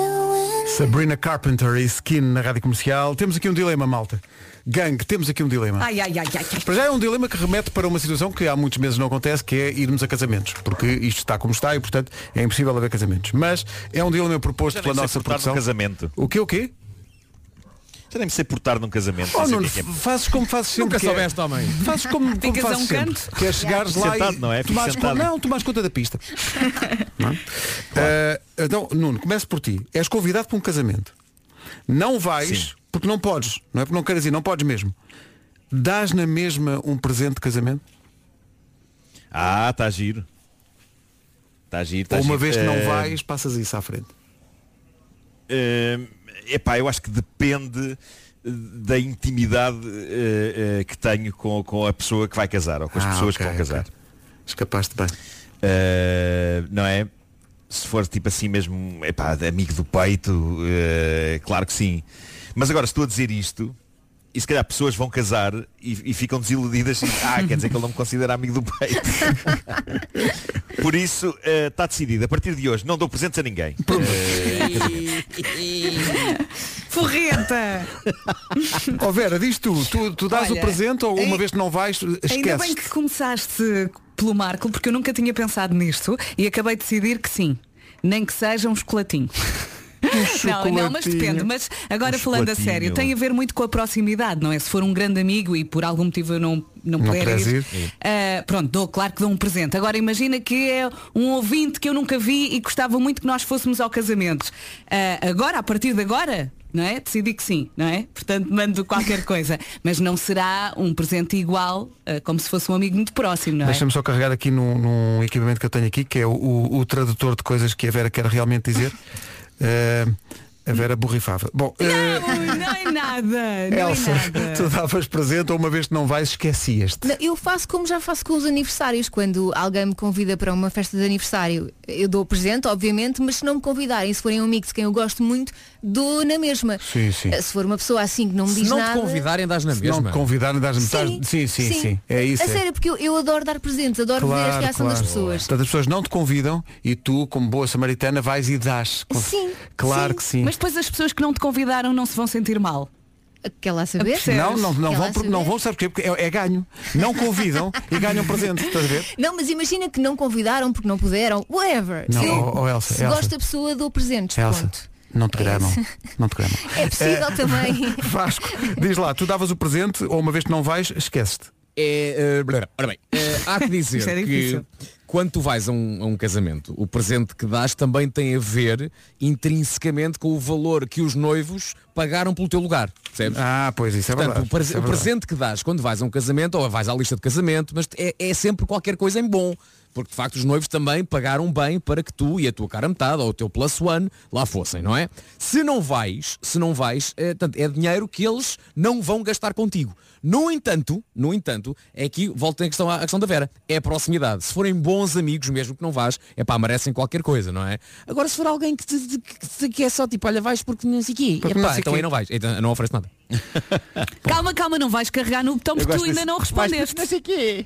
[SPEAKER 2] Sabrina Carpenter e Skin na rádio comercial. Temos aqui um dilema, malta. Gang, temos aqui um dilema.
[SPEAKER 5] Ai, ai, ai, ai. ai.
[SPEAKER 2] Para já é um dilema que remete para uma situação que há muitos meses não acontece, que é irmos a casamentos, porque isto está como está e, portanto, é impossível haver casamentos. Mas é um dilema proposto
[SPEAKER 11] Já nem
[SPEAKER 2] pela
[SPEAKER 11] sei
[SPEAKER 2] nossa
[SPEAKER 11] portar
[SPEAKER 2] produção.
[SPEAKER 11] num casamento.
[SPEAKER 2] O quê, o quê?
[SPEAKER 11] Já nem me sei portar num casamento.
[SPEAKER 2] Oh,
[SPEAKER 11] não sei
[SPEAKER 2] Nuno,
[SPEAKER 11] o que é que é.
[SPEAKER 2] fazes como fazes sempre.
[SPEAKER 11] Nunca
[SPEAKER 2] que é-
[SPEAKER 11] soubeste, homem.
[SPEAKER 2] Fazes como, como
[SPEAKER 11] Ficas a
[SPEAKER 2] fazes
[SPEAKER 11] um
[SPEAKER 2] sempre.
[SPEAKER 11] canto?
[SPEAKER 2] Que é chegares
[SPEAKER 11] Fico
[SPEAKER 2] lá
[SPEAKER 11] sentado,
[SPEAKER 2] e
[SPEAKER 11] não é? Fico
[SPEAKER 2] tomares
[SPEAKER 11] sentado.
[SPEAKER 2] con- não, tomares conta da
[SPEAKER 11] *laughs*
[SPEAKER 2] pista. Não é? Eh, então, Nuno, começo por ti. És convidado para um casamento. Não vais, porque não podes. Não é porque não queres ir, não podes mesmo. Dás na mesma um presente de casamento?
[SPEAKER 11] Ah, está giro. Está giro, está
[SPEAKER 2] Ou uma
[SPEAKER 11] giro.
[SPEAKER 2] vez que não
[SPEAKER 11] Eh,
[SPEAKER 2] vais, passas isso à frente. *laughs*
[SPEAKER 11] eh, epá, eu acho que depende eh, da intimidade eh, eh, que tenho com, com a pessoa que vai casar ou com as
[SPEAKER 2] Ah,
[SPEAKER 11] pessoas
[SPEAKER 2] ok,
[SPEAKER 11] que vão casar.
[SPEAKER 2] Escapaste bem.
[SPEAKER 11] não é? Se for tipo assim mesmo, epá, de amigo do peito, eh, claro que sim. Mas agora, se estou a dizer isto, e se calhar pessoas vão casar e, e ficam desiludidas, e, ah, quer dizer que ele não me considera amigo do peito. *laughs* Por isso, eh, está decidido. A partir de hoje, não dou presentes a ninguém. Eh,
[SPEAKER 5] Forrenta!
[SPEAKER 2] Ó Oh, Vera, diz tu, tu, tu dás
[SPEAKER 5] Olha,
[SPEAKER 2] o presente ou uma
[SPEAKER 5] ai-
[SPEAKER 2] vez que não vais,
[SPEAKER 5] Ainda bem
[SPEAKER 2] esqueces.
[SPEAKER 5] que começaste pelo Marco, porque eu nunca tinha pensado nisto e acabei de decidir que sim, nem que seja um
[SPEAKER 17] *laughs*
[SPEAKER 5] chocolatinho. Não, não, mas
[SPEAKER 17] Um chocolatinho.
[SPEAKER 5] depende. Mas agora
[SPEAKER 17] Um
[SPEAKER 5] falando a
[SPEAKER 17] chocolatinho.
[SPEAKER 5] sério, tem a ver muito com a proximidade, não é? Se for um grande amigo e por algum motivo eu não, não,
[SPEAKER 17] Não
[SPEAKER 5] puder
[SPEAKER 17] puderes
[SPEAKER 5] ir,
[SPEAKER 17] ir. Sim.
[SPEAKER 5] ah, pronto, dou, claro que dou um presente. Agora imagina que é um ouvinte que eu nunca vi e gostava muito que nós fôssemos ao casamento. Ah, agora, a partir de agora, não é? Decidi que sim, não é? Portanto,
[SPEAKER 2] *laughs*
[SPEAKER 5] mando qualquer coisa. Mas não será um presente igual, ah, como se fosse um amigo muito próximo, não é?
[SPEAKER 2] Deixa-me só carregar aqui num, num equipamento que eu tenho aqui, que é o, o- o tradutor de coisas que a Vera quer realmente dizer. Eh, a Vera borrifava. Bom, eh,
[SPEAKER 5] Não, não é nada. Não
[SPEAKER 2] Elsa,
[SPEAKER 5] é nada.
[SPEAKER 2] *laughs* tu davas presente ou uma vez que não vais, esquecias-te.
[SPEAKER 6] Não, eu faço como já faço com os aniversários, quando alguém me convida para uma festa de aniversário, eu dou presente, obviamente, mas se não me convidarem, se forem um amigo de quem eu gosto muito, dou na mesma.
[SPEAKER 2] Sim, sim.
[SPEAKER 6] Eh, Se for uma pessoa assim que não me
[SPEAKER 8] Se
[SPEAKER 6] diz
[SPEAKER 8] não te
[SPEAKER 6] nada.
[SPEAKER 8] convidarem, dás na
[SPEAKER 2] Se
[SPEAKER 8] mesma.
[SPEAKER 2] não te convidarem, dás-me
[SPEAKER 6] Sim,
[SPEAKER 2] sim. Sim, sim,
[SPEAKER 6] sim.
[SPEAKER 2] É isso.
[SPEAKER 6] a
[SPEAKER 2] é.
[SPEAKER 6] sério, porque eu, eu adoro dar presentes, adoro ver a
[SPEAKER 2] Claro,
[SPEAKER 6] reação das
[SPEAKER 2] claro.
[SPEAKER 6] pessoas.
[SPEAKER 2] Portanto, as pessoas não te convidam e tu, como boa samaritana, vais e dás.
[SPEAKER 6] Sim,
[SPEAKER 2] Claro que sim.
[SPEAKER 5] Mas depois as pessoas que não te convidaram não se vão sentir mal.
[SPEAKER 6] Quer lá saber?
[SPEAKER 2] Não, não, não
[SPEAKER 6] Quer lá
[SPEAKER 2] vão, porque não
[SPEAKER 6] saber?
[SPEAKER 2] vão, sabe porquê? Porque é, é ganho. Não convidam e ganham presente, estás a ver?
[SPEAKER 6] Não, mas imagina que não convidaram porque não puderam, whatever.
[SPEAKER 2] Não,
[SPEAKER 6] eu,
[SPEAKER 2] oh, oh, Elsa,
[SPEAKER 6] se
[SPEAKER 2] Elsa.
[SPEAKER 6] gosto da pessoa, dou presentes.
[SPEAKER 2] Elsa,
[SPEAKER 6] Pronto.
[SPEAKER 2] não te gramam. Não te gramam.
[SPEAKER 6] É possível
[SPEAKER 2] Eh,
[SPEAKER 6] também.
[SPEAKER 2] *laughs* Vasco, *laughs* diz lá, tu davas o presente ou uma vez que não vais, esquece-te.
[SPEAKER 8] É, eh, blá, ora bem, eh,
[SPEAKER 6] *laughs*
[SPEAKER 8] há
[SPEAKER 2] *laughs*
[SPEAKER 8] que dizer
[SPEAKER 2] Isto é
[SPEAKER 8] que
[SPEAKER 2] difícil.
[SPEAKER 8] quando tu vais a um, a um casamento, o presente que dás também tem a ver intrinsecamente com o valor que os noivos pagaram pelo teu lugar. Percebes?
[SPEAKER 2] Ah, pois isso é
[SPEAKER 8] Portanto,
[SPEAKER 2] verdade.
[SPEAKER 8] o, prese-
[SPEAKER 2] isso é
[SPEAKER 8] o
[SPEAKER 2] verdade.
[SPEAKER 8] presente que dás quando vais a um casamento ou vais à lista de casamento, mas é, é sempre qualquer coisa em bom. Porque de facto os noivos também pagaram bem para que tu e a tua cara metade ou o teu plus one lá fossem, não é? Se não vais, se não vais, é, portanto, é dinheiro que eles não vão gastar contigo. No entanto, no entanto, é aqui, volta à questão, à questão da Vera, é a proximidade. Se forem bons amigos, mesmo que não vás, é pá, merecem qualquer coisa, não é? Agora se for alguém que, te, te- que, te- que é só tipo, olha, vais porque não sei o quê,
[SPEAKER 5] Porque
[SPEAKER 8] epá,
[SPEAKER 5] não sei
[SPEAKER 8] então
[SPEAKER 5] quê.
[SPEAKER 8] aí não vais, então não oferece nada.
[SPEAKER 5] Calma, calma, não vais carregar no botão
[SPEAKER 8] Eu
[SPEAKER 5] porque tu
[SPEAKER 8] gosto
[SPEAKER 5] ainda
[SPEAKER 8] desse-
[SPEAKER 5] não respondeste.
[SPEAKER 8] Não sei quê.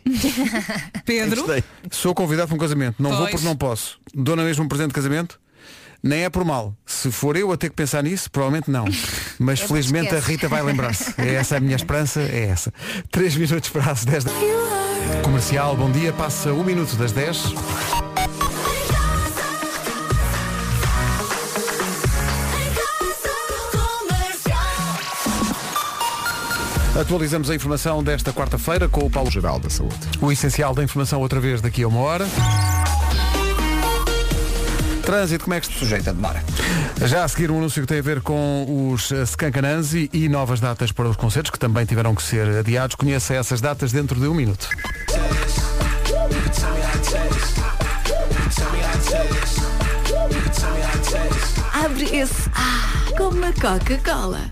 [SPEAKER 5] *laughs* Pedro,
[SPEAKER 2] Gostei. Sou convidado para um casamento. Não vou
[SPEAKER 5] Pois.
[SPEAKER 2] porque não posso. Dou na mesma um presente de casamento? Nem é por mal. Se for eu a ter que pensar nisso, provavelmente não. Mas
[SPEAKER 18] Eu
[SPEAKER 2] felizmente a
[SPEAKER 18] esqueço.
[SPEAKER 2] Rita vai lembrar-se. É essa a minha esperança, é essa. 3 minutos para as 10 da... Comercial, bom dia. Passa um minuto das 10. Atualizamos a informação desta quarta-feira com o Paulo Geral da Saúde. O essencial da informação outra vez daqui a uma hora. Trânsito, como é que se
[SPEAKER 4] sujeita a demora?
[SPEAKER 2] Já a seguir um anúncio que tem a ver com os eh, Scancananzi e novas datas para os concertos que também tiveram que ser adiados. Conheça essas datas dentro de um minuto.
[SPEAKER 9] Abre esse ah, com uma Coca-Cola.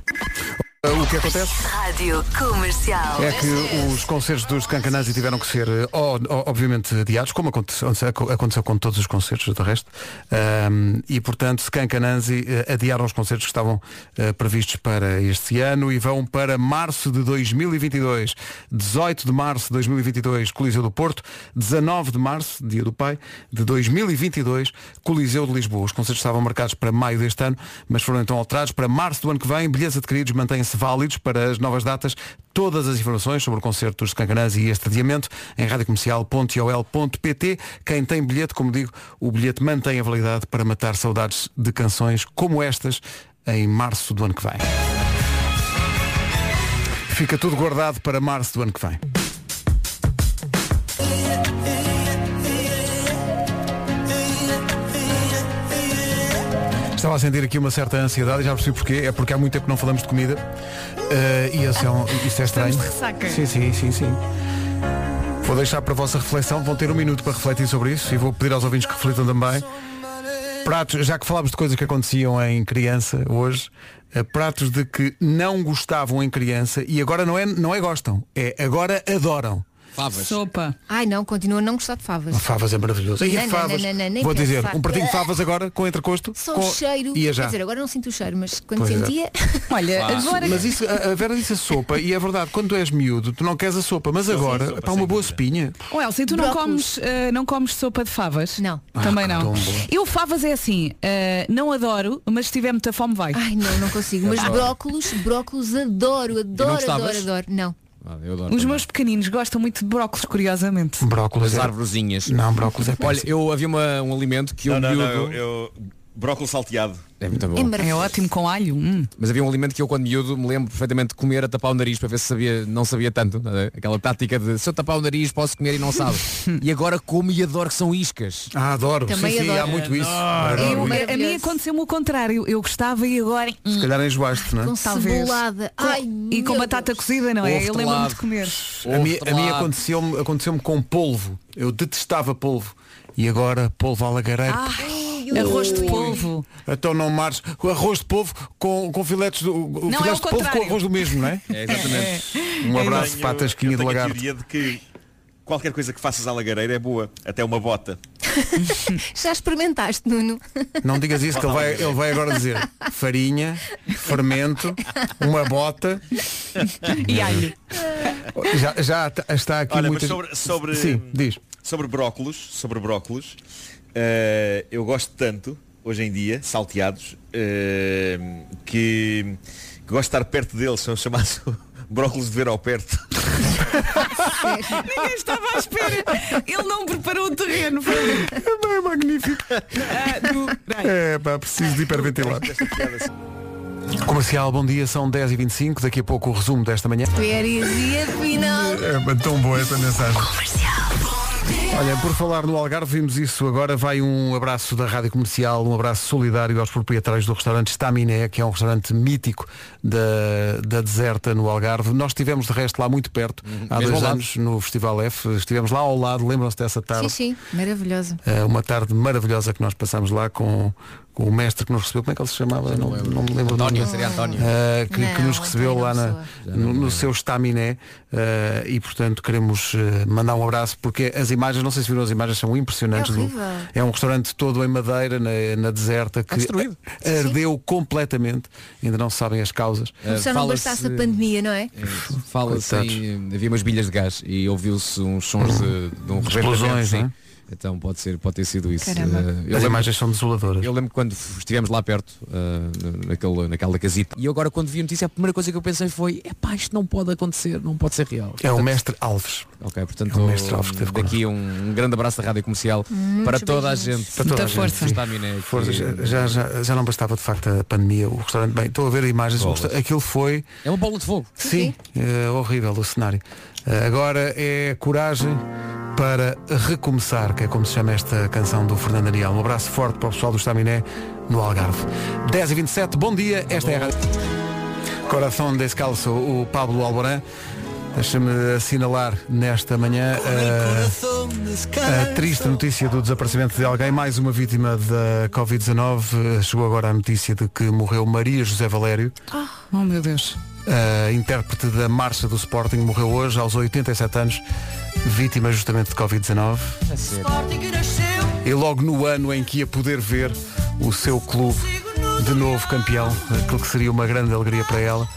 [SPEAKER 2] O que acontece?
[SPEAKER 9] Rádio Comercial.
[SPEAKER 2] É que os concertos dos Cancanazzi tiveram que ser, eh, o- o- obviamente, adiados, como aconteceu, aconteceu com todos os concertos, do resto. Ahm, e, portanto, Cancanazzi eh, adiaram os concertos que estavam eh, previstos para este ano e vão para março de 2022. 18 de março de 2022, Coliseu do Porto. 19 de março, Dia do Pai, de 2022, Coliseu de Lisboa. Os concertos estavam marcados para maio deste ano, mas foram então alterados para março do ano que vem. Bilhetes adquiridos mantêm-se válidos para as novas datas. Todas as informações sobre o concerto dos Scancanãs e este adiamento em radiocomercial.ol.pt. Quem tem bilhete, como digo, o bilhete mantém a validade para matar saudades de canções como estas em março do ano que vem. Fica tudo guardado para março do ano que vem. Estava a sentir aqui uma certa ansiedade, já percebi porquê. É porque há muito tempo que não falamos de comida. Eh, e esse é um, isto é estranho.
[SPEAKER 13] de ressaca.
[SPEAKER 2] Sim, sim, sim, sim. Vou deixar para a vossa reflexão, vão ter um minuto para refletir sobre isso e vou pedir aos ouvintes que reflitam também. Pratos, já que falámos de coisas que aconteciam em criança hoje, eh, pratos de que não gostavam em criança e agora não é, não é gostam, é agora adoram.
[SPEAKER 8] Favas.
[SPEAKER 5] Sopa.
[SPEAKER 6] Ai não, continua a não gostar de favas.
[SPEAKER 2] Favas é maravilhoso. E
[SPEAKER 6] Não,
[SPEAKER 2] a
[SPEAKER 6] não,
[SPEAKER 2] favas,
[SPEAKER 6] não, não, não, nem
[SPEAKER 2] vou
[SPEAKER 6] quero
[SPEAKER 2] dizer,
[SPEAKER 6] falar.
[SPEAKER 2] um pratinho de favas agora com entrecosto.
[SPEAKER 6] Só
[SPEAKER 2] com...
[SPEAKER 6] o cheiro.
[SPEAKER 2] Ia
[SPEAKER 6] Quer
[SPEAKER 2] já.
[SPEAKER 6] dizer, agora não sinto o cheiro, mas quando
[SPEAKER 2] Pois é.
[SPEAKER 6] sentia.
[SPEAKER 5] *laughs* Olha,
[SPEAKER 2] Claro.
[SPEAKER 6] é
[SPEAKER 2] Mas isso, a a Vera disse a sopa e é verdade, quando tu és miúdo, tu não queres a sopa, mas agora, para uma boa sopinha.
[SPEAKER 5] Oh, Elsa, e tu não comes, eh, não comes sopa de favas? Não. Também
[SPEAKER 2] Ah,
[SPEAKER 5] não.
[SPEAKER 2] tão bom.
[SPEAKER 5] Eu favas é assim, eh, não adoro, mas se tiver muita fome vai.
[SPEAKER 6] Ai não, não
[SPEAKER 5] *laughs* É
[SPEAKER 6] consigo. Mas brócolos, brócolos adoro, adoro, adoro,
[SPEAKER 5] gostavas?
[SPEAKER 6] adoro. Não.
[SPEAKER 8] eu adoro.
[SPEAKER 5] Os meus pequeninos gostam muito de brócolos, curiosamente.
[SPEAKER 2] Brócolis.
[SPEAKER 8] As arvorezinhas.
[SPEAKER 2] Não, brócolis é
[SPEAKER 8] Olha, eu havia uma- um alimento que
[SPEAKER 11] Não,
[SPEAKER 8] o
[SPEAKER 11] não,
[SPEAKER 8] miúdo...
[SPEAKER 11] não, eu, eu- Brócolis salteado.
[SPEAKER 8] É muito bom.
[SPEAKER 5] É ótimo com alho. hum.
[SPEAKER 8] Mas havia um alimento que eu quando miúdo me lembro perfeitamente de comer a tapar o nariz para ver se sabia, não sabia tanto. estás a ver? Aquela tática de se eu tapar o nariz posso comer e não
[SPEAKER 5] *laughs*
[SPEAKER 8] sabe. e agora como e adoro que são iscas.
[SPEAKER 2] Ah, adoro.
[SPEAKER 5] Também Sim, sim, adoro. É há muito
[SPEAKER 2] isso.
[SPEAKER 5] Eu- a mim aconteceu-me o contrário. Eu gostava e agora.
[SPEAKER 2] Se calhar enjoaste, não é?
[SPEAKER 5] Com
[SPEAKER 6] cebolada.
[SPEAKER 5] Com-
[SPEAKER 6] Ai,
[SPEAKER 5] e com
[SPEAKER 6] meu
[SPEAKER 5] batata cozida, não é?
[SPEAKER 2] Ovo
[SPEAKER 5] eu lembro-me
[SPEAKER 2] telado.
[SPEAKER 5] de comer.
[SPEAKER 2] A mim, a mim aconteceu-me aconteceu com polvo. Eu detestava polvo. E agora polvo alagareiro.
[SPEAKER 5] Ah. Ai, arroz de polvo.
[SPEAKER 2] Então não mares. O Arroz de polvo com, com filetes do. filetes
[SPEAKER 5] é
[SPEAKER 2] de
[SPEAKER 5] o
[SPEAKER 2] polvo com
[SPEAKER 5] contrário.
[SPEAKER 2] arroz do mesmo, não é?
[SPEAKER 11] É, exatamente.
[SPEAKER 2] Um abraço para a tasquinha de
[SPEAKER 11] A
[SPEAKER 2] lagarto.
[SPEAKER 11] teoria de que qualquer coisa que faças à lagareira é boa. Até uma bota.
[SPEAKER 6] *laughs* Já experimentaste, Nuno?
[SPEAKER 2] Não digas isso que ele vai, ele vai agora dizer farinha, fermento, uma bota.
[SPEAKER 5] E alho.
[SPEAKER 2] Já, já t- está aqui
[SPEAKER 11] Olha,
[SPEAKER 2] muitas...
[SPEAKER 11] mas sobre, sobre,
[SPEAKER 2] Sim, diz.
[SPEAKER 11] sobre brócolos, sobre brócolos, eh, eu gosto tanto, hoje em dia, salteados, eh, que, que gosto de estar perto deles, são chamados *laughs* brócolos de ver ao perto.
[SPEAKER 13] Ninguém estava à espera. Ele não preparou o terreno. É
[SPEAKER 2] magnífico. É, pá, preciso de hiperventilar. Comercial, bom dia, são 10h25, daqui a pouco o resumo desta manhã.
[SPEAKER 6] Heresia final.
[SPEAKER 2] É tão boa essa mensagem. Olha, por falar no Algarve, vimos isso agora. Vai um abraço da Rádio Comercial, um abraço solidário aos proprietários do restaurante Staminé, que é um restaurante mítico da, da deserta no Algarve. Nós estivemos, de resto, lá muito perto, há dois
[SPEAKER 8] mesmo ao lado.
[SPEAKER 2] anos, no Festival F. Estivemos lá ao lado, lembram-se dessa tarde?
[SPEAKER 6] Sim, sim, maravilhosa.
[SPEAKER 2] Eh, uma tarde maravilhosa que nós passámos lá com, com o mestre que nos recebeu. Como é que ele se chamava? Não, não me lembro. do
[SPEAKER 8] António,
[SPEAKER 2] nome.
[SPEAKER 8] seria António.
[SPEAKER 2] Eh, que, que
[SPEAKER 8] Não,
[SPEAKER 2] nos recebeu
[SPEAKER 6] é
[SPEAKER 2] lá na- no, no seu estaminé. eh, e, portanto, queremos eh, mandar um abraço porque as imagens, não sei se viram, as imagens são impressionantes.
[SPEAKER 6] É
[SPEAKER 2] do-
[SPEAKER 6] horrível.
[SPEAKER 2] é um restaurante todo em madeira, na, na deserta, que
[SPEAKER 6] destruído.
[SPEAKER 2] a- ardeu completamente. Ainda não se sabem as causas.
[SPEAKER 5] Eh,
[SPEAKER 6] Como se já não bastasse a pandemia, não é?
[SPEAKER 8] Fala-se em- havia umas bilhas de gás e ouviu-se uns sons de, de um
[SPEAKER 2] Uhum. Explosões,
[SPEAKER 8] rebentamento, sim.
[SPEAKER 2] não é?
[SPEAKER 8] Então pode ser, pode ter sido isso.
[SPEAKER 2] Caramba.
[SPEAKER 8] Eh, eu
[SPEAKER 2] As
[SPEAKER 8] lembro-
[SPEAKER 2] imagens são desoladoras.
[SPEAKER 8] Eu lembro que quando f- estivemos lá perto, eh, naquele, naquela casita, e agora quando vi a notícia, a primeira coisa que eu pensei foi, epá, isto não pode acontecer, não pode ser real.
[SPEAKER 2] É o mestre Alves.
[SPEAKER 8] Ok, portanto,
[SPEAKER 2] É o mestre Alves que teve
[SPEAKER 8] daqui um grande abraço da Rádio Comercial
[SPEAKER 2] Hum, Muitos
[SPEAKER 8] para toda a
[SPEAKER 2] beijinhos.
[SPEAKER 8] gente.
[SPEAKER 2] Para toda Muita a gente. força.
[SPEAKER 8] Está a mim, né, que-
[SPEAKER 2] Força, já- já, já, já não bastava de facto a pandemia. O restaurante, bem, estou a ver imagens. o
[SPEAKER 8] Bolas.
[SPEAKER 2] resta- Aquilo foi.
[SPEAKER 8] É uma bola de fogo.
[SPEAKER 2] Sim, é horrível o cenário. Eh, agora é coragem para recomeçar, que é como se chama esta canção do Fernando Daniel. Um abraço forte para o pessoal do Estaminé no Algarve. 10 e 27 bom dia, esta é a Rádio. Coração Descalço, o Pablo Alborán. Deixa-me assinalar nesta manhã eh, a, a triste notícia do desaparecimento de alguém, mais uma vítima da Covid-19. Eh, Chegou agora a notícia de que morreu Maria José Valério.
[SPEAKER 6] Ah.
[SPEAKER 5] Oh meu Deus.
[SPEAKER 2] A intérprete da marcha do Sporting morreu hoje aos 87 anos, vítima justamente de Covid-19. E logo no ano em que ia poder ver o seu clube de novo campeão, aquilo que seria uma grande alegria para ela.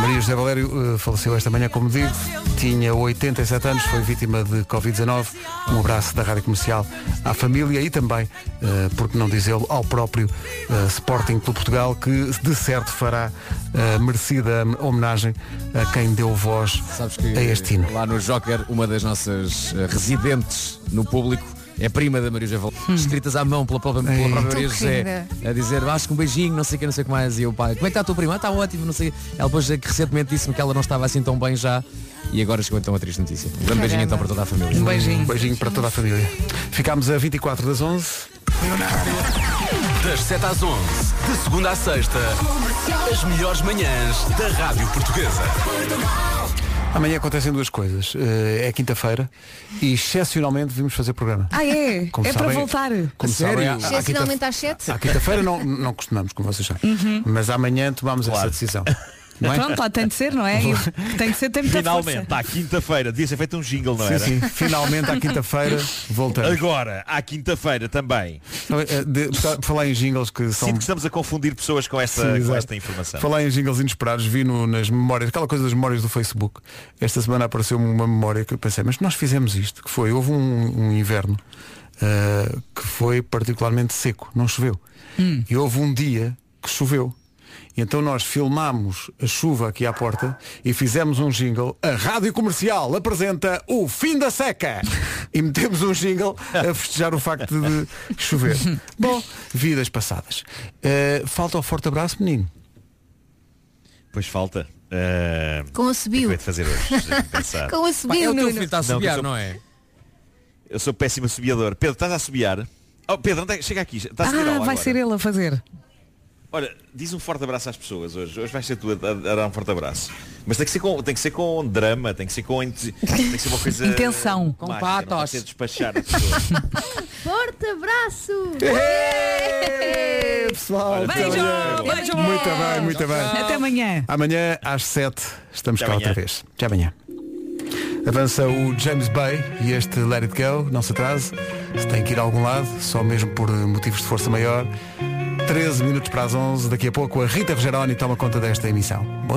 [SPEAKER 2] Maria José Valério eh, faleceu esta manhã, como digo, tinha 87 anos, foi vítima de Covid-19. Um abraço da Rádio Comercial à família e também, eh, por que não dizê-lo, ao próprio eh, Sporting Clube Portugal, que de certo fará eh, merecida homenagem a quem deu voz
[SPEAKER 8] Sabes que
[SPEAKER 2] a É este hino.
[SPEAKER 8] lá no Joker, uma das nossas eh, residentes no público é prima da Maria José Val-
[SPEAKER 2] Hum.
[SPEAKER 8] escritas à mão pela própria, pela
[SPEAKER 2] Ei.
[SPEAKER 8] própria
[SPEAKER 2] Tão
[SPEAKER 8] Maria José, a dizer acho que um beijinho, não sei o que, não sei o que mais, e o pai, como é que está a tua prima? "Ah, Está ótimo, não sei. Ela depois eh, que recentemente disse-me que ela não estava assim tão bem já, e agora chegou então a triste notícia. Um grande beijinho então para toda a família.
[SPEAKER 2] Um beijinho. para toda a família. Ficámos a 24 das 11.
[SPEAKER 21] Das 7 às 11, de segunda à sexta, as melhores manhãs da Rádio Portuguesa.
[SPEAKER 2] Amanhã acontecem duas coisas. Eh, É quinta-feira e excepcionalmente vimos fazer programa.
[SPEAKER 5] Ah, é?
[SPEAKER 2] Como
[SPEAKER 5] é para
[SPEAKER 2] sabem-
[SPEAKER 5] voltar.
[SPEAKER 2] como sabem, há- há quinta-
[SPEAKER 6] Excepcionalmente às sete.
[SPEAKER 2] À quinta-feira não, não costumamos, como vocês sabem.
[SPEAKER 5] Uhum.
[SPEAKER 2] Mas amanhã tomamos essa decisão.
[SPEAKER 5] *laughs*
[SPEAKER 2] Não é?
[SPEAKER 5] Pronto, lá tem de ser, não é? E Tem de ser, tem muita
[SPEAKER 11] *laughs* Finalmente, à quinta-feira, devia ser feito um jingle, não
[SPEAKER 2] Sim,
[SPEAKER 11] era?
[SPEAKER 2] sim. Finalmente, à
[SPEAKER 11] *laughs*
[SPEAKER 2] quinta-feira, voltamos.
[SPEAKER 11] Agora, à quinta-feira também.
[SPEAKER 2] Sabe, eh, de- por falar em jingles que são.
[SPEAKER 11] Sinto que estamos a confundir pessoas com esta,
[SPEAKER 2] Sim,
[SPEAKER 11] com
[SPEAKER 2] exato.
[SPEAKER 11] esta informação.
[SPEAKER 2] Falar em jingles inesperados, vi no- nas memórias, aquela coisa das memórias do Facebook. Esta semana apareceu-me uma memória que eu pensei, mas nós fizemos isto, que foi, houve um, um inverno ah, que foi particularmente seco, não choveu. E houve um dia que choveu. E então nós filmámos a chuva aqui à porta e fizemos um jingle. A Rádio Comercial apresenta o fim da seca. E metemos um jingle a festejar o facto de chover. Bom, vidas passadas. Eh, falta o forte abraço, menino.
[SPEAKER 11] Pois falta. eh,
[SPEAKER 6] Com a
[SPEAKER 11] o que
[SPEAKER 6] subiu.
[SPEAKER 11] eu hei de fazer hoje? Deixa-me pensar.
[SPEAKER 6] Com a subiu, Nuno.
[SPEAKER 11] que eu sou- Eu sou péssimo assobiador. Pedro, estás a assobiar? Oh, Pedro, onde é que- chega aqui. Estás a tirar
[SPEAKER 5] Ah,
[SPEAKER 11] aula
[SPEAKER 5] vai
[SPEAKER 11] agora.
[SPEAKER 5] ser ele a fazer.
[SPEAKER 11] Olha, diz um forte abraço às pessoas hoje. Hoje vai ser tu a, a- a dar um forte abraço. Mas tem que ser com, tem que ser com drama, tem que ser com ente- tem que ser uma coisa
[SPEAKER 5] Intenção. Com
[SPEAKER 11] mágica, não pode
[SPEAKER 5] patos.
[SPEAKER 11] ser despachar a pessoa.
[SPEAKER 17] Forte abraço!
[SPEAKER 2] pessoal.
[SPEAKER 17] Beijo,
[SPEAKER 2] até amanhã.
[SPEAKER 17] beijo.
[SPEAKER 2] Muito bem, muito bem.
[SPEAKER 5] Até amanhã.
[SPEAKER 2] Amanhã às 7 estamos
[SPEAKER 11] Até
[SPEAKER 2] cá outra
[SPEAKER 11] amanhã.
[SPEAKER 2] vez. Até amanhã. Avança o James Bay e este Let It Go, não se atrase. Se tem que ir a algum lado, só mesmo por motivos de força maior. 13 minutos para as 11, daqui a pouco a Rita Rogeroni toma conta desta emissão. Bom